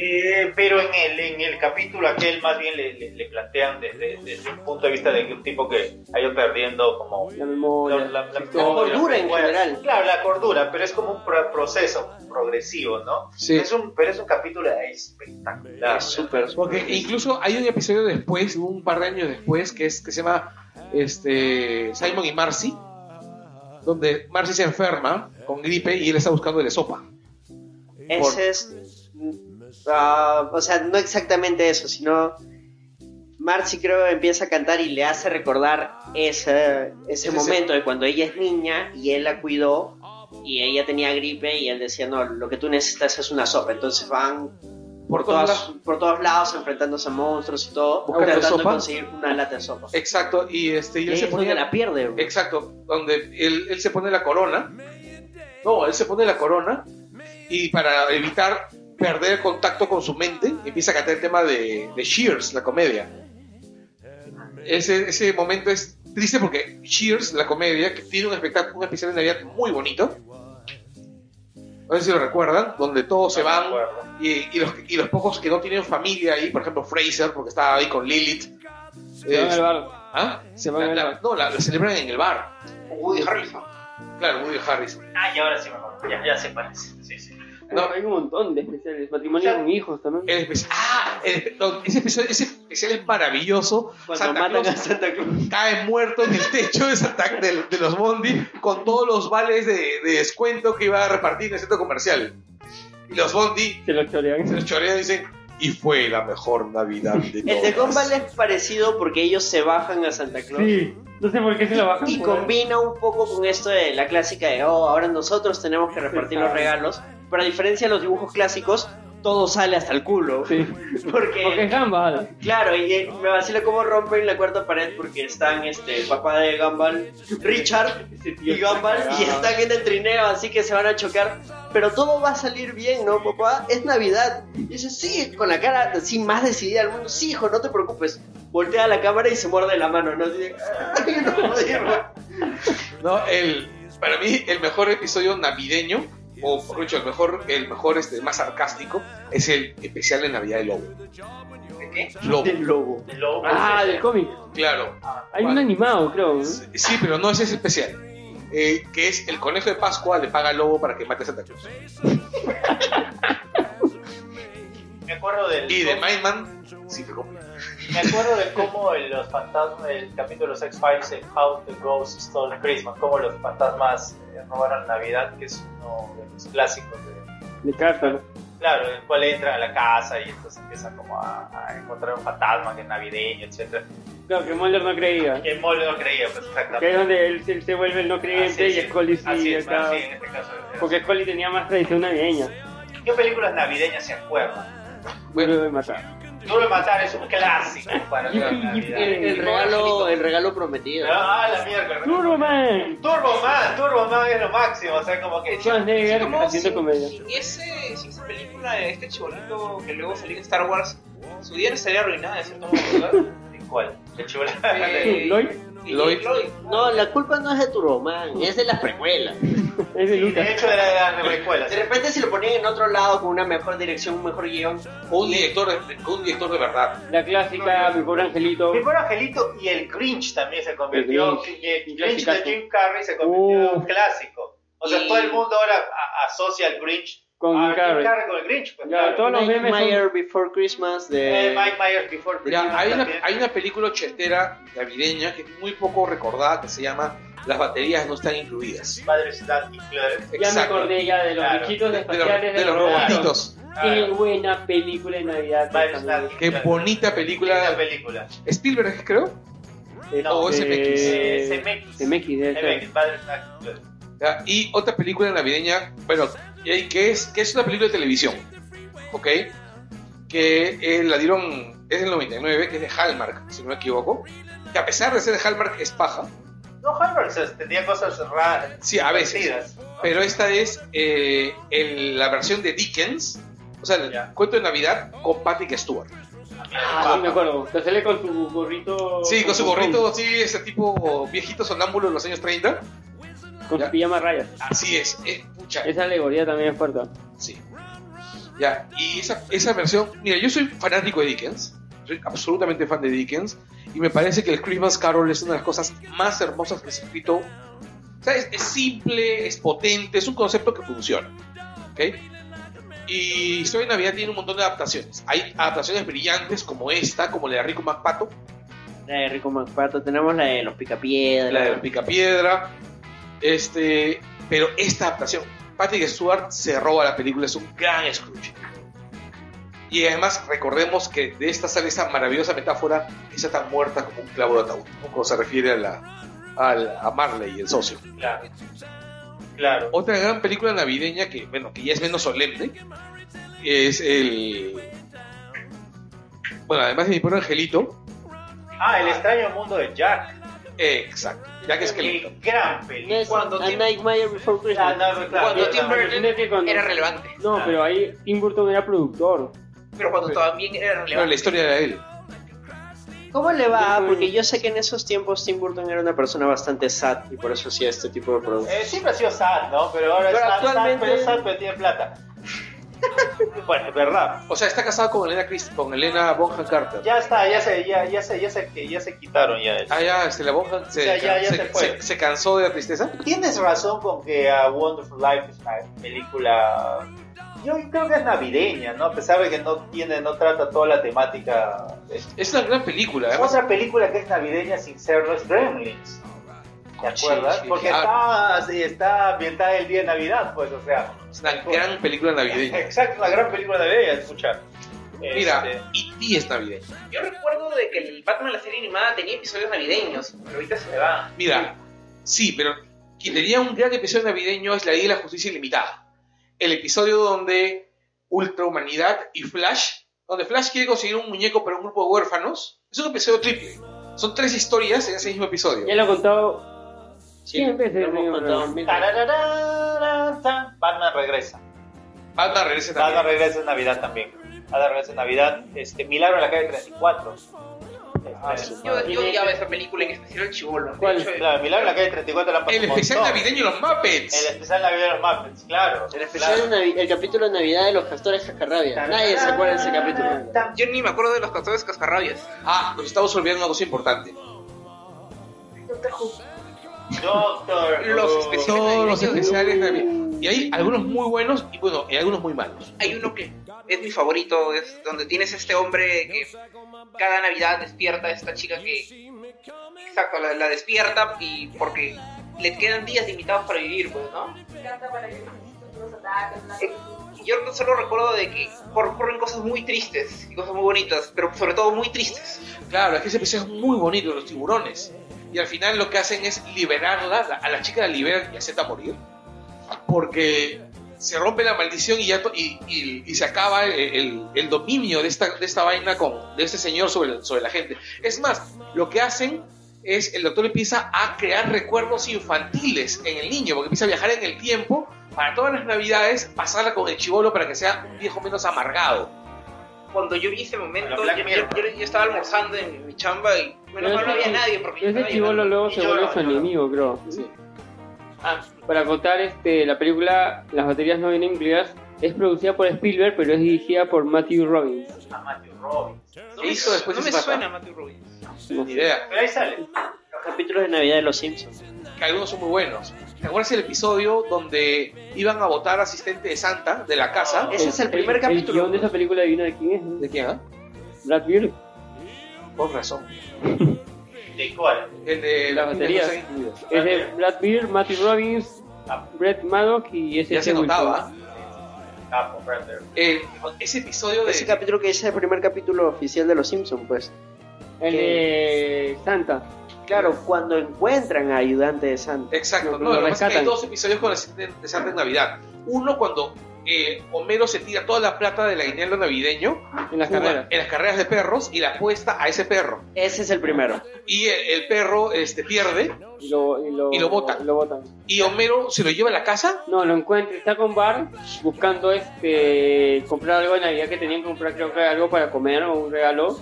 Eh, pero en el, en el capítulo aquel más bien le, le- le plantean desde, desde un punto de vista de que un tipo que ha ido perdiendo como
La memoria.
la, la- la-
cordura en
la-
general.
Claro, la cordura, pero es como un pro- proceso progresivo, ¿no?
Sí.
Es un, pero es un capítulo espectacular.
Es súper.
Porque incluso hay un episodio después, un par de años después, que es que se llama este, Simon y Marcy, donde Marcy se enferma con gripe y él está buscándole sopa.
Ese es. mm, ah, o sea, no exactamente eso, sino. Marcy creo empieza a cantar y le hace recordar ese, ese
Ese-
momento de cuando ella es niña y él la cuidó y ella tenía gripe y él decía, no, lo que tú necesitas es una sopa. Entonces van
Por
por,
todas
todas,
las-
por todos lados enfrentándose a monstruos y todo,
Buscando
tratando
sopa.
de conseguir una lata de sopa.
Exacto, y este, y
Y
él
ahí
se
es donde
ponía
la pierde. bro.
Exacto, donde él, él se pone la corona. No, él se pone la corona y para evitar perder el contacto con su mente, empieza a cantar el tema de, de Shears, la comedia. Ese, ese momento es triste porque Shears, la comedia, que tiene un espectáculo, un especial de Navidad muy bonito. No sé si lo recuerdan, donde todos se van y, y los, y los pocos que no tienen familia ahí, por ejemplo Fraser, porque estaba ahí con Lilith.
Se van
es-
al bar.
¿Ah?
Se van
La-
al
la-
bar.
no, la, la celebran en el bar.
Woody Harrelson.
Claro, Woody Harris.
Ah, y ahora sí me acuerdo. Ya, ya sé cuál es. Sí, sí.
No.
Hay un montón de especiales. Matrimonio
Claro.
con hijos también.
El especial, ah, el- no, ese, especial, ese especial es maravilloso.
Cuando
Santa
matan
Claus
a <laughs> Santa Claus.
cae muerto en el techo de, Santa- de, de los Bondi con todos los vales de, de descuento que iba a repartir en el centro comercial. Y los Bondi
Se lo chorean.
se los chorean y dicen, y fue la mejor Navidad de
El de
todas".
Gumball es parecido porque ellos se bajan a Santa Claus.
Sí. No sé por qué se lo bajan.
Y
por ahí.
combina un poco con esto de la clásica de, oh, ahora nosotros tenemos que repartir los regalos. Pero a diferencia de los dibujos clásicos, todo sale hasta el culo.
Sí. Porque
<laughs> Porque,
es gamba.
claro, y eh, me vacila cómo rompen la cuarta pared porque están este, el papá de Gumball, Richard y Gumball,
Ah.
y están en el trineo, así que se van a chocar. Pero todo va a salir bien, ¿no, papá? Es Navidad. Y dice, sí, con la cara así más decidida del mundo. Sí, hijo, no te preocupes. Voltea a la cámara y se muerde la mano, ¿no? Así de, "Ay, no, <laughs> Dios".
No, el, para mí el mejor episodio navideño, o por dicho, el mejor, el mejor este, más sarcástico, es el especial de Navidad de Lobo.
¿De qué?
Lobo,
del lobo.
Del lobo.
Ah, del cómic.
claro.
Hay un animado, creo. ¿no?
Sí, pero no es ese especial. Eh, que es el conejo de Pascua le paga al lobo para que mate a Santa Cruz.
Me acuerdo del.
Y de Mindman, sí, pero
Me acuerdo de cómo el- los fantasmas, el capítulo de los X-Files, el How the Ghost Stole Christmas, cómo los fantasmas eh, robaron Navidad, que es uno de los clásicos. De,
De Carter.
claro, en el cual entran a la casa y entonces empiezan como a, a encontrar un fantasma que es navideño, etc.
Claro, que Mulder no creía.
Que Mole no creía, pues
Que es
exactamente.
donde él, él se vuelve el no
Así
creyente
es,
y Scully sí.
así es,
acá.
así en este caso. era
Porque Scully tenía más tradición navideña.
así. ¿Qué películas navideñas se acuerdan?
Bueno, de matar.
Duro de matar es un clásico para la
Yipi, yipi,
Navidad.
eh,
El regalo, el regalo prometido.
Ah, la mierda.
Turboman.
Turbo Man, Turbo Man es lo máximo, o sea, como que...
Schwarzenegger
como
haciendo
si-
comedia.
si ese, si esa película de este chibolito que luego salió en Star Wars, su vida no estaría arruinada de cierto modo, ¿verdad?
<laughs>
¿Cuál? El chivolo. <laughs>
Eh,
Lloyd
Y
Lloyd.
Lloyd.
No, la culpa no es de Turboman, es de las precuelas.
es de
De
Lucas.
hecho, era de las precuelas.
De repente si lo ponían en otro lado con una mejor dirección, un mejor guión.
un director, de- un director de verdad.
La clásica, mi pobre angelito.
Mi pobre angelito y el Grinch también se convirtió.
El Grinch.
Y el
Un
Grinch de
clasicazo.
Jim Carrey se convirtió en un
Uh.
clásico. O sea,
Y-
todo el mundo ahora a- asocia al Grinch.
Con
a
Jim Carrey.
con el Grinch. Pues,
Ya,
claro.
todos los
Mike
memes son-
Myers Before Christmas
Eh,
de...
Mike Myers Before
Ya,
Christmas
hay, una,
también.
hay una película ochentera navideña que es muy poco recordada que se llama Las baterías no están incluidas.
Padres Dan y Claire.
Ya me acordé ya de los
Claro.
bichitos
De, los-
espaciales
de los
robots.
robotitos.
robotitos.
Qué
Claro.
buena película de Navidad.
Padres Dan y
Qué
Claire.
bonita
Linda
película.
película.
Spielberg, creo.
No,
Este,
o SMX.
Eh,
Eh,
CMX.
CMX, debe ser.
CMX, Padres Dan y Claire.
Ya, Ah, Y otra película navideña, bueno, eh, que es, que es una película de televisión, ¿ok? Que eh, la dieron, es del 99, que es de Hallmark, si no me equivoco. Que a pesar de ser de Hallmark es paja,
No, Hallmark se- tenía cosas raras.
sí, a veces.
divertidas.
Pero esta es eh, el- la versión de Dickens, o sea, el
Ya.
cuento de Navidad con Patrick Stewart.
Ah, sí, me acuerdo. Que sale con su gorrito.
Sí, con su gorrito así, ese tipo viejito sonámbulo de los años 30.
Con
Ya.
su pijama a rayas.
Así es, eh, pucha.
Esa alegoría también es fuerte.
Sí. Ya, y esa, esa versión. Mira, yo soy fanático de Dickens. Soy absolutamente fan de Dickens. Y me parece que el Christmas Carol es una de las cosas más hermosas que se ha escrito. O sea, es, es simple, es potente, es un concepto que funciona. ¿Ok? Y Historia de Navidad tiene un montón de adaptaciones. Hay adaptaciones brillantes como esta, como la de Rico MacPato,
La de Rico McPato, tenemos la de los picapiedras.
la de Picapiedra. Este, pero esta adaptación, Patrick Stewart se roba la película, es un gran Scrooge. Y además recordemos que de esta sale esa maravillosa metáfora que está tan muerta como un clavo de ataúd, ¿no? cuando se refiere a, la, al- a Marley, el socio.
Claro. Claro.
Otra gran película navideña que, bueno, que ya es menos solemne, es el... Bueno, además de mi pobre angelito,
Ah, El extraño mundo de Jack.
eh, exacto, ya que es que...
Qué gran película.
Yes,
Cuando
a
Tim-
Mike Myers Before
Ah,
Christmas.
no, no, claro,
Cuando
no,
Tim
no,
Burton-
Imagínate que cuando-
Era relevante,
No, pero ahí Tim Burton era productor.
pero cuando también era
Pero la
relevante.
historia era él.
¿Cómo le va? Porque yo sé que en esos tiempos Tim Burton era una persona bastante sad y por eso hacía este tipo de productos.
Eh, siempre ha sido sad, ¿no? Pero ahora
Pero
es sad, sad,
actualmente-
pero es sad, pero tiene plata. Bueno, es verdad.
O sea, está casado con Elena Christ- con Elena Bonham Carter.
Ya está, ya se, ya, ya se, ya se, que ya se quitaron ya eso.
Ah, ya, este, la Bonham se,
O sea, ya- ya
se-
se fue.
se- se cansó de la tristeza.
Tienes razón con que A Wonderful Life es una película. Yo creo que es navideña, ¿no? A pesar de que no tiene, no trata toda la temática. Es
Es una gran película, además.
otra película que es navideña sin serlo es Gremlins. ¿Te
Sí,
acuerdas?
sí,
Porque
claro.
está, sí, está ambientada el día de Navidad, pues, o sea.
Es una gran película navideña.
Exacto, una gran película navideña, escucha. Este,
Mira, E.T. es navideña.
Yo recuerdo de que el Batman, la serie animada, tenía episodios navideños, pero ahorita
Este,
se me va.
Mira, sí, pero quien tenía un gran episodio navideño es la Liga de la Justicia Ilimitada. El episodio donde Ultrahumanidad y Flash, donde Flash quiere conseguir un muñeco para un grupo de huérfanos, es un episodio triple. Son tres historias en ese mismo
Ya
episodio.
lo he contado
Sí,
100 veces.
lo hemos
señor.
contado.
tarararararán, Batman regresa.
Batman regresa
Batman
también.
regresa en Navidad también. Batman regresa en Navidad. Este, Milagro en la calle 34.
Ah,
Este,
Yo, yo odiaba esa película, en especial el chivolo.
¿Cuál?
Claro, Milagro en la calle 34 la han puesto
El
un
especial
montón.
navideño Los
El
Muppets.
especial navideño de los Muppets, claro.
El especial
claro.
Sale Navi- el capítulo de Navidad de los castores Cascarrabia. Nadie se acuerda de ese capítulo.
Yo ni me acuerdo de los castores cascarrabias.
Ah, nos estamos olvidando una cosa importante.
Doctor
Los
Who.
especiales.
Todos los
navideños.
especiales navideños. Y hay algunos muy buenos y bueno, hay algunos muy malos.
Hay uno que es mi favorito, es donde tienes este hombre que cada Navidad despierta a esta chica que... Exacto, la, la despierta y porque le quedan días limitados para vivir, pues, ¿no? Eh, Yo solo recuerdo de que ocurren cosas muy tristes y cosas muy bonitas, pero sobre todo muy tristes.
Claro, es que ese episodio es muy bonito, los tiburones. Y al final lo que hacen es liberarla, la- a la chica la liberan y acepta morir. Porque se rompe la maldición y, ya to- y, y- y se acaba el, el- el dominio de esta, de esta vaina con, de este señor sobre, sobre la gente. Es más, lo que hacen es el doctor empieza a crear recuerdos infantiles en el niño, porque empieza a viajar en el tiempo para todas las navidades, pasarla con el chivolo para que sea un viejo menos amargado.
Cuando yo vi ese momento,
La
yo,
Black
yo-
Mirror.
yo- yo estaba almorzando en mi chamba y menos
Pero
mal no
ese
había
chi-
nadie porque yo
Ese
estaba
chivolo
llorando.
luego se
Y llora,
vuelve su
llora.
enemigo, creo.
Ah,
Para contar este, la película Las baterías no vienen incluidas, es producida por Spielberg, pero es dirigida por Matthew Robbins.
A Matthew Robbins.
no
¿Qué
me,
E hizo después
no
de
me
ese pata?
suena Matthew Rubin.
No
Ni
sé.
idea.
Pero ahí sale.
Los capítulos de Navidad de los Simpsons.
que algunos son muy buenos. ¿Te acuerdas el episodio donde iban a votar asistente de Santa de la casa?
Ah.
Ese es el primer capítulo.
El guión de esa película divina de quién es, ¿no?
¿De quién? ah?
Brad Bird.
Por razón.
¿De cuál?
El de
Las baterías.
cosas incluidas.
Es de Brad Bird, Matthew Robbins,
Ah.
Brett Maddock y ese
Ya se
Wilson.
notaba.
Capo, Brother.
El- ese episodio de.
Ese capítulo que es el primer capítulo oficial de los Simpsons, pues.
El de eh, Santa.
Claro, cuando encuentran a ayudante de Santa.
Exacto,
Lo-
no,
lo
lo que pasa es que hay
rescatan.
dos episodios con asistente de Santa en Navidad. Uno cuando eh, Homero se tira toda la plata del aguinaldo navideño
En las carreras.
en las carreras de perros y la apuesta a ese perro.
Ese es el primero.
Y el, el perro este, pierde
Y lo, y lo,
Y lo botan.
lo botan.
y Homero se lo lleva a la casa.
No, lo encuentra. Está con Bart buscando este comprar algo de Navidad que tenían que comprar, creo que algo para comer o un regalo.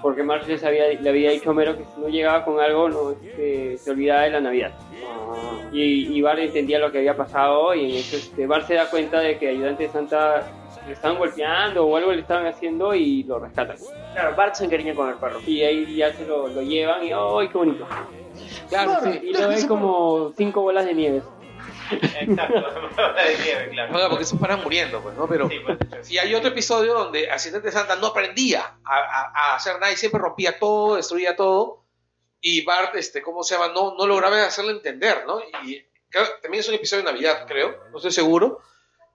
Porque Marge les había, le había dicho a Homero que si no llegaba con algo, no este, se olvidaba de la Navidad.
Ah.
Y, y Bart entendía lo que había pasado y en eso este, Bart se da cuenta de que ayudante de Santa le estaban golpeando o algo le estaban haciendo y lo rescatan.
Claro, Bart se encariña con el perro.
Y ahí ya se lo, lo llevan y ¡ay, qué bonito!
Claro,
Sí, y lo ven como cinco bolas de nieve.
Exacto. <laughs> de nieve, claro.
porque se paran muriendo, pues, ¿no? Pero.
Sí, pues, de hecho, sí.
Y hay otro episodio donde Asistente Santa no aprendía a, a- a hacer nada y siempre rompía todo, destruía todo. Y Bart, este, ¿cómo se llama? No, no lograba hacerlo entender, ¿no? Y claro, también es un episodio de Navidad, creo, no estoy seguro.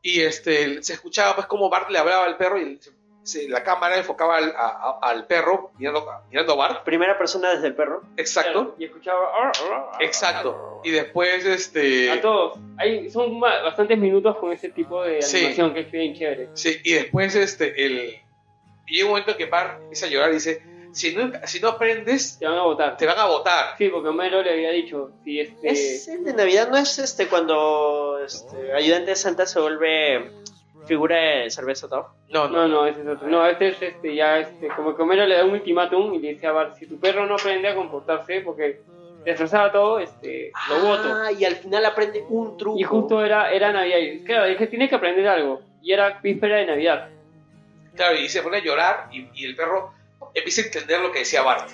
Y este, se escuchaba pues cómo Bart le hablaba al perro y se- se- la cámara enfocaba al, a- a- al perro mirando, mirando a Bart.
Primera persona desde el perro.
Exacto,
Y escuchaba "Arr, arr, arr".
exacto. Y después,
a
este...
todos. Hay, son ma- bastantes minutos con ese tipo de
Sí.
animación que es bien chévere.
Sí, y después, este, el... Llega un momento en que Bart empieza a llorar y dice, si no, si no aprendes,
Te van a votar.
te van a votar.
Sí, porque Homero le había dicho, si este...
Es el de Navidad, no es este cuando este, ayudante de Santa se vuelve figura de cerveza todo.
No, no.
No, no, ese es otro. No, este es este, ya este, como que Homero le da un ultimátum y le dice a Bart, si tu perro no aprende a comportarse porque destrozaba todo, este, lo voto.
Ah, y Ah, al final aprende un truco.
Y justo era, era Navidad. Y, claro, es que tiene que aprender algo. y era víspera de Navidad.
Claro, y se pone a llorar y, y el perro empieza a entender lo que decía Bart.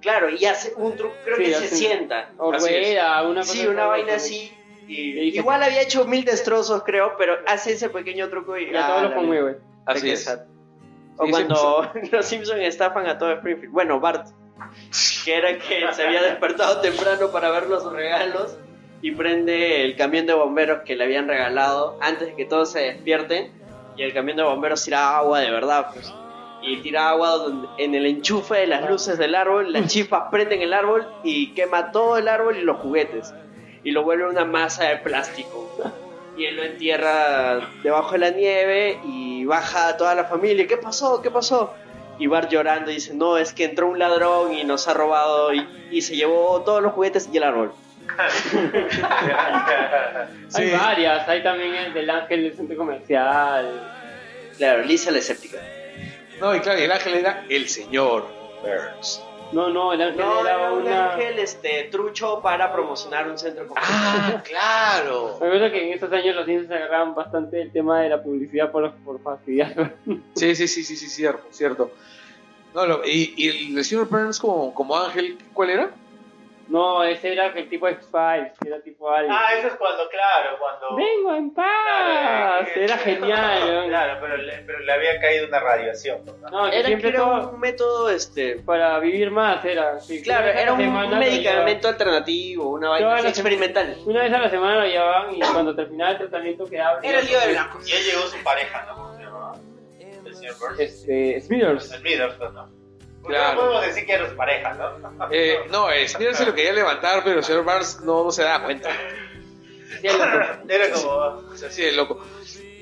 Claro, y hace un truco, creo
Sí,
que
hace
se
un-
sienta.
O
Así es.
rueda, una cosa
Sí, Ah, una
así.
vaina así.
Le dije-
Igual había hecho mil destrozos, creo, pero hace ese pequeño truco y.
Y a todos
ah,
los
la-
conmueve.
Así es.
Exacto. O
Sí,
cuando <laughs> los Simpsons estafan a todo Springfield. Bueno, Bart, que era que se había despertado temprano para ver los regalos y prende el camión de bomberos que le habían regalado antes de que todos se despierten. Y el camión de bomberos tira agua de verdad, pues. Y tira agua donde- en el enchufe de las luces del árbol, las chispas prenden el árbol y quema todo el árbol y los juguetes. Y lo vuelve una masa de plástico y él lo entierra debajo de la nieve y baja a toda la familia. ¿Qué pasó? ¿Qué pasó? Y Bart llorando y dice, no, es que entró un ladrón y nos ha robado y, y se llevó todos los juguetes y el árbol.
Hay varias, hay también el del ángel del centro comercial.
Claro, Lisa la escéptica.
No, y claro, y el ángel era el señor Burns.
No, no, el ángel
No,
era
era un
una...
ángel este, trucho para promocionar un centro comercial.
Ah, claro.
Me acuerdo que en esos años los niños se agarraban bastante el tema de la publicidad por, los- por fastidiar. <laughs>
Sí, sí, sí, sí, sí, cierto, cierto. No, lo- y, y el señor Burns como, como ángel, ¿cuál era?
No, ese era el tipo X-Files, era tipo algo.
Ah, eso es cuando, claro, cuando.
¡Vengo en paz!
Claro, eh,
era genial. ¿no?
<laughs> Claro, pero le, pero le había caído una radiación. ¿no?
No, que
Era,
siempre
creo,
todo
un método, este...
para vivir más era. sí,
Claro,
una vez a
era
la
un
semana lo
medicamento alternativo, una vaina
Todas
así
las-
experimental.
llevaban- Una vez a la semana lo llevaban y cuando terminaba el tratamiento quedaba...
Era el lío de blanco.
Y él llegó su pareja, ¿no? ¿Cómo se llamaba? El señor Burns.
Este, Smithers.
El Middleton, ¿no?
Claro.
No podemos decir que era su pareja, ¿no?
Eh, no, eh, Smears se lo quería levantar, pero el señor Burns no, no se daba cuenta.
Sí, el otro.
Era como.
O sea, así de loco.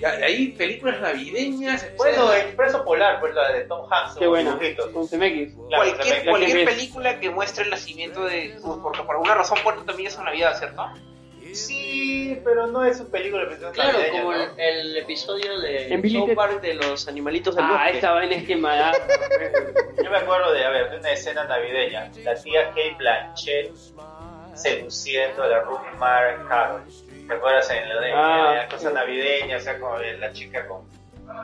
Y ahí películas navideñas.
Bueno, Expreso Polar, pues la de Tom Hanks.
Qué
con
bueno,
dibujitos.
con CMX.
Claro,
cualquier
también.
cualquier
ves.
película que muestre el nacimiento de. Porque por alguna razón ponen también eso en Navidad, ¿cierto?
Sí, pero no es un película de
Claro, como el, el episodio de
En Billy
South
Ted-
Park de los animalitos del
Ah,
bosque.
esa vaina es quemada.
<laughs>
Yo me acuerdo de, a ver, de una escena navideña. La tía Kate Blanchett seduciendo a la Rookmar Carol. ¿Te acuerdas en la, de,
Ah,
en la cosa
sí.
navideña? O sea, como de la chica con.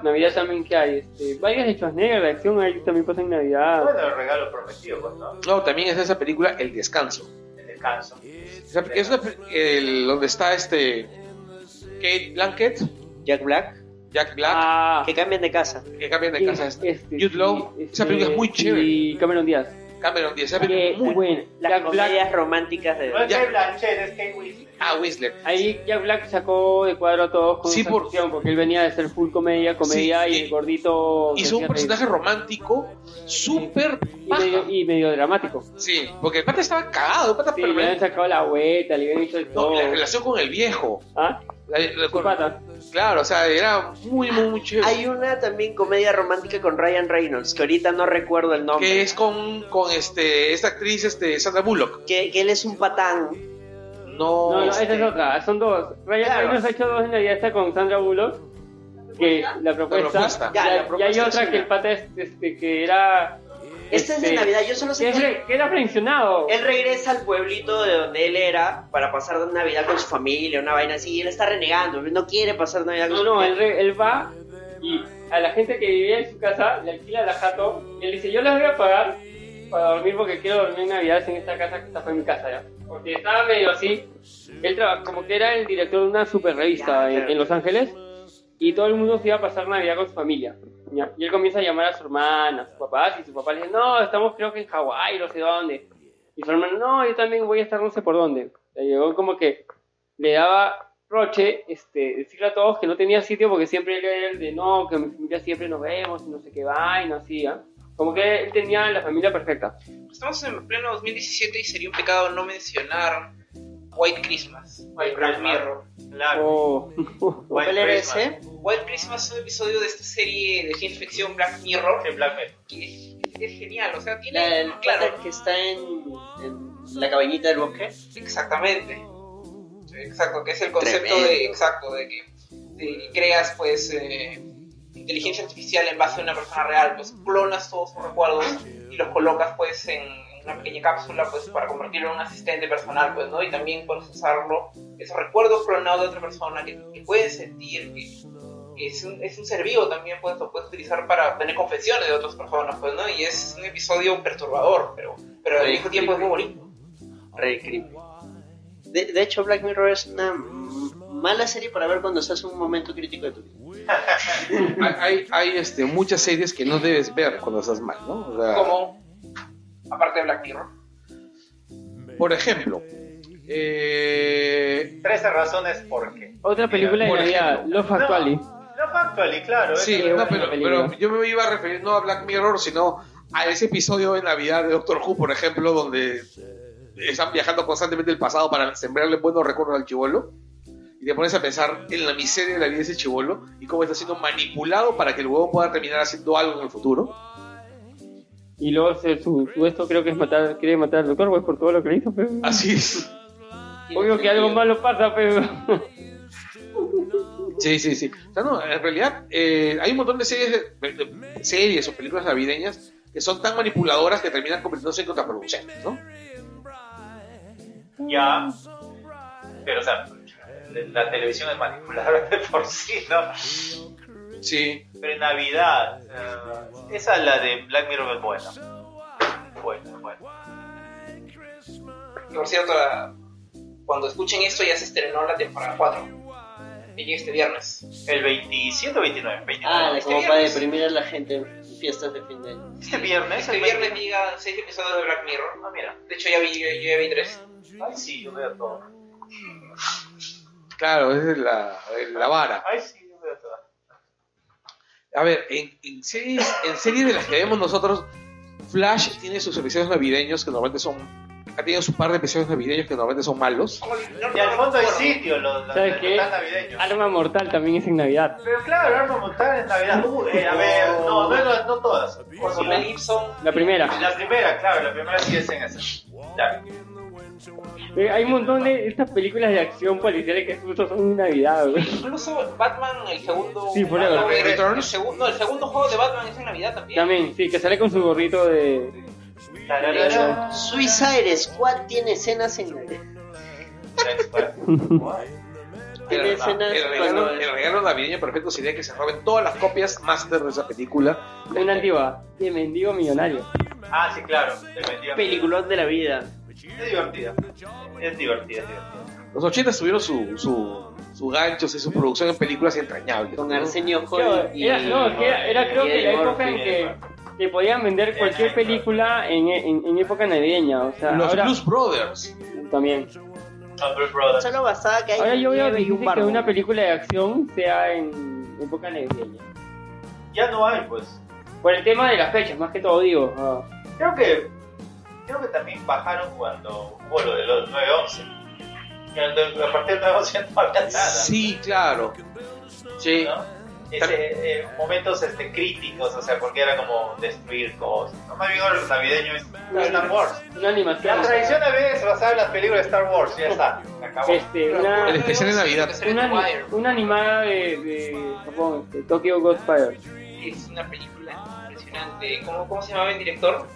Navidad también que hay, este, varias de Schwarzenegger, de acción ahí también pasa en Navidad.
Bueno, el regalo prometido, pues, ¿no?
No, también es esa película El Descanso.
El descanso.
O sea, porque es una pe- el- donde está este Kate Blanket,
Jack Black,
Jack Black,
Ah,
que cambian de casa.
que cambian de casa. este,
este,
Jude
sí,
Law, esa película es muy chévere.
Y Cameron Díaz.
Cameron Díaz, esa
Que
película muy buena.
buena.
Las
Jack
comedias
Black,
románticas de...
No es
Ya.
Kate Blanchett, es Kate Winslet.
Ah, Whistler.
ahí Jack Black sacó de cuadro a todos con
Sí,
esa
por-
actuación, porque él venía de ser full comedia, comedia
Sí,
y,
y-
el gordito.
Hizo un
hacía
personaje romántico súper
reír. y
paja.
medio, y medio dramático.
Sí, porque el pata estaba cagado, el pata
Sí, le
permanente.
habían sacado la vuelta, le habían hecho el
No,
todo.
la relación con el viejo.
¿Ah?
La- la-
Su
con-
pata.
claro, o sea, era muy, muy, muy chévere.
Hay una también comedia romántica con Ryan Reynolds, que ahorita no recuerdo el nombre.
que es con, con este, esta actriz este, Sandra Bullock.
Que, que él es un patán.
No,
No, no,
este,
esa es otra, son dos. Ryan
Claro.
Reynolds ha hecho dos en Navidad, esta con Sandra Bullock. Que la
La propuesta.
propuesta,
Ya, la
y- y hay
propuesta
otra
china.
que el pata es, este, que era
Este es de
Este-
Navidad, yo solo sé
Que,
que él,
re- que era pensionado.
él regresa al pueblito de donde él era para pasar Navidad con su familia, una vaina así. y él está renegando, no quiere pasar Navidad con
No,
su
no, él,
familia.
re- él va y a la gente que vivía en su casa le alquila la jato y él dice, yo les voy a pagar para dormir porque quiero dormir Navidad en esta casa que esta fue mi casa, ¿ya? Porque estaba medio así. Él traba- como que era el director de una super revista
Ya,
en,
claro.
en Los Ángeles y todo el mundo se iba a pasar Navidad con su familia. ¿ya? Y él comienza a llamar a su hermana, a sus papás y su papá le dice, no, estamos creo que en Hawái, no sé dónde. Y su hermano, no, yo también voy a estar no sé por dónde. Le llegó como que le daba roche este, decirle a todos que no tenía sitio porque siempre él era el de no, que mi familia siempre nos vemos, no sé qué vaina, así, ¿ah? Como que él tenía la familia perfecta.
Estamos en pleno 2017 y sería un pecado no mencionar White Christmas.
White
de Black
Christmas.
Mirror.
Claro.
<laughs>
Oh. <laughs>
¿Cuál era ese?
White Christmas es un episodio de esta serie de ciencia ficción Black Mirror
Sí, Black Mirror.
que es, es genial. O sea,
La
tiene.
del
claro,
pata que está en, en la cabañita del bosque.
Exactamente. Exacto, que es el concepto
Tremendo.
de exacto de que de- creas pues eh, inteligencia artificial en base a una persona real, pues clonas todos sus recuerdos y los colocas pues en una pequeña cápsula pues para convertirlo en un asistente personal pues no y también puedes usarlo esos recuerdos clonados de otra persona que, que pueden sentir que, es un, es un ser vivo también, pues lo puedes utilizar para tener confesiones de otras personas, pues, ¿no? Y es un episodio perturbador, pero, pero al mismo tiempo es muy bonito.
Re creepy. De, de hecho, Black Mirror es una mm, mala serie para ver cuando estás en un momento crítico de tu vida.
Hay, hay, hay, este, muchas series que no debes ver cuando estás mal, ¿no? O sea,
Como, aparte de Black Mirror,
Por ejemplo, eh,
13 razones por qué.
Otra película de
por
Navidad,
ejemplo.
Love Actually.
No Factually, claro. es
sí,
que-
no, pero,
película.
pero yo me iba a referir no a Black Mirror, sino a ese episodio de Navidad de Doctor Who, por ejemplo, donde están viajando constantemente el pasado para sembrarle buenos recuerdos al chivolo. Y te pones a pensar en la miseria de la vida de ese chivolo y cómo está siendo manipulado para que el huevón pueda terminar haciendo algo en el futuro.
Y luego se- su, su esto creo que es matar, quiere matar al doctor, pues por todo lo que le hizo, pero.
Así es.
Obvio que algo malo pasa, pero.
Sí, sí, sí. O sea, no, en realidad eh, hay un montón de series, de- de- de series o películas navideñas que son tan manipuladoras que terminan convirtiéndose en contraproducentes, ¿no?
Ya. Pero, o sea, la televisión es manipulada de por sí, ¿no?
Sí.
Pero en Navidad, eh, esa la de Black Mirror es buena. Buena, buena.
por cierto, la- cuando escuchen esto ya se estrenó la temporada 4. Y llega este viernes.
El 27 o 29, 29.
Ah,
este
como para
viernes.
deprimir a la gente en fiestas de fin de año.
este viernes.
Este
el
viernes
20.
llega 6 episodios de Black Mirror.
Ah, mira.
De hecho, ya vi, yo, yo ya vi 3.
Ay, sí, yo veo todo.
Claro, esa es la, la vara.
Ay, sí, yo veo todo.
A ver, en, en series, en series de las que vemos nosotros, Flash tiene sus episodios navideños que normalmente son. Ha tenido su par de episodios navideños que normalmente son malos.
Y al fondo hay sitio, los, los,
¿Sabes
los
qué?
tan navideños.
<laughs> Arma mortal también es en Navidad.
Pero claro, Arma Mortal es Navidad. Uh, eh, a ver, no, no, no, no todas. Por
Con Mel Gibson.
La primera.
La primera, claro, la primera sí es en esa. Claro.
Eh, Hay un montón de estas películas de acción policiales que justo son en Navidad, güey.
Incluso Batman, el segundo.
Sí, por ahí,
Batman
Batman
Returns.
Returns.
El segundo, el segundo juego de Batman es en Navidad también.
También, sí, que sale con su gorrito de.
De hecho,
Tararara.
Suicide Squad tiene escenas en Navidad.
El,
Tiene escenas
el regalo,
cuando-
el regalo navideño perfecto sería que se roben todas las copias master de esa película.
Una antigua. De mendigo millonario.
Ah, sí, claro. Definitivamente.
Peliculón de la vida.
Es divertida. Es divertida, es divertida.
Los 80 tuvieron su, su, su gancho, sí, su producción en películas entrañables.
Con
¿no?
Arsenio
Claro,
Hall y...
era, no, que era, era creo
y
que la
Eddie
época en
Murphy.
que te podían vender cualquier película en, en, en época navideña. O sea,
Los
ahora
Blues Brothers.
también.
Ah, Blues Brothers.
Solo bastaba que hay
Ahora yo veo
nieve y
difícil
un
que
barco.
una película de acción sea en época navideña.
Ya no hay, pues.
Por el tema de las fechas, más que todo digo. ah.
Creo que. Creo que también bajaron cuando hubo lo de los 9-11. Que el- A partir del 9-11 no había nada.
Sí, claro. Sí.
¿no? Ese, eh, momentos este, críticos, o sea, porque era como destruir cosas. No más bien los navideños es Star Wars.
Una animación.
La tradición navideña es basada en las películas de Star Wars, ya está, se acabó.
Este,
Ah,
una,
El especial de Navidad.
una, ani- una animada de, de Japón, este, Tokyo Godfire.
Es una película impresionante. ¿Cómo, cómo se llamaba el director?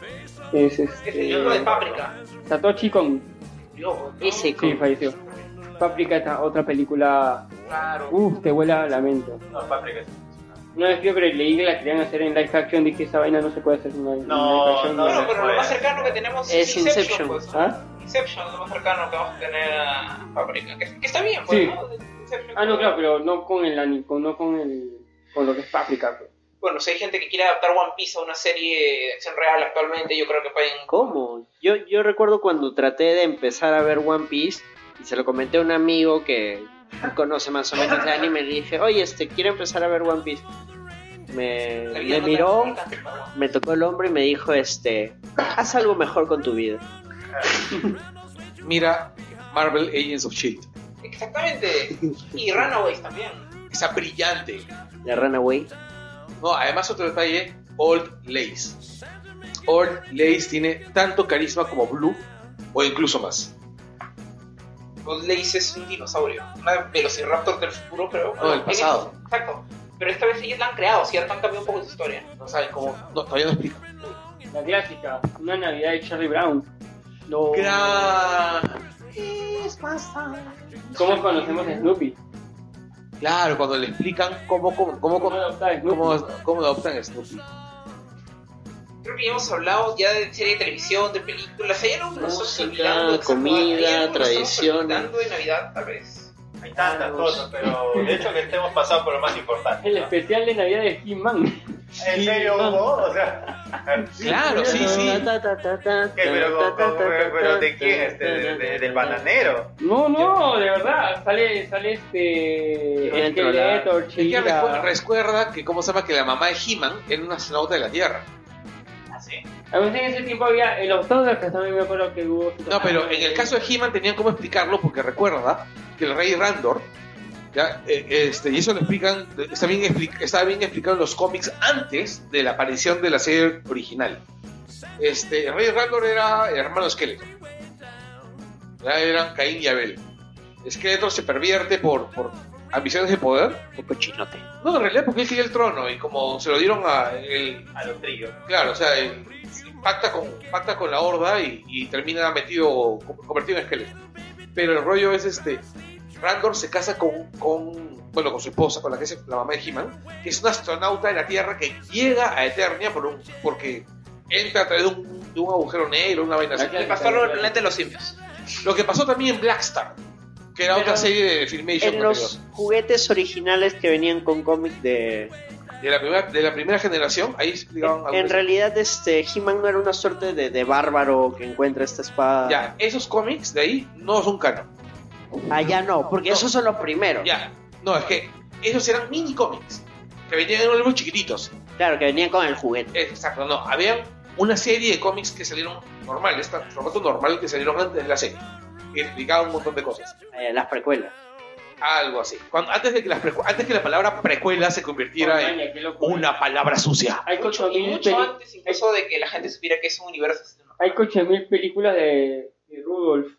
Es
Es el
este,
director de Paprika.
Satoshi Kon.
Loco, ¿no?
Ese
Sí, falleció. Paprika es otra película.
Claro.
Uf, te vuela la mente.
No, Paprika es-
Una vez yo cre- leí que la querían hacer en live action, dije esa vaina no se puede hacer en live en
No,
live action.
no,
Bueno,
se
pero
puede.
lo más cercano que tenemos
Es Inception.
pues, ¿no?
¿Ah?
Inception es lo más cercano que vamos a tener a Paprika. Que, que está bien, pues,
Sí.
¿no? Inception.
Ah, no, claro, pero no con el ani- con, no con el con lo que es Paprika. pues.
Bueno, si hay gente que quiere adaptar One Piece a una serie de acción real actualmente, yo creo que pueden...
¿Cómo? Yo, yo recuerdo cuando traté de empezar a ver One Piece y se lo comenté a un amigo que conoce más o menos de anime y le dije, oye, este, quiero empezar a ver One Piece. Me,
La vida
me
no te
miró,
alcanza, pero-
me tocó el hombro y me dijo, este, haz algo mejor con tu vida.
Mira Marvel Agents of Shield.
Exactamente. Y Runaways también.
Esa brillante.
La Runaway.
No, además otro detalle, Old Lace. Old Lace tiene tanto carisma como Blue o incluso más.
Old Lace es un dinosaurio, una velociraptor del futuro, pero...
No, del pasado.
Exacto. Pero esta vez ellos la han creado, ¿cierto? Han cambiado un poco su historia.
No saben cómo, no, todavía no explico.
La clásica, una Navidad de Charlie Brown. No.
Gran-
¿Cómo conocemos a Snoopy?
Claro, cuando le explican cómo, cómo, cómo,
¿Cómo
cómo,
adoptar el grupo?
cómo, cómo adoptan a Snoopy.
Creo que ya hemos hablado ya de serie de televisión, de películas. Hay algo que nos estamos
Música,
olvidando, que estamos-
comida,
hay algo que nos estamos
tradiciones.
olvidando de Navidad, tal vez.
Hay tantas cosas, pero de hecho que estemos pasando por lo más importante.
El
¿no?
especial de Navidad de He-Man.
¿En serio hubo? O sea,
Claro, sí, sí.
Eh,
¿qué, pero, con- con- pero ¿de quién? Este, de- de- ¿Del bananero?
No, no, de verdad. Sale, sale este.
Dentro la-
Skeletor,
Es que recu-
chica.
recuerda que, ¿cómo se llama? Que la mamá de He-Man era una astronauta de la Tierra.
Además, Ah, en ese tiempo había. En los Thundercats también me acuerdo que hubo.
No, pero en el caso de He-Man tenían cómo explicarlo, porque recuerda que el rey Randor, ¿ya? Eh, este, y eso lo explican, está bien, expli- está bien explicado en los cómics antes de la aparición de la serie original. Este, el rey Randor era el hermano Skeletor. Ya eran Caín y Abel. Skeletor se pervierte por, por ambiciones de poder.
Un cochinote.
No, en realidad porque él quería el trono y como se lo dieron a él,
A los trillos.
claro, o sea, él pacta con, pacta con la horda y, y termina metido, co- convertido en esqueleto. Pero el rollo es este, Randor se casa con, con bueno, con su esposa, con la que es la mamá de He-Man, que es una astronauta de la Tierra que llega a Eternia por un, porque entra a través de un, de un agujero negro, una vaina así.
Aquí hay
Le pasó algo en el planeta de los simios.
Lo que pasó también en Blackstar, que era
Pero
otra serie de Filmation
En
anterior.
los juguetes originales que venían con cómic de...
de la primera, de la primera generación, ahí explicaban
En
algunas-
realidad, este, He-Man no era una suerte de, de bárbaro que encuentra esta espada.
Ya, esos cómics de ahí no son canon.
Allá Ah, no, porque esos son los primeros.
Ya, no, es que esos eran mini cómics que venían en libros chiquititos. Eh,
Claro, que venían con el juguete.
Exacto, no, había una serie de cómics que salieron normal, este formato normal que salieron antes de la serie. Y explicaban un montón de cosas.
eh, las precuelas.
Algo así. Cuando, antes, de que las precu- antes que la palabra precuela se convirtiera en una palabra sucia.
Hay
Mucho,
8000
y mucho
peli-
antes incluso de que la gente supiera que es un universo.
hay 8000 películas de, de Rudolf.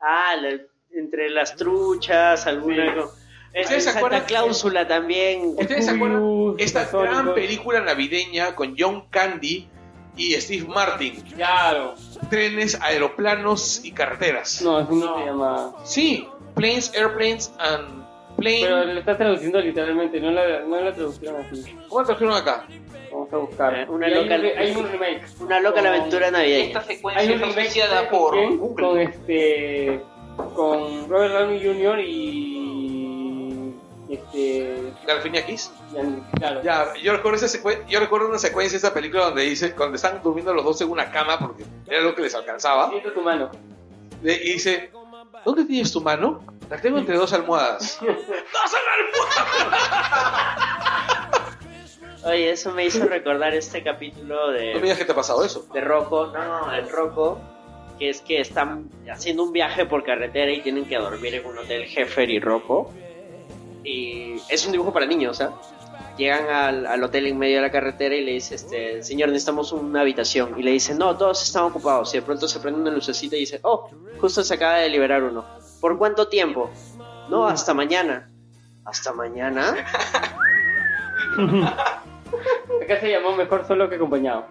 Ah, la- entre las truchas, alguna. co- Eh,
¿Ustedes se
Santa
acuerdan?
Cláusula también.
¿Ustedes se acuerdan?
Scooby-Doo,
Esta
Supersónico.
gran película navideña con John Candy y Steve Martin.
Claro.
Trenes, aeroplanos y carreteras.
No, así no, se llama.
Sí, planes, airplanes and
Pero
plane.
lo está traduciendo literalmente, no la, no la traducieron así.
¿Cómo trajeron acá?
Vamos a buscar.
Eh, una
Y hay,
loca-
un re- hay un remake.
Una loca la
Con-
aventura navideña.
Esta
Hay
secuencia
un
fue
remake
auspiciada
¿saben
por
con quién?
Google.
con este con Robert Downey Jr. y este
Garfiniakis.
y Andy- claro.
Ya, yo recuerdo, esa secue- yo recuerdo una secuencia de esa película donde dice, cuando están durmiendo los dos en una cama porque era lo que les alcanzaba.
Siento tu mano.
Le- y dice, ¿dónde tienes tu mano? La tengo entre dos almohadas.
Oye, eso me hizo recordar este capítulo
No me
de,
digas que te ha pasado eso.
de Rocco. No, el Rocco. Que es que están haciendo un viaje por carretera y tienen que dormir en un hotel Heffer y Rocco. Y es un dibujo para niños, ¿ah? Llegan al, al hotel en medio de la carretera y le dice, este, señor, necesitamos una habitación. Y le dice, no, todos están ocupados. Y de pronto se prende una lucecita y dice, oh, justo se acaba de liberar uno. ¿Por cuánto tiempo? No, hasta mañana. ¿Hasta mañana? <laughs>
Acá se llamó mejor solo que acompañado.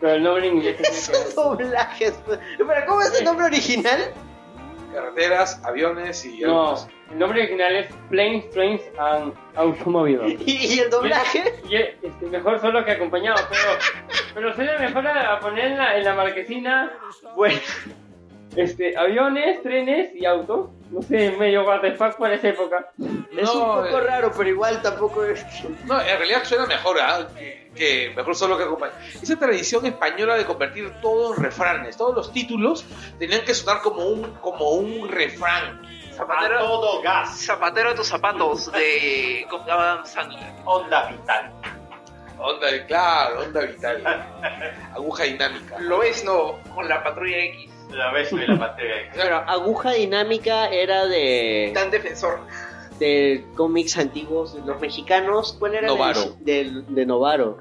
Pero el nombre en inglés
Es
tiene que-
un doblaje. ¿Pero cómo es el nombre original? <laughs>
Carreteras, aviones y...
No,
algo más.
el nombre original es Planes, Trains and Automobiles.
¿Y, y el doblaje?
Y es, este, mejor solo que acompañado, pero, pero sería mejor a, a poner en la, en la marquesina
Bueno,
este, aviones, trenes y autos. No sé, medio what the fuck para esa época.
es un
No,
poco
eh,
raro, pero igual tampoco es.
No, en realidad suena mejor, ¿ah? que, que mejor solo que acompañar. Esa tradición española de convertir todo en refranes, todos los títulos tenían que sonar como un, como un refrán.
A
Zapatero,
todo gas.
zapatero a tus zapatos de con Adam Sandler.
Onda vital.
Onda, de- claro, onda vital. Aguja dinámica.
Lo ves, no, con la patrulla X.
La bestia y la materia.
Claro, aguja dinámica era de,
Tan defensor.
de cómics antiguos de los mexicanos. ¿Cuál era?
Novaro.
De, de, de Novaro.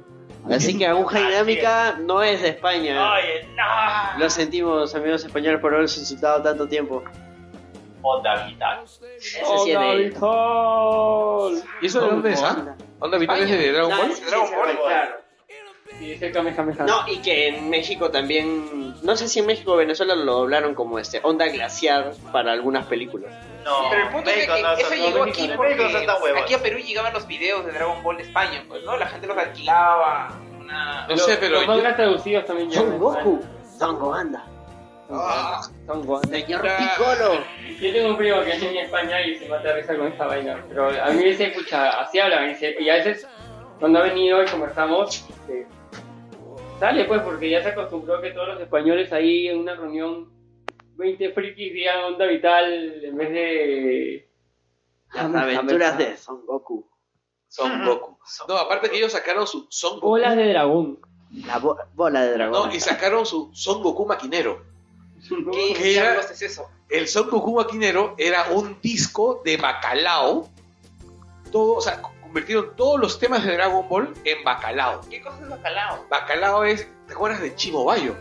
Así que aguja dinámica no es de España.
Oye, no.
Lo sentimos, amigos españoles, por haberse insultado tanto tiempo.
Onda vital.
Ese
Oh,
sí es de-
Capitol!
¿Y eso de dónde es? ah? Onda vital es de Dragon
No,
Ball.
ese sí es de Dragon Ball, claro.
Y dice Kame Kame Kame.
No, y que en México también, no sé si en México o Venezuela lo doblaron como este, onda glaciar para algunas películas.
No,
Pero el punto es de
México
que
no
eso
son-
llegó aquí
México
porque
no son tan huevones.
aquí a Perú llegaban los videos de Dragon Ball de España, pues, ¿no? La gente los alquilaba. Una...
No sé, pero
Los mangas traducidos también ya.
Son Goku, Son Goanda,
Ah,
Son Goanda, señor
Ah.
Piccolo.
Yo tengo un primo que es en España y se mata de risa con esta vaina. Pero a mí me dice, escucha, así hablan. Y, dice- y a veces, cuando ha venido y conversamos, este, sale pues, porque ya se acostumbró que todos los españoles ahí en una reunión, 20 frikis digan onda vital en vez de.
Las aventuras de Son Goku.
Son Goku.
No, aparte que ellos sacaron su Son Goku.
Bolas de dragón.
La bo- bola de dragón.
No, y sacaron su Son Goku maquinero.
¿Qué
¿Qué era?
diablos es eso?
El Son Goku maquinero era un disco de bacalao. Todo, o sea, convirtieron todos los temas de Dragon Ball en bacalao.
¿Qué cosa es bacalao?
Bacalao es, ¿te acuerdas de Chivo Bayo?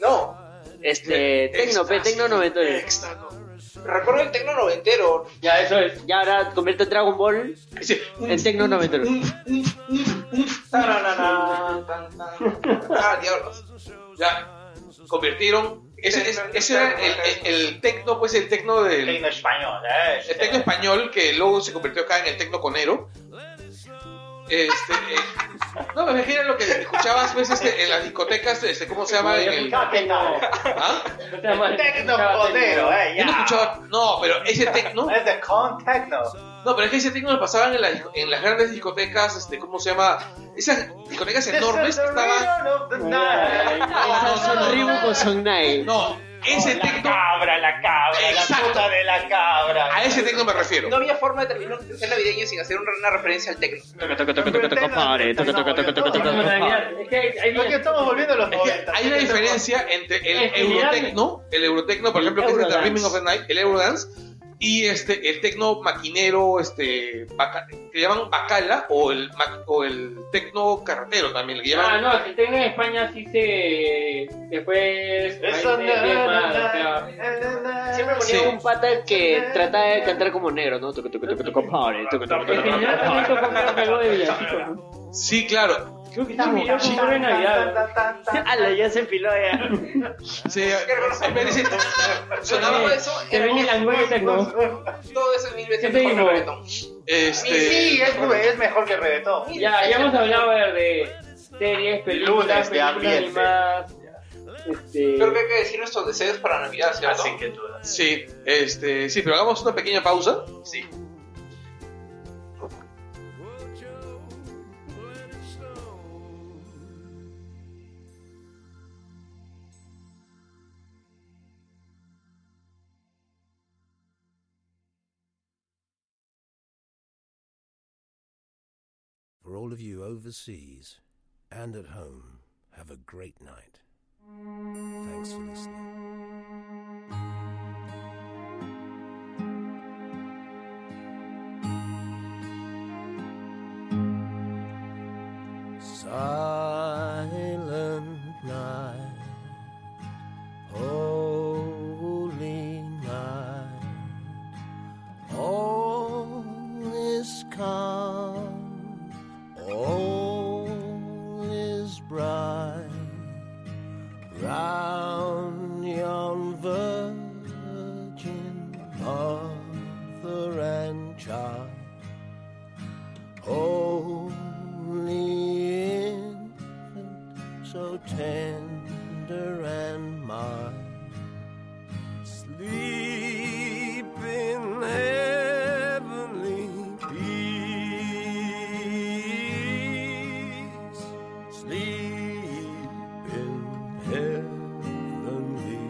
No.
Este, Tecno, P,
Extras.
Tecno 92.
Extra, no.
Recuerdo el tecno noventero.
Ya, eso es.
Y ahora convierte Dragon Ball
Ese,
en Tecno 92.
Tararara, tan, tan. Ah, diablos.
ya, convirtieron. Ese, ese- ese era el, el, el tecno, pues el tecno del.
Tecno español, eh.
El tecno español que luego se convirtió acá en el tecno conero. Este, eh, no, me imagino lo que escuchabas pues, este, en las discotecas, este, ¿cómo se llama? En el-
No, tecno-
¿ah?
No te llamas-
Tecno
escuchaba
podero,
Tecno.
eh,
Yo no
ya.
escuchaba. No, pero ese tecno.
Es de con tecno.
No, pero es que ese tecno lo pasaban en, las- en las grandes discotecas, este, ¿cómo se llama? Esas discotecas enormes que estaban.
Ah, Son Ribu con Son Nai.
No, ese
la
tecno.
cabra, la cabra,
Exacto.
la puta de la cabra.
A ese tecno me refiero.
No había forma de terminar un ser navideño sin hacer una referencia al tecno.
Como Navidad. Es que hay- hay-
Porque estamos volviendo a los
Es que
90.
hay una diferencia entre el
En general,
Eurotecno, el Eurotecno, por ejemplo, que es el de
Eurodance.
Rhythm of the Night, el Eurodance, y este, el tecno maquinero, este, baca- que llaman bacala, o el, ma- o el tecno carretero también, le que
Ah,
llaman.
no, el tecno en España sí se, se fue
Eso
ahí se- bien mal, o sea,
Siempre ponía
Sí.
un pata que trataba de cantar como negro, ¿no? Tucu, tucu, tucu, tucu, compadre, tucu, tucu, tucu,
En general también
compadre.
tocó como algo de villancico, ¿no?
Sí, claro.
Creo que está un video como de Navidad.
Ala, ya se enfiló ya.
Sí, me dice-
Todo
sonaba,
eso
Se
era
venía el angüe de tecno.
todo eso es mil veces
¿Qué te
mejor que el
digo?
reggaetón.
Y sí,
este,
es, es mejor que el reggaetón.
Ya, ya hemos hablado a ver, de series, películas,
Lunes de
películas
ambiente.
animadas. Este,
Creo que hay que decir nuestros deseos para Navidad, ¿cierto?
Así que duda.
sí, este, sí, pero hagamos una pequeña pausa.
Sí.
For all of you overseas and at home, have a great night. Thanks for listening. Silent night, holy night, all is calm, all is bright, round yon virgin mother and child. Holy infant, so tender and mild. Sleep in heavenly peace. Sleep in heavenly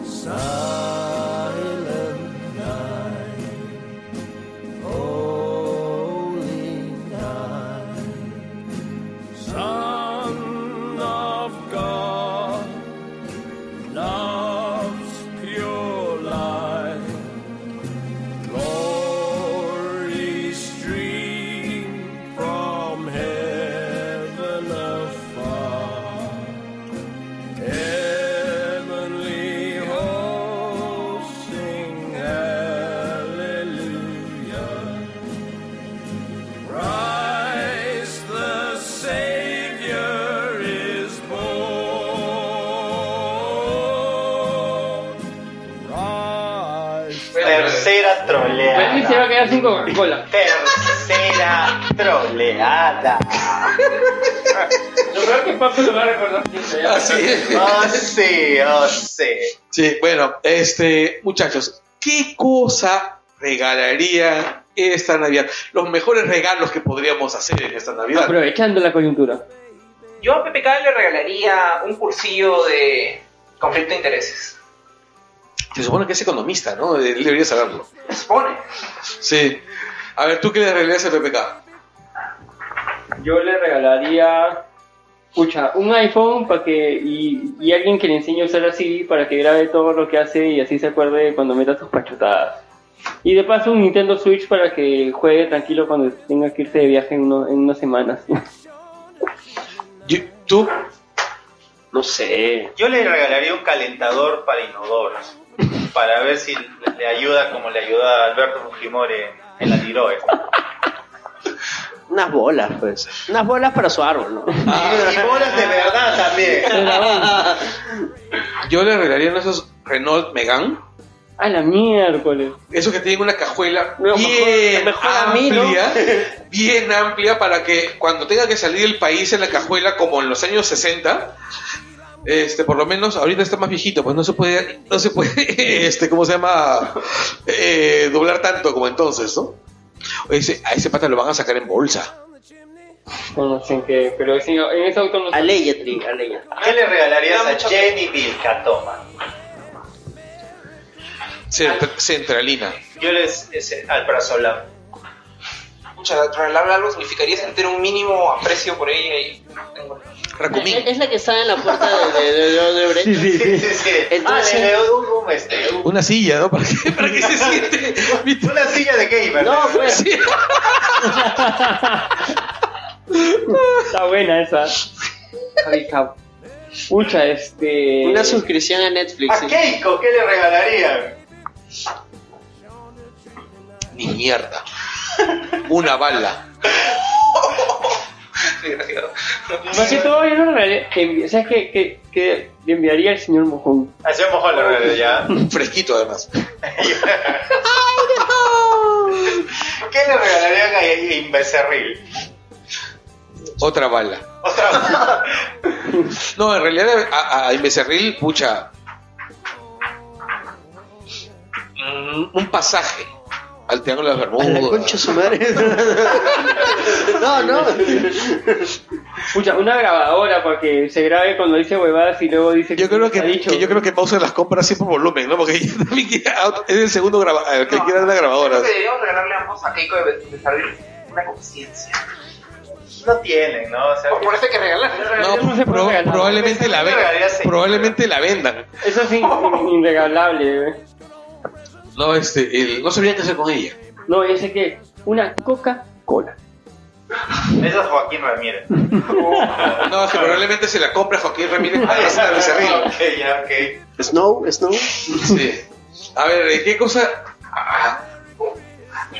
peace. Silent night, holy night. Son of God.
Tercera
Benny se va a
troleada.
quedar sin Coca-Cola.
Tercera troleada.
Lo peor que Paco lo va a recordar siempre. ya. Ah,
Así es.
Oh, sí, oh, sí.
Sí, bueno, este, muchachos, ¿qué cosa regalaría esta Navidad? Los mejores regalos que podríamos hacer en esta Navidad.
Aprovechando la coyuntura.
Yo a PPK le regalaría un cursillo de conflicto de intereses.
Se supone que es economista, ¿no? Eh, Él debería saberlo.
Se supone.
Sí. A ver, ¿tú qué le regalarías a PPK?
Yo le regalaría. Pucha, un iPhone para que y, y alguien que le enseñe a usar así para que grabe todo lo que hace y así se acuerde cuando meta sus pachotadas. Y de paso un Nintendo Switch para que juegue tranquilo cuando tenga que irse de viaje en, uno- en unas semanas. <laughs>
Yo- ¿Tú?
No sé.
Yo le regalaría un calentador para inodoros. Para ver si le ayuda como le ayuda a Alberto Fujimori en la tiroe.
Unas bolas, pues. Unas bolas para su
<laughs>
árbol, ¿no?
Y
<laughs>
bolas de verdad también. <laughs>
Yo le regalaría uno de esos Renault Megan.
¡A la miércoles!
Esos que tienen una cajuela
Lo mejor-
bien
lo mejor a mí, ¿no?
amplia, bien amplia para que cuando tenga que salir del país en la cajuela como en los años 60, este, por lo menos ahorita está más viejito, pues no se puede, no se puede, <laughs> este, ¿cómo se llama? Eh, doblar tanto como entonces, ¿no? Ese- a ese pata lo van a sacar en bolsa.
No, no sé en qué, pero sí, en ese auto no
Allegedly, allegedly.
¿Qué le regalarías a Jenny Vilcatoma?
Centra- centralina.
Yo les. ah, Ese, al Prazolab.
Mucha, regalarle algo significaría sentir un mínimo aprecio por ella y no tengo nada.
Racumín.
Es la que está en la puerta de, de, de, de Brecht.
Sí, sí, sí.
Entonces-
Ah, le doy un, un, este, un-
Una silla, ¿no? <laughs> ¿Para que, para que se siente.
una silla de gamer.
No, pues.
Sí.
Está buena esa. Ay, cab- Pucha, este.
Una suscripción a Netflix.
¿A Keiko qué le regalarían?
Ni mierda. Una bala.
Desgraciado.
Más que todo, yo no regalé- que- ¿Sabes qué? Que, que le enviaría al señor Mojón.
Hacía mojón le regalaría.
Fresquito, además.
<laughs> ¿Qué le regalarían a Imbecerril?
Otra bala.
Otra
<laughs> No, en realidad a, a Becerril, pucha. mm, Un pasaje al Triángulo de las
A la
Bermudas.
concha de
<laughs>
su madre. <laughs> No, no.
Pucha, una grabadora para que se grabe cuando dice huevadas y luego dice
Yo creo que,
ha dicho.
que yo creo que pausa las compras siempre por volumen, ¿no? Porque <laughs> ella también quiere- es el segundo graba, el que
No,
quiere la grabadora.
Creo que deberíamos regalarle ambos a Keiko de de salir una conciencia.
vez. No tienen, ¿no? O sea,
Por, por eso hay que regalar.
No,
no se puede
pro-
regalar.
probablemente la
Becerril
vendan.
regalaría seis.
Probablemente la vendan.
Eso es in- in- inregalable. eh.
No, este, el- no sabrían qué hacer con ella.
No, yo sé que. Una Coca-Cola.
Eso es Joaquín Ramírez.
No, es que probablemente se la compra Joaquín Ramírez a la Becerril.
<laughs> Ok, ya, ok.
Snow, Snow.
Sí. A ver, ¿eh, ¿qué cosa? A,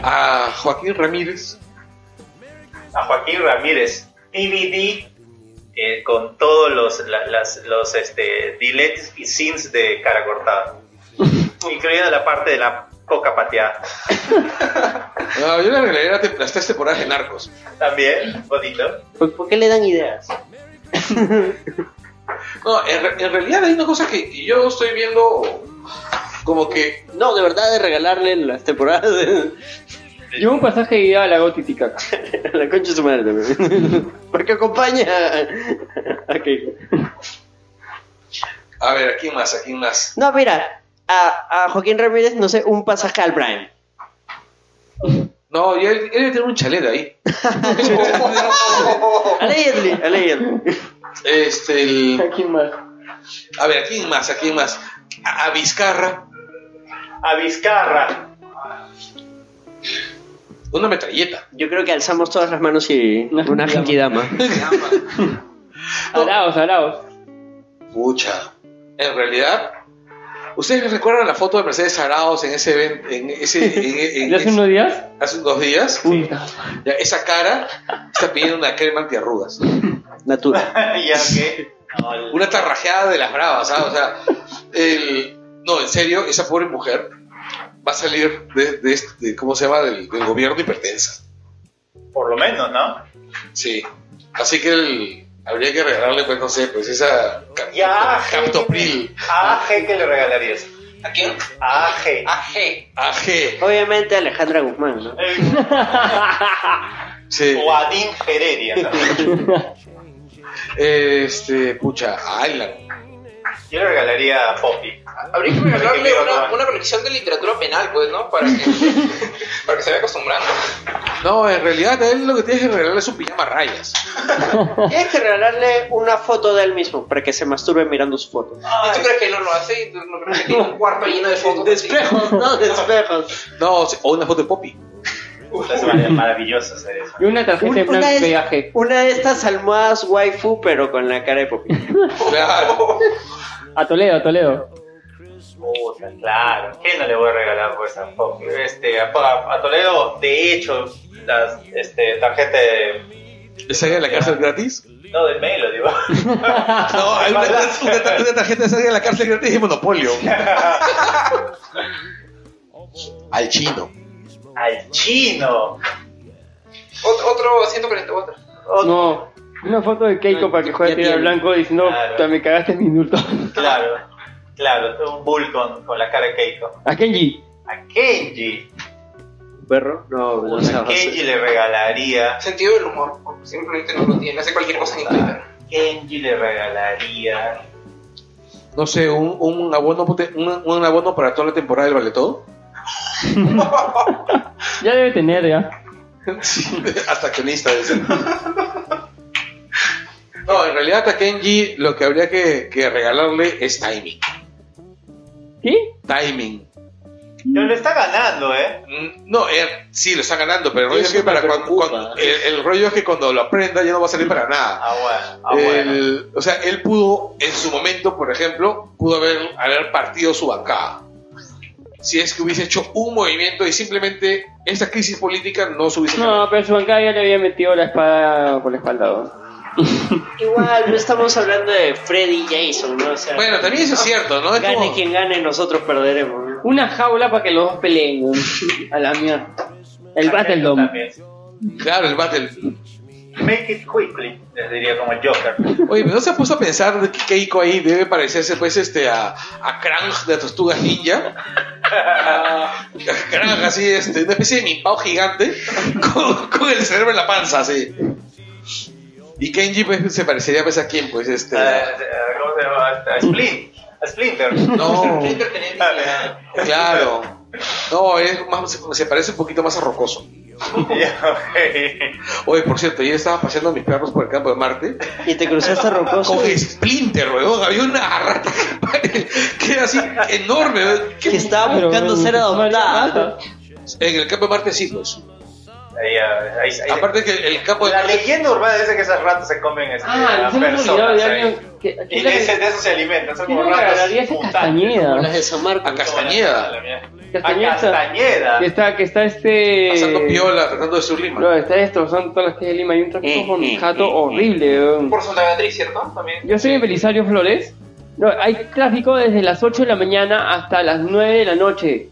a Joaquín Ramírez.
a Joaquín Ramírez DVD eh, con todos los, la- las, los este, deletes y scenes de cara cortada, incluida la parte de la coca pateada.
No, yo le regalaría la tem- las tres temporadas de Narcos.
También, bonito.
¿Por, por qué le dan ideas?
No, en, re- en realidad hay una cosa que que yo estoy viendo como que...
No, de verdad, de regalarle las temporadas de <laughs>
Yo un pasaje de ida a la Gotiticaca.
a la concha de su madre también. <laughs> Porque acompaña a- a Keiko.
A ver, ¿a quién más? ¿A quién más?
No, mira, a, a Joaquín Ramírez, no sé, un pasaje al Brian.
No, y él, él debe tener un chalet ahí.
Allegedly, allegedly.
este, el-
¿A quién más?
a ver, ¿a quién más? ¿A quién más? A, a Vizcarra,
A Vizcarra. <laughs>
una
<laughs>
metralleta.
Yo creo que alzamos todas las manos y
Una
una
genkidama.
genkidama.
Araos, Araos.
Pucha. En realidad, ¿ustedes recuerdan la foto de Mercedes Araos en ese evento? En ese, en-
<laughs>
en-
¿De hace unos días?
hace unos días.
Puta.
Ya, esa cara está pidiendo una crema antiarrugas.
Natura.
ya, ok. No, el-
Una ¿ah? tarrajeada de las bravas, ¿sabes? O sea, el- no, en serio, esa pobre mujer va a salir de, de este, de- ¿cómo se llama? Del, del gobierno y pertenza.
Por lo menos, ¿no?
Sí. Así que el- habría que regalarle, pues no sé, pues esa cap-
Ya,
captopril
A AG que le regalarías.
¿A quién?
A AG.
A G.
AG.
Obviamente Alejandra Guzmán, ¿no?
Eh,
Sí.
O a Dean Heredia. ¿no?
Este, pucha, a Aylan.
Yo le regalaría a Poppy.
Habría que <laughs> regalarle una, una colección de literatura penal, pues, ¿no? Para <laughs> que, para que se vaya acostumbrando.
No, en realidad a él lo que tienes que regalarle es un pijama a rayas.
Tienes que regalarle una foto de él mismo para que se masturbe mirando su foto.
¿Y tú crees que no lo hace? ¿Tú no crees que tiene un cuarto lleno de fotos? así?
Espejos, no espejos.
No, o una foto de Poppy.
Puta, sería maravilloso hacer eso.
Y una tarjeta en blanco
Un- una,
de
de,
viaje.
una de estas almohadas waifu, pero con la cara de Poppy.
<laughs>
Claro.
A Toledo, a Toledo.
Puta, claro. ¿Qué no le voy a regalar pues a Poppy? Este, a, a- a Toledo, de hecho, las este, tarjeta de.
¿Le salía de la cárcel gratis?
No, de Melo, digo.
<laughs> No, <laughs> hay una, una tar- una tarjeta de salida de la cárcel gratis y monopolio. Al chino.
Al chino.
Otro, otro 140 votos.
No. Una foto de Keiko para que juegue a
Ya
tirar
tiene.
blanco diciendo,
Claro.
"Puta, me cagaste en minuto.
Claro, claro, un bull con, con la cara de Keiko.
A Kenji.
A Kenji.
¿Perro? No, no
A Kenji le regalaría.
Sentido del humor, porque simplemente no lo tiene. Hace cualquier cosa en Twitter.
Kenji le regalaría.
No sé, un, un abono pote- un, un abono para toda la temporada del Vale Todo.
Ya debe tener, ya.
<laughs> Hasta accionista de ese. No, en realidad a Kenji lo que habría que, que regalarle es timing.
¿Sí?
Timing.
Pero lo está ganando, ¿eh?
Mm, No, eh, sí, lo están ganando, pero el rollo,
Eso
es que,
me
para cuando,
preocupa.
cuando- el, el rollo es que cuando lo aprenda ya no va a servir para nada.
Ah, bueno, ah, bueno.
El- o sea, él pudo, en su momento, por ejemplo, pudo haber, haber partido su bancada. Si es que hubiese hecho un movimiento y simplemente esta crisis política no se hubiese
No, pero su bancada ya le había metido la espada por la espalda. ¿no?
Igual, no estamos hablando de Freddy Jason, ¿no? O sea,
Bueno, también eso es cierto, ¿no? Es
gane
como-
quien gane, nosotros perderemos. ¿no?
Una jaula para que los dos peleen. ¿no? A la mierda. El Battle Dome.
También.
Claro, el battle.
Make it quickly, les diría como Joker.
Oye, pero ¿no se ha puesto a pensar de que Keiko ahí debe parecerse pues este a, a Krang de Tortugas Ninja? <laughs> A, a Krang así, este, una especie de mimpao gigante con, con el cerebro en la panza, así. Y Kenji pues se parecería pues a quién, pues este...
Ah, ah, ¿Cómo se llama? A Splint. A Splinter. <laughs>
No, <laughs>
Twitter tenía dignidad.
claro. No, es más, se, se parece un poquito más a Rocoso.
Ya, ok.
Oye, por cierto, yo estaba paseando a mis perros por el campo de Marte
Y te cruzaste rocoso.
con Splinter, weón. Había una rata que, que era así enorme, weón.
Que estaba buscando ser adoptada.
En el campo de Marte sí, pues.
Ahí, ah, ahí- ahí-
Aparte pues, que el campo de
la
Marte...
leyenda urbana dice que esas ratas se comen este,
Ah,
a
se me había olvidado
personas.
de
ahí.
alguien. que-
Y
¿Quién
de, ese-
le
de eso se alimentan, son
quién
como
le
ratas.
regalaría esa
mutantes.
Como
castañeda?
Las de San Marcos.
A Castañeda.
A Castañeda.
Que está, que está este.
Pasando piola, tratando de su
No,
lima.
está destrozando todas las que de Lima. Hay un trabajo con un jato horrible. weón.
Por Santa Beatriz, ¿cierto? También.
Yo soy de Belisario Flores. No, hay tráfico desde las 8 de la mañana hasta las 9 de la noche.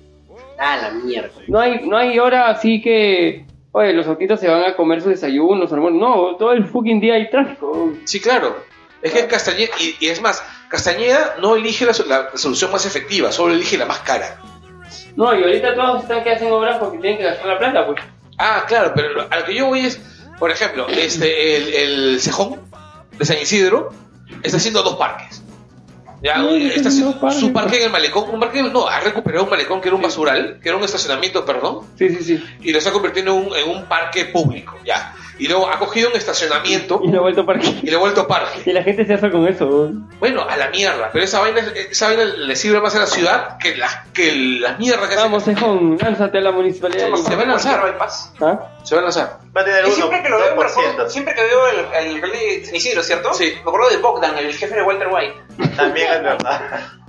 Ah, la mierda.
No hay, no hay hora así que. Oye, los autitos se van a comer sus desayunos, almuerzos. No, todo el fucking día hay tráfico.
Sí, claro. Es que Castañeda, y, y es más, Castañeda no elige la, so- la solución más efectiva, solo elige la más cara.
No, y ahorita todos están que hacen obras porque tienen que gastar la plata, pues.
Ah, claro, pero lo- a lo que yo voy es, por ejemplo, este, el, el cejón de San Isidro está haciendo dos parques. Ah, Ya,
Sí,
está
dos
haciendo
parques.
su parque en el malecón, un parque, no, ha recuperado un malecón que era un basural, que era un estacionamiento, perdón,
Sí, sí, sí.
y lo está convirtiendo en un, en un parque público, ya. Y luego ha cogido un estacionamiento
Y lo he vuelto parque.
y lo ha vuelto parque.
Y la gente se hace con eso. weón.
Bueno, a la mierda, pero esa vaina, esa vaina le sirve más a la ciudad que las que las mierdas que
Vamos,
hacen.
Sejón, lánzate a la municipalidad. de Lima.
eh, Se va a lanzar,
¿Ah?
se va a lanzar.
Va a tener
Y
uno,
siempre que lo veo, me acuerdo-
2%.
siempre que veo al al alcalde de San Isidro, ¿cierto?
Sí.
Me acuerdo de Bogdan, el jefe de Walter White.
También es verdad.
<laughs>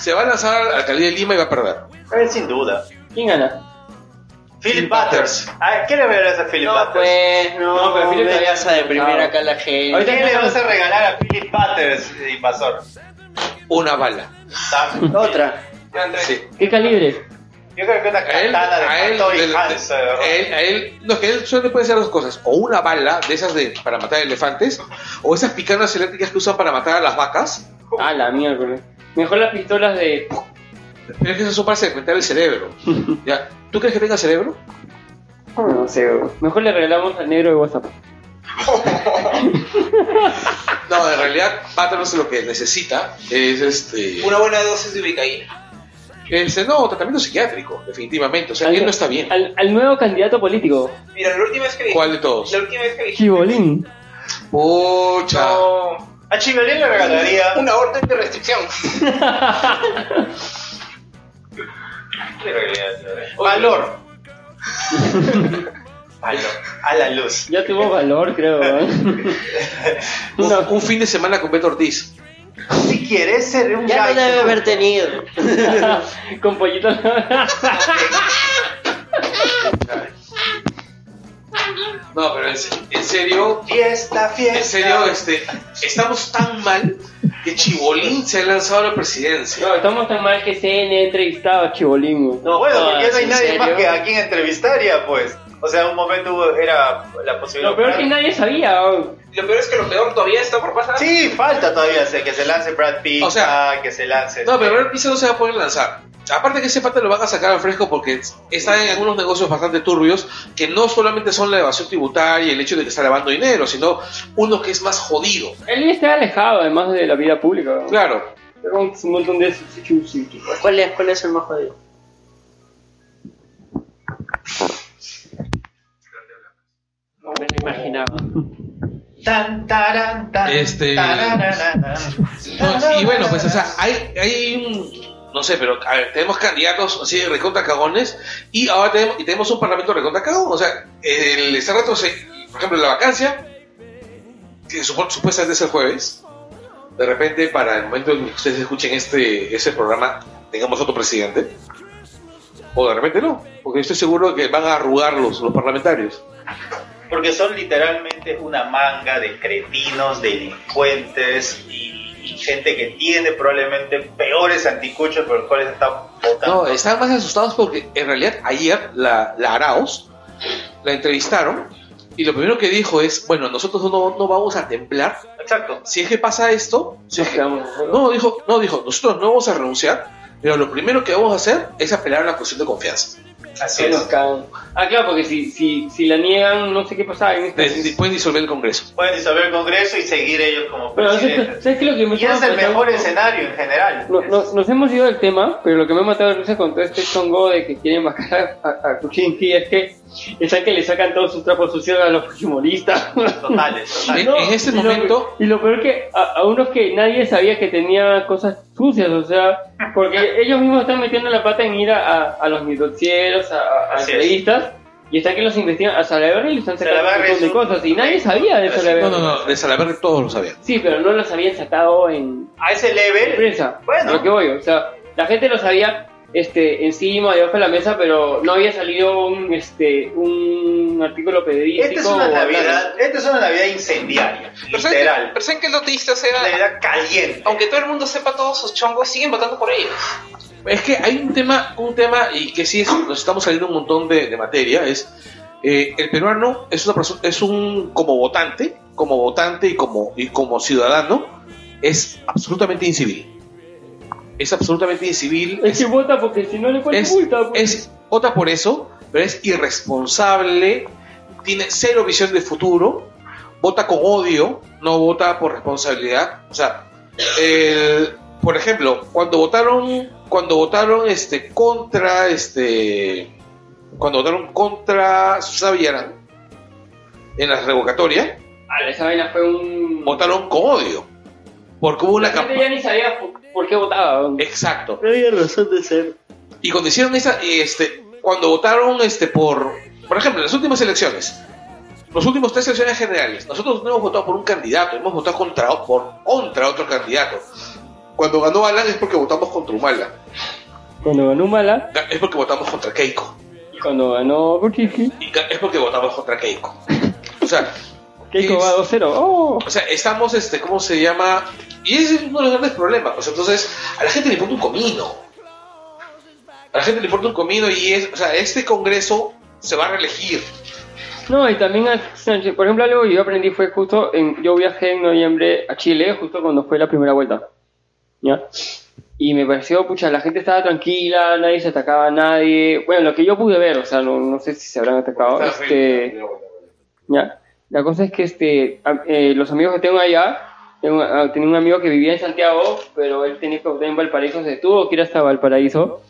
Se va a lanzar a la alcaldía de Lima y va a perder.
A ver, sin duda.
¿Quién gana?
Philip Butters. Ah, ¿Qué le regalas a Philip
No,
Butters?
pues, no,
No, pero Felipe
me
todavía
vas a deprimir
no.
acá a la gente.
Ahorita
¿Qué le vas a regalar a Philip Butters, invasor?
Una bala.
Tam-
Otra.
Sí.
¿Qué calibre?
Yo creo que una
A él,
katana
a
de eh,
él,
Hattori
del-
Hanzo, de verdad.
a él- a él- no, es que él solo puede hacer dos cosas, o una bala de esas de para matar elefantes, o esas picanas eléctricas que usan para matar a las vacas,
Ah, la mierda. Mejor las pistolas de.
pero es que esas son para segmentar el <laughs> cerebro. ¿Ya? ¿Tú crees que tenga cerebro?
No sé, Mejor le regalamos al negro de WhatsApp.
No, en realidad Patterson lo que necesita es este
Una buena dosis de ubicaína.
Este, no, tratamiento psiquiátrico, definitivamente. O sea,
Al-
él no está bien.
Al, al nuevo candidato político,
Mira, la última vez que vi.
¿Cuál de todos?
La última vez que vi.
Chibolín.
Pucha.
No,
A Chibolín le regalaría.
una orden de restricción.
le
<laughs>
regalaría- Valor. Valor. A la luz.
Ya tuvo valor, creo. ¿eh?
Un, un fin de semana con Beto Ortiz.
Si quieres ser un
Ya no
gaito,
debe haber tenido.
<laughs> Con pollito.
<laughs>
No, pero en, en serio,
Fiesta, fiesta.
en serio, este, estamos tan mal que Chibolín se ha lanzado a la presidencia.
No, estamos tan mal que CN ha entrevistado a Chibolín. güey. Ah,
No,
Bueno,
jodas,
porque ya no hay
¿en
nadie
serio?
más que a quien entrevistaría, pues. O sea, un momento hubo- era la posibilidad.
Lo peor es que nadie sabía. güey.
Lo peor es que lo peor todavía está por pasar.
Sí, falta todavía o sea, que se lance Brad Pitt,
O sea-
que se lance.
No, pero ahora Pisa no se va a poder lanzar. Aparte que ese pata lo van a sacar al fresco porque está en algunos negocios bastante turbios que no solamente son la evasión tributaria y el hecho de que está lavando dinero, sino uno que es más jodido.
Él está alejado además de la vida pública. güey.
Claro.
Pero Un montón de chuchitos.
¿Cuál es, ¿Cuál es el más jodido?
No me lo imaginaba.
Tan, taran, tan,
Este-
tarararara.
No, y bueno, pues, o sea, hay, hay un. No sé, pero a ver, tenemos candidatos así de recontra cagones y ahora tenemos, y tenemos un parlamento recontra cagón. O sea, el, este rato, se, por ejemplo, la vacancia, que supo- supuestamente es el jueves, de repente, para el momento en que ustedes escuchen este, este programa, tengamos otro presidente. O de repente no, porque estoy seguro que van a arrugar los, los parlamentarios.
Porque son literalmente una manga de cretinos, delincuentes y, y gente que tiene probablemente peores anticuchos por los cuales están votando.
No, están más asustados porque en realidad ayer la, la Araos la entrevistaron y lo primero que dijo es, bueno, nosotros no, no vamos a temblar.
Exacto.
Si es que pasa esto, si es
Nos
que-
quedamos.
no, dijo, no, dijo, nosotros no vamos a renunciar, pero lo primero que vamos a hacer es apelar a la cuestión de confianza.
Así
Sí, nos
es.
cagan. Ah, claro, porque si, si, si la niegan, no sé qué pasaba en este.
De- de- pueden disolver el Congreso.
Pueden disolver el Congreso y seguir ellos como
Pero ¿sabes,
presidentes.
¿sabes qué es lo que me
Y es
estaba
el mejor
pensando?
escenario en general.
No, no- nos hemos ido del tema, pero lo que me ha matado de risa con todo este chongo de que quieren bajar a, a, a Kuczynski es que están que le sacan todos sus trapos sucios a los fujimoristas.
Totales, totales.
<laughs> En, en este
<laughs> Y lo-
momento,
y lo peor que a, a unos que nadie sabía que tenía cosas sucias, o sea, porque ellos mismos están metiendo la pata en ir a, a, a los noticieros, a, a- a
Así es.
entrevistas, y están que los investigan a Salaverry y le están sacando un
Salaverry
montón de
es un-
cosas, y nadie sabía de
Así-
Salaverry.
no, no, no, de Salaverry todos lo sabían.
Sí, pero no los habían sacado en
A ese level,
prensa.
Eh, Bueno.
A lo que voy, o sea, la gente lo sabía este, encima, debajo de la mesa, pero no había salido un, este, un artículo periodístico.
esta es una
o algo.
Navidad, esta es una Navidad incendiaria,
Pero ¿saben qué-
literal.
Pero ¿saben que es lo triste? O
Una
sea,
Navidad caliente.
aunque todo el mundo sepa todos sus chongos, siguen votando por ellos.
Es que hay un tema, un tema y que sí es- nos estamos saliendo un montón de, de materia, es eh, el peruano es una persona, es un como votante, como votante y como y como ciudadano es absolutamente incivil. Es absolutamente incivil,
Es que vota porque si no le ponen
Es-
multa. pues.
es vota por eso, pero es irresponsable, tiene cero visión de futuro, vota con odio, no vota por responsabilidad. O sea, el- por ejemplo, cuando votaron, cuando votaron este contra este cuando votaron contra Susana Villarán en la revocatoria,
Ah, esa vaina fue un...
votaron con odio. Porque hubo una
la gente
campaña.
ya ni sabía por, por qué votaba.
Eh.
¿no?
Exacto.
No había razón de ser.
Y cuando hicieron esa, este, cuando votaron este por, por ejemplo, en las últimas elecciones, los últimos tres elecciones generales, nosotros no hemos votado por un candidato, hemos votado contra, por, contra otro candidato. Cuando ganó Alan es porque votamos contra Humala,
Cuando ganó Mala
ga- es porque votamos contra Keiko,
y cuando ganó Kuczynski,
y ga- es porque votamos contra Keiko. O sea,
<laughs> Keiko
Es-
va 2-0. ¡Oh!
o sea, estamos, este, ¿cómo se llama? Y ese es uno de los grandes problemas, pues entonces a la gente le importa un comino.
A la gente le importa un comido y es, o sea, este congreso se va a reelegir.
No, y también, a- por ejemplo, algo que yo aprendí fue justo, en, yo viajé en noviembre a Chile, justo cuando fue la primera vuelta. ¿Ya? Y me pareció, pucha, la gente estaba tranquila, nadie se atacaba a nadie. Bueno, lo que yo pude ver, o sea, no, no sé si se habrán atacado.
Está horrible,
Este, ¿ya? La cosa es que este, a- eh, los amigos que tengo allá, tengo, ah, tenía un amigo que vivía en Santiago, pero él tenía que estar en Valparaíso, se detuvo que ir hasta Valparaíso.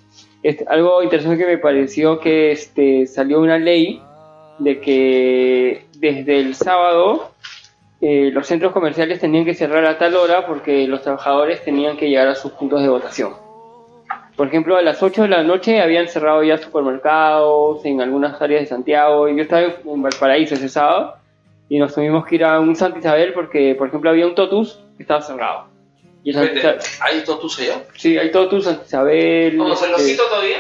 Este, algo interesante que me pareció que este, salió una ley de que desde el sábado eh, los centros comerciales tenían que cerrar a tal hora porque los trabajadores tenían que llegar a sus puntos de votación. Por ejemplo, a las 8 de la noche habían cerrado ya supermercados en algunas áreas de Santiago. y Yo estaba en Valparaíso ese sábado y nos tuvimos que ir a un Santa Isabel porque, por ejemplo, había un Totus que estaba cerrado. Y el Santa
Vete,
Isabel-
Ahí todo tú se llama.
sí, hay Totus, Santa Isabel.
¿Como
este,
el osito todavía?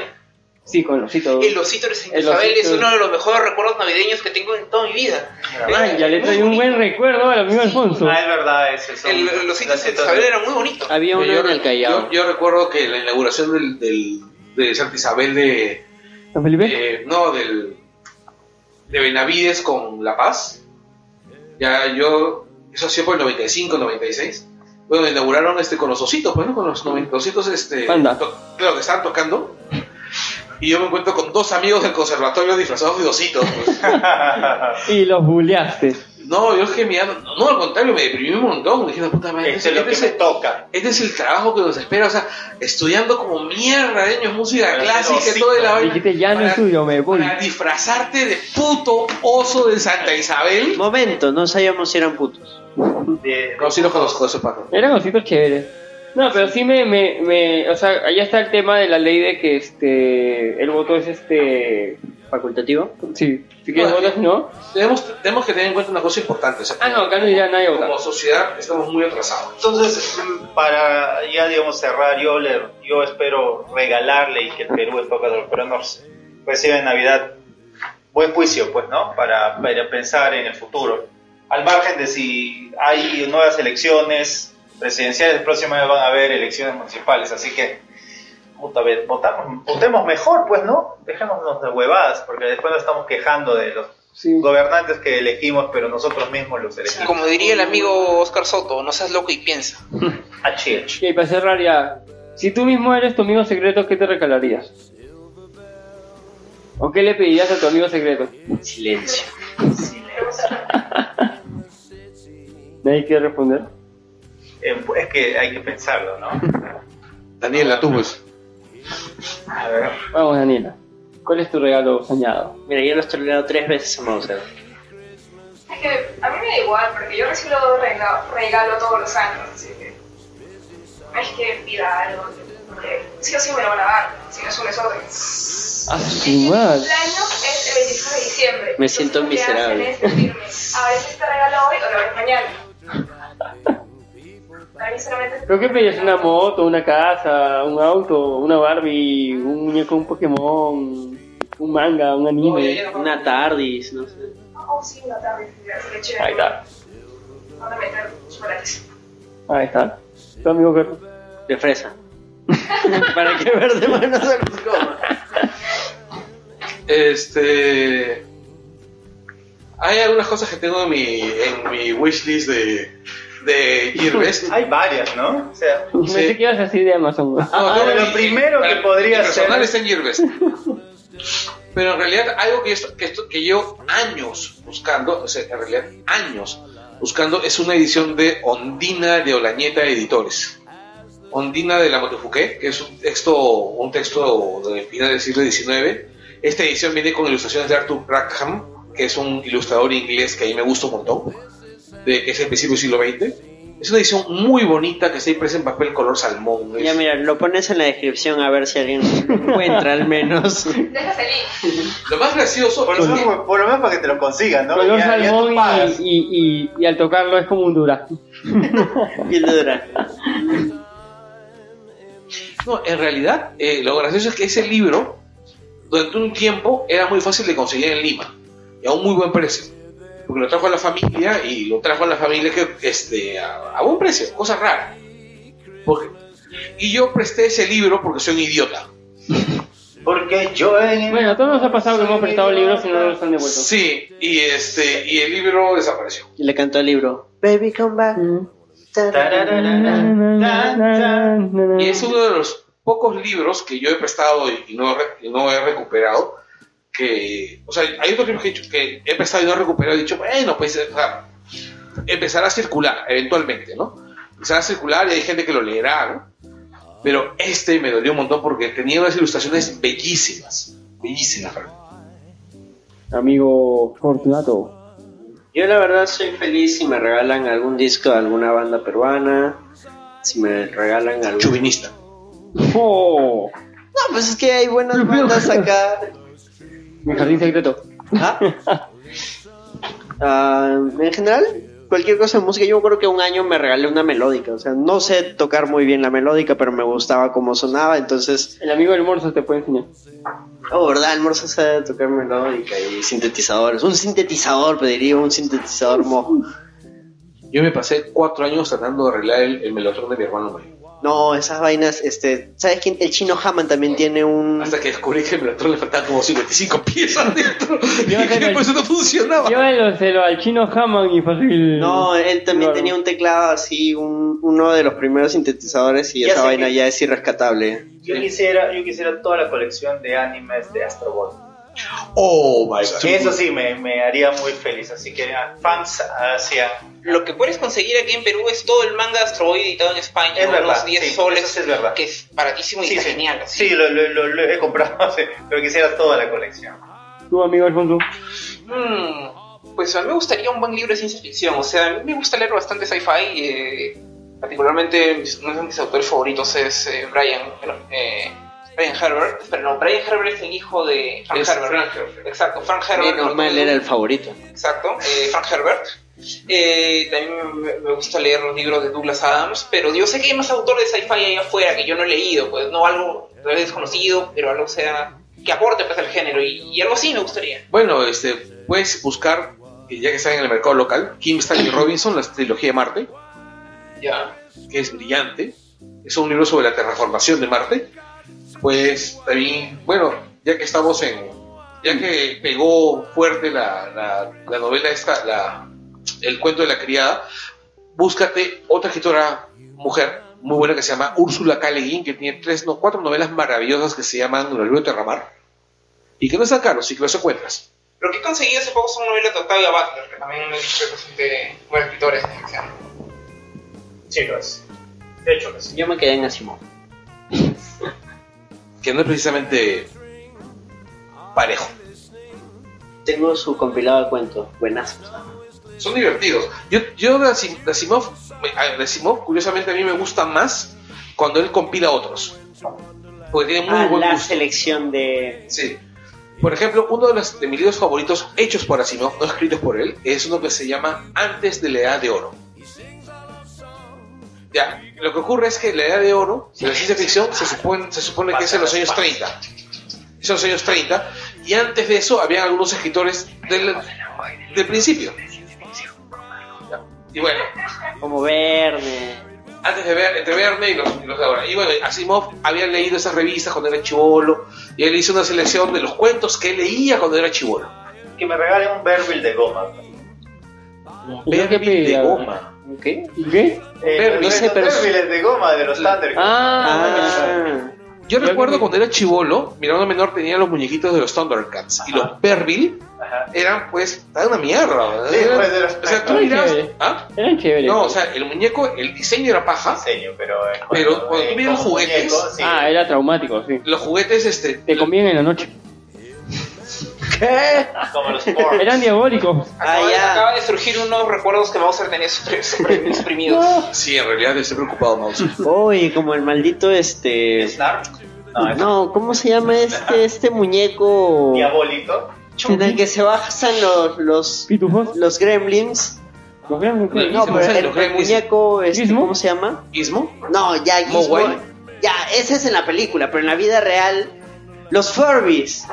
Sí, con losito.
El osito de San
El
Isabel es
osito.
uno de los mejores recuerdos navideños que tengo en toda mi vida.
Ay, Ah, ya le
Muy
traí un
bonito.
buen recuerdo al amigo Alfonso.
Ah, es verdad, ese son-
El, el osito de San
Entonces,
Isabel era muy bonito.
Había uno en el Callao.
Yo, yo recuerdo que la inauguración del, del- de Santa Isabel de,
¿San Felipe?
de- Eh, no del de Benavides con La Paz. Ya yo eso sí fue el 95, 96. Bueno, inauguraron este con los ositos, pues, ¿no? Con los noven- los ositos este
Panda.
to- claro que estaban tocando. Y yo me encuentro con dos amigos del conservatorio disfrazados de ositos. pues.
<laughs>
Y los bulleaste.
No, yo es que mirando, no, al contrario, me deprimí un montón. Dije, la puta madre,
Esto es lo que
este
se
es-
toca.
Este es el trabajo que nos espera, o sea, estudiando como mierda años música
Pero
clásica y
osito,
todo de la vaina.
Dijiste, ya no
para-
es tuyo, me voy.
Para disfrazarte de puto oso de Santa Isabel.
Momento, no sabíamos si eran putos.
De-
No, sí los conozco, ese pato.
Eran ositos chéveres. No, pero sí me, me, me- O sea, allá está el tema de la ley de que este. El voto es este.
Facultativo.
Sí, si quieres
Bueno,
votas, no.
Tenemos, tenemos que tener en cuenta una cosa importante, o sea,
Ah, no, acá no irá nadie a votar.
como sociedad estamos muy atrasados.
Entonces, mm, para ya digamos cerrar, yo, le- yo espero regalarle y que el Perú en poca pero nos recibe en Navidad buen juicio, pues, ¿no? Para, para pensar en el futuro. Al margen de si hay nuevas elecciones presidenciales, el próximo año van a haber elecciones municipales, así que puta, ve- votamos, votemos mejor, pues, ¿no? Dejémonos de huevadas, porque después nos estamos quejando de los
Sí.
gobernantes que elegimos, pero nosotros mismos los elegimos.
Como diría el amigo Oscar Soto, no seas loco y piensa.
HH.
Y para cerrar ya. Si tú mismo eres tu amigo secreto, ¿qué te regalarías? ¿O qué le pedirías a tu amigo secreto?
Silencio.
Nadie quiere responder.
Eh, pues, es que hay que pensarlo, ¿no?
Daniela, tú pues.
A ver.
Vamos, Daniela. ¿Cuál es tu regalo soñado?
Mira, ya lo he troleado tres veces a ¿eh? Mauser.
Es que a mí me da igual, porque yo recibo regalo, regalo todos los años, así que. no Es que pida algo, porque sí o sí me lo van a dar, si no es un desorden.
¡Ah,
Mi
su madre!
cumpleaños es el 25 de diciembre.
Me siento
Entonces, lo que hacen
miserable.
es decirme, Ahora es este regalo hoy o lo haré mañana. Para mí solamente es-
¿Pero qué pedías? ¿Una moto, una casa, un auto, una Barbie, un muñeco, un Pokémon, un manga, un anime?
Una tardis, no sé.
Oh, sí, una tarde, así que chévere.
Ahí está,
Van a meter chocolates.
ahí está. Tu amigo Carlos.
De fresa. <laughs> Para que verde no se los coma.
Este. Hay algunas cosas que tengo en mi, en mi wishlist de, de Gearbest.
Hay varias, ¿no? O sea,
Me Pensé que ibas así de Amazon. güey.
No,
Ah,
no,
lo
mi-
primero
para-
que podría
mi personal
ser-
está en Gearbest. <laughs> Pero en realidad algo que, esto- que, esto- que llevo años buscando, o sea, en realidad años buscando, es una edición de Ondina de Olañeta Editores. Ondina de la Motofuqué, que es un texto, un texto de final del siglo XIX. Esta edición viene con ilustraciones de Arthur Rackham, que es un ilustrador inglés que a mí me gusta un montón, de, que es el principio del siglo XX. Es una edición muy bonita que está impresa en papel color salmón.
Ya
es-
mira, lo pones en la descripción a ver si alguien lo encuentra al
<laughs>
menos.
Déjate el
Lo más gracioso
por
es
lo,
que-
menos, por lo menos para que te lo consigan, ¿no?
Color
Ya- ya tú
salmón
pagas.
y, y, y, y al tocarlo es como un durazno.
Y dura.
no, en realidad eh, lo gracioso es que ese libro durante un tiempo era muy fácil de conseguir en Lima y a un muy buen precio. Porque lo trajo a la familia y lo trajo a la familia que este a, a buen precio, cosa rara. Porque- y yo presté ese libro porque soy un idiota.
Porque yo eh, en
Bueno, a todos nos ha pasado que hemos prestado libros y no los han devuelto.
Sí, y este y el libro desapareció.
Y le cantó el libro.
Baby, come back.
Y es uno de los pocos libros que yo he prestado y y no, re- y no he recuperado. Que, o sea, hay otros libros que he, dicho- que he prestado y no he recuperado. He dicho, bueno, pues o sea, empezará a circular eventualmente, ¿no? Empezará a circular y hay gente que lo leerá, ¿no? Pero este me dolió un montón porque tenía unas ilustraciones bellísimas. Bellísimas, Fran.
Amigo
<laughs>
Fortunato.
Yo la verdad soy feliz si me regalan algún disco de alguna banda peruana, si me regalan algún...
Chuvinista.
¡Oh!
No, pues es que hay buenas bandas acá.
Mi jardín secreto.
¿Ah? Ah, en general, cualquier cosa de música. Yo creo que un año me regalé una melódica. O sea, no sé tocar muy bien la melódica, pero me gustaba cómo sonaba. Entonces,
El amigo del morso te puede enseñar.
oh, ¿verdad? El morso sabe tocar melódica y sintetizadores. Un sintetizador, pediría un sintetizador mojo.
Yo me pasé cuatro años tratando de arreglar el, el melotron de mi hermano mayor.
No, esas vainas, este, ¿sabes quién? El chino Hammond también tiene un...
Hasta que descubrí que el melotron le faltaban como 55 piezas dentro. <laughs>
Yo
y que
tengo-
por eso no eh. funcionaba.
Llévenselo al chino Hammond y fácil.
No, él también
Claro.
tenía un teclado así, un- uno de los primeros sintetizadores y
Ya
esa
sé
vaina
que-
ya es irrescatable.
Yo quisiera, yo quisiera toda la colección de animes de Astro Boy.
Oh my god.
Eso sí, me, me haría muy feliz. Así que ah, fans hacia.
Lo que puedes conseguir aquí en Perú es todo el manga de Astro Boy editado en España
Es
por unos
verdad.
10
sí,
soles,
eso sí es verdad.
que es baratísimo y
Sí,
está
sí.
genial. así.
Sí, lo, lo- lo- lo he comprado, <laughs> sí, pero quisiera toda la colección.
Tu amigo Alfonso.
Mm, pues a mí me gustaría un buen libro de ciencia ficción. O sea, a mí me gusta leer bastante sci-fi. eh, particularmente, mis- uno de mis autores favoritos es eh, Brian, bueno, eh, Brian Herbert. Pero no, Brian Herbert es el hijo de Frank
Es
Herbert.
Frank Herbert.
Exacto, Frank Herbert.
Menos mal era el favorito.
Exacto, eh, Frank Herbert. Eh, también me, me gusta leer los libros de Douglas Adams, pero yo sé que hay más autores de sci-fi ahí afuera que yo no he leído, pues no algo tal vez desconocido, pero algo sea que aporte pues al género y, y algo así me gustaría.
Bueno, este, puedes buscar, eh, ya que están en el mercado local, Kim Stanley Robinson, la trilogía de Marte,
Ya.
que es brillante. Es un libro sobre la terraformación de Marte. Pues también, bueno, ya que estamos en. Ya que pegó fuerte la, la, la novela esta, la, el cuento de la criada, búscate otra escritora mujer muy buena que se llama Úrsula K. Le Guin, que tiene tres, no, cuatro novelas maravillosas que se llaman El libro de Terramar. Y que no están caros y que los encuentras.
Lo que he conseguido hace poco son novelas de Octavia Butler, que también me dicho que es bastante buen escritor en ficción.
Chicos, de hecho que sí.
Yo me quedé en Asimov.
que no es precisamente parejo.
Tengo su compilado de cuentos, buenazos.
Son divertidos. Yo, yo de Asim- de Asimov, me- a- de Asimov, curiosamente a mí me gusta más cuando él compila otros. Porque tiene muy
Ah,
buen
la
gusto.
selección de...
Sí. Por ejemplo, uno de, los, de mis libros favoritos hechos por Asimov, no escritos por él, es uno que se llama Antes de la Edad de Oro. Ya, lo que ocurre es que la Edad de Oro, de la ciencia ficción, se supone, se supone que es en los años 30. Es en los años 30. Y antes de eso había algunos escritores del, del principio. Ya, Y bueno,
Como Verne.
antes de ver, entre Verne y los, y los de ahora. Y bueno, Asimov había leído esas revistas cuando era chivolo, y él hizo una selección de los cuentos que él leía cuando era chivolo.
Que me regalen un Verbil de goma.
Verbil de
pedía?
goma.
¿Qué?
¿Qué?
Eh,
Verbil,
los
ese perso-
Verbiles de goma de los Thundercats.
Ah,
Ah,
Yo
Verbil.
recuerdo cuando era chivolo, mi hermano menor tenía los muñequitos de los Thundercats, y los Verbil
Ajá.
eran pues, eran una mierda.
Sí,
Eran-
pues, de los-
o sea, tú
Ay,
mirabas,
qué-
¿ah?
eran chéveres.
No, o sea, el muñeco, el diseño era paja,
Diseño, pero. eh,
Pero
cuando,
cuando
eh,
tú miras
como
juguetes-
muñeco, sí.
Ah, era traumático, sí.
los juguetes, este,
Te comían en la noche. ¿Qué?
como
<laughs>
los porn.
Eran diabólicos.
Ah,
Acaba, de-
ya.
acaba de surgir unos recuerdos que Mauser tenía supr- <laughs> supr- exprimidos.
sí, en realidad estoy preocupado, Mouse.
Oye, como el maldito este...
Snark. No, es
No, ¿cómo se llama este este muñeco?
diabólico.
En el que se bajan los los,
Pitufos.
los gremlins.
Los grandes
Bueno,
No,
se
pero
bajan
el,
los
el
gremlins.
muñeco, este,
¿Gizmo?
¿cómo se llama?
¿Ismo?
No, ya Gizmo.
Mogwai.
Ya, ese es en la película, pero en la vida real, los Furbies.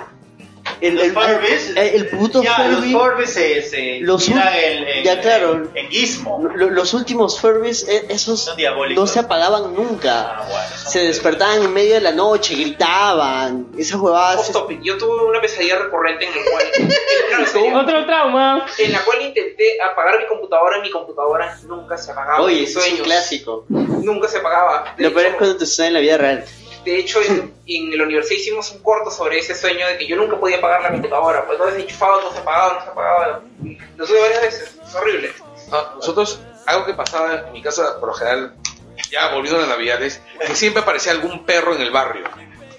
El,
Los
el,
Furbies.
el- el puto
ya,
Furby-
los Forbes se, se
Los
tiran
ul-
en, en-
ya, claro.
en Gizmo.
Lo- Los últimos Furbies, e- esos
Son diabólicos.
no se apagaban
Ah,
nunca. Se despertaban en medio de la noche, gritaban. Esas huevadas.
Off topic, yo tuve una pesadilla recurrente en la cual.
<laughs>
Claro, en serio,
Otro trauma.
En la cual intenté apagar mi computadora y mi computadora nunca se apagaba.
Oye,
Mis
eso es un
sueños
clásico.
nunca se apagaba. De
Lo peor es
hecho,
cuando te sucede en la vida real.
de hecho, en, en la universidad hicimos un corto sobre ese sueño de que yo nunca podía apagar la computadora. Pues no desenchufaba, no se apagaba, no se apagaba. Lo tuve varias veces, es horrible.
No, Ah, nosotros, algo que pasaba en mi casa, por lo general, ya volviendo a las navidades, que siempre aparecía algún perro en el barrio,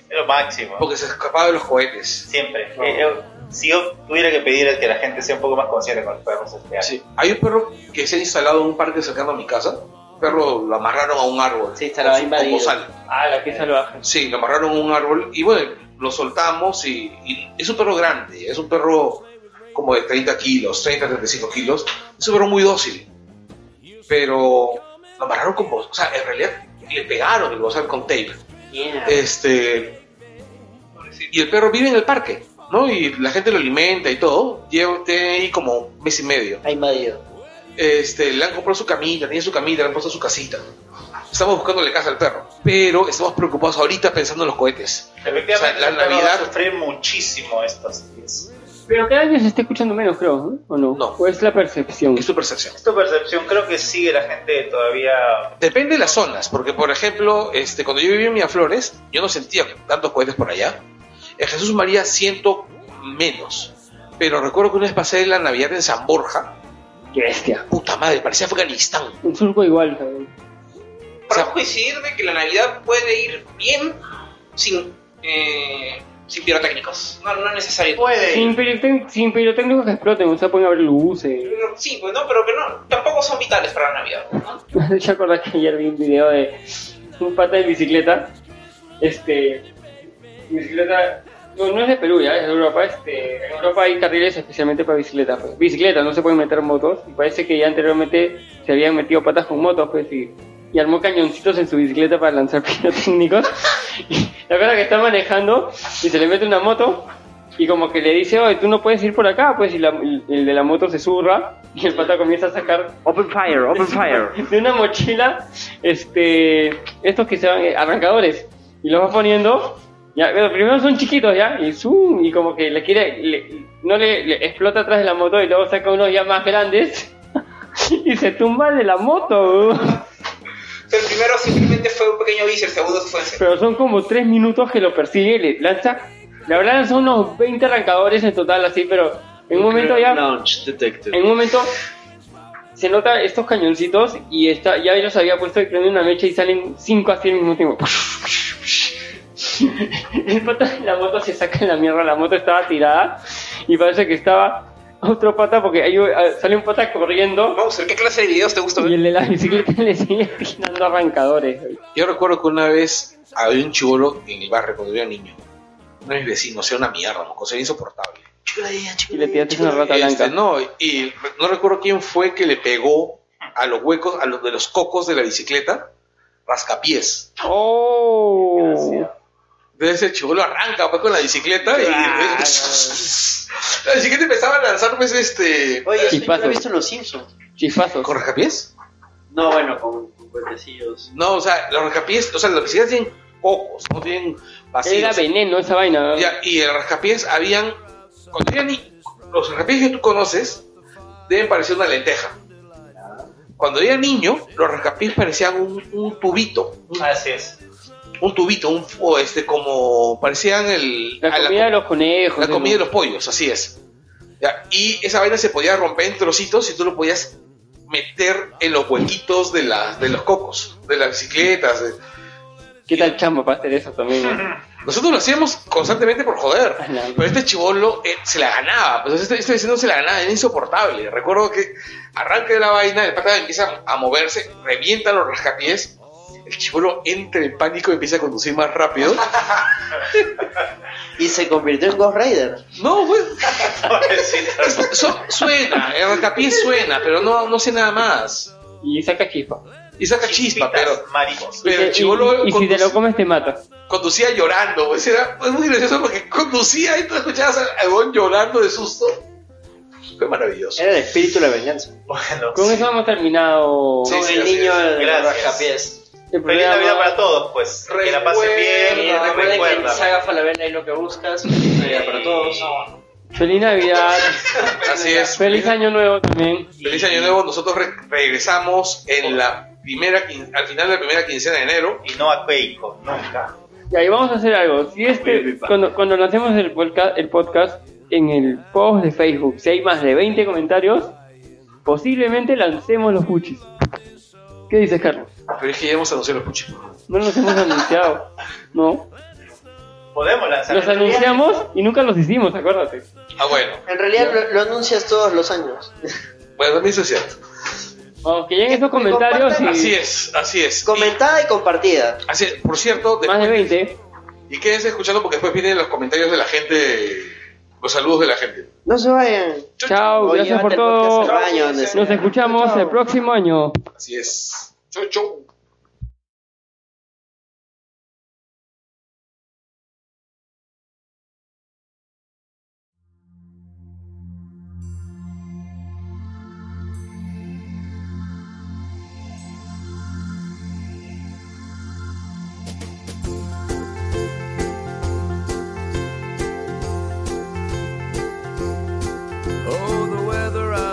Es lo máximo.
porque se escapaba de los cohetes.
Siempre. Eh, eh, si yo tuviera que pedir que la gente sea un poco más consciente con los perros, este, año.
Sí, hay un perro que se ha instalado en un parque cercano a mi casa. El perro lo amarraron a un árbol. Sí,
se lo ha invadido.
Ah, la que salvaje.
Sí, lo amarraron a un árbol y bueno, lo soltamos y, y es un perro grande, es un perro como de 30 kilos, 30, 35 kilos. Es un perro muy dócil. Pero lo amarraron con... bo- O sea, en realidad le pegaron el bozal con tape. Este. Y el perro vive en el parque, ¿no? Y la gente lo alimenta y todo. Lleva tiene ahí como un mes y medio.
Ha invadido.
Este, le han comprado su camita, tiene su camita, le han puesto su casita. Estamos buscándole casa al perro, pero estamos preocupados ahorita pensando en los cohetes.
Efectivamente,
O sea, la
el perro va a
Navidad-
sufrir muchísimo estos días.
Pero cada vez se está escuchando menos, creo, ¿eh? ¿o no? ¿O es la percepción?
Es tu percepción.
Es tu percepción, creo que sigue la gente todavía.
Depende de las zonas, porque por ejemplo, este, cuando yo vivía en Miraflores, yo no sentía tantos cohetes por allá. En Jesús María siento menos, pero recuerdo que una vez pasé la Navidad en San Borja.
¡Qué bestia!
Puta madre, parecía Afganistán.
Un surco igual, cabrón.
Para coincidir de que la Navidad puede ir bien sin, eh, sin pirotécnicos. No, no es necesario.
Sin, pirotec- sin pirotécnicos que exploten, o sea, pueden haber luces.
Pero- Sí, pues no, pero que no, tampoco son vitales para la Navidad. ¿no?
<laughs> Yo acordé que ayer vi un video de un pata en bicicleta. Este. Bicicleta. No, no es de Perú, ya, es de Europa. Este, en Europa hay carriles especialmente para bicicleta. pues. Bicicleta, no se pueden meter motos. Y parece que ya anteriormente se habían metido patas con motos, pues, y, y armó cañoncitos en su bicicleta para lanzar <laughs> pirotécnicos. La verdad que está manejando y se le mete una moto. Y como que le dice, oye, tú no puedes ir por acá, pues, y la- el, el de la moto se zurra y el pata comienza a sacar
Open fire, open fire.
de una mochila, este, estos que se van, eh, arrancadores, y los va poniendo, ya, pero primero son chiquitos, ya, y zoom, y como que le quiere, le- no le, le explota atrás de la moto y luego saca unos ya más grandes <laughs> y se tumba de la moto, weón.
El primero simplemente fue un pequeño vicio, el segundo fue en serio.
pero son como tres minutos que lo persigue, le lanza, la verdad son unos 20 arrancadores en total, así, pero en un momento ya...
Launch detected.
En un momento se nota estos cañoncitos y esta, ya yo los había puesto y prende una mecha y salen cinco así al mismo tiempo. <laughs> El pata de la moto se saca en la mierda, la moto estaba tirada y parece que estaba otro pata porque ahí eh, sale un pata corriendo
Mauser, ¿qué clase de videos te gusta
y
ver?
el de la bicicleta le sigue tirando arrancadores.
Yo recuerdo que una vez había un chivolo en el barrio cuando yo era niño. Uno de mis vecinos, era una mierda, lo era insoportable.
Y le tiraste una rata
Este,
blanca.
no, y re- no recuerdo quién fue que le pegó a los huecos, a los de los cocos de la bicicleta, rascapiés.
¡Oh!
Entonces el chivolo arranca pues, con la bicicleta y
Ah,
<laughs> la bicicleta empezaba a lanzar pues este...
Oye, eso yo lo he
Chispazos.
visto en los Simpsons.
Chifazos.
¿Con rascapiés?
No, bueno, con, con cuentecillos.
No, o sea, los rascapiés, o sea, las bicicletas tienen cocos, no tienen
Era
vacíos.
veneno esa vaina.
Ya, y el rascapiés habían. cuando eran ni- los rascapiés que tú conoces deben parecer una lenteja. Cuando era niño, los rascapiés parecían un, un tubito. Un,
Así es.
un tubito, un, o este, como parecían el, a
La comida de los conejos.
la
¿no?
comida de los pollos, así es. Ya, y esa vaina se podía romper en trocitos y tú lo podías meter en los huequitos de, la, de los cocos, de las bicicletas. de-
¿Qué tal chamba para hacer
<laughs>
eso también? pues, eh?
Nosotros lo hacíamos constantemente por joder.
A la
Pero este chivolo eh, se la ganaba, pues este, este vecino se la ganaba, era insoportable. Recuerdo que arranca de la vaina, el pata empieza a moverse, revienta los rascapiés, el chivolo entra en pánico y empieza a conducir más rápido.
Y se convirtió en Ghost Rider.
No, güey,
Pobrecito.
so- suena, el rascapiés suena, pero no, no sé nada más.
Y saca chispa.
y saca chispa, pero. Pero el
Y-
chivolo
y, y si te lo comes te mata.
conducía llorando, pues era fue muy gracioso porque conducía y tú escuchabas al al huevón llorando de susto. Fue maravilloso.
Era el espíritu de la venganza.
<laughs> Bueno,
Con eso hemos terminado
Con el niño de los
Gracias.
rascapiés.
el
Feliz
programa.
Navidad para todos, pues. Que la pasen
Eh,
bien,
recuerden que en
recuerda.
Saga Falabella hay lo que <laughs> buscas. Feliz Navidad para todos.
<laughs>
Feliz Navidad.
Así es.
Feliz Año Nuevo también.
Feliz año nuevo. Nosotros re- regresamos en la primera quin- al final de la primera quincena de enero.
Y no a Keiko, nunca.
Y ahí vamos a hacer algo. Si este, cuando, cuando lancemos el, volca- el podcast en el post de Facebook, si hay más de 20 comentarios, posiblemente lancemos los puchis. ¿Qué dices, Carlos?
Pero es que ya hemos anunciado los puchis.
No los hemos anunciado.
<laughs>
No.
Podemos lanzar.
Los anunciamos y nunca los hicimos, acuérdate.
Ah, bueno.
En realidad lo, lo anuncias todos los años.
Bueno, también eso es cierto.
Vamos, que lleguen esos comentarios
Así
y
es, así es.
Comentada y compartida.
Así es. Por cierto, de-
más de 20.
y quédense escuchando porque después vienen los comentarios de la gente, los saludos de la gente.
No se vayan.
Chao,
O
gracias por
llévate el podcast
todo.
al baño, donde sea.
Nos escuchamos el próximo año.
Así es. Chau, chau.
Oh, the weather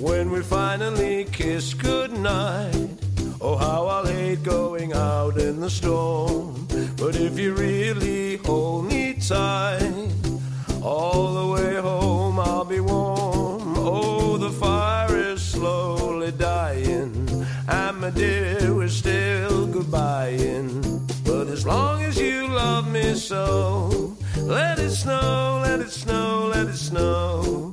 When we finally kiss goodnight, oh how I'll hate going out in the storm. But if you really hold me tight, all the way home I'll be warm. Oh, the fire is slowly dying. And my dear, we're still goodbying. But as long as you love me so, let it snow, let it snow, let it snow.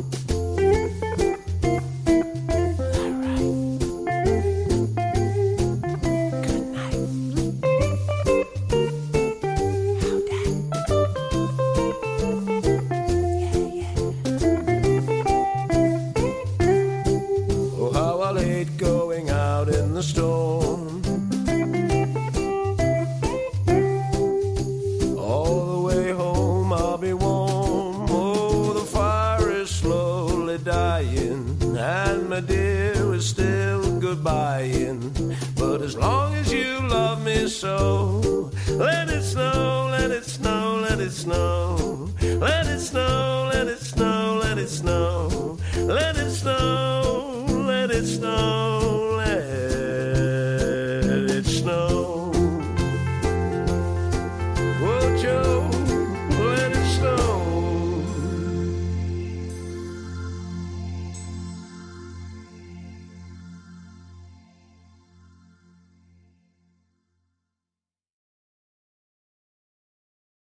Oh, how I'll hate going out in the storm. All the way home I'll be warm. Oh, the fire is slowly dying. And my dear, we're still goodbying. But as long as you love me so, let it snow, let it snow, let it snow. Let it snow, let it snow, let it snow. Let it snow, let it snow, let it snow.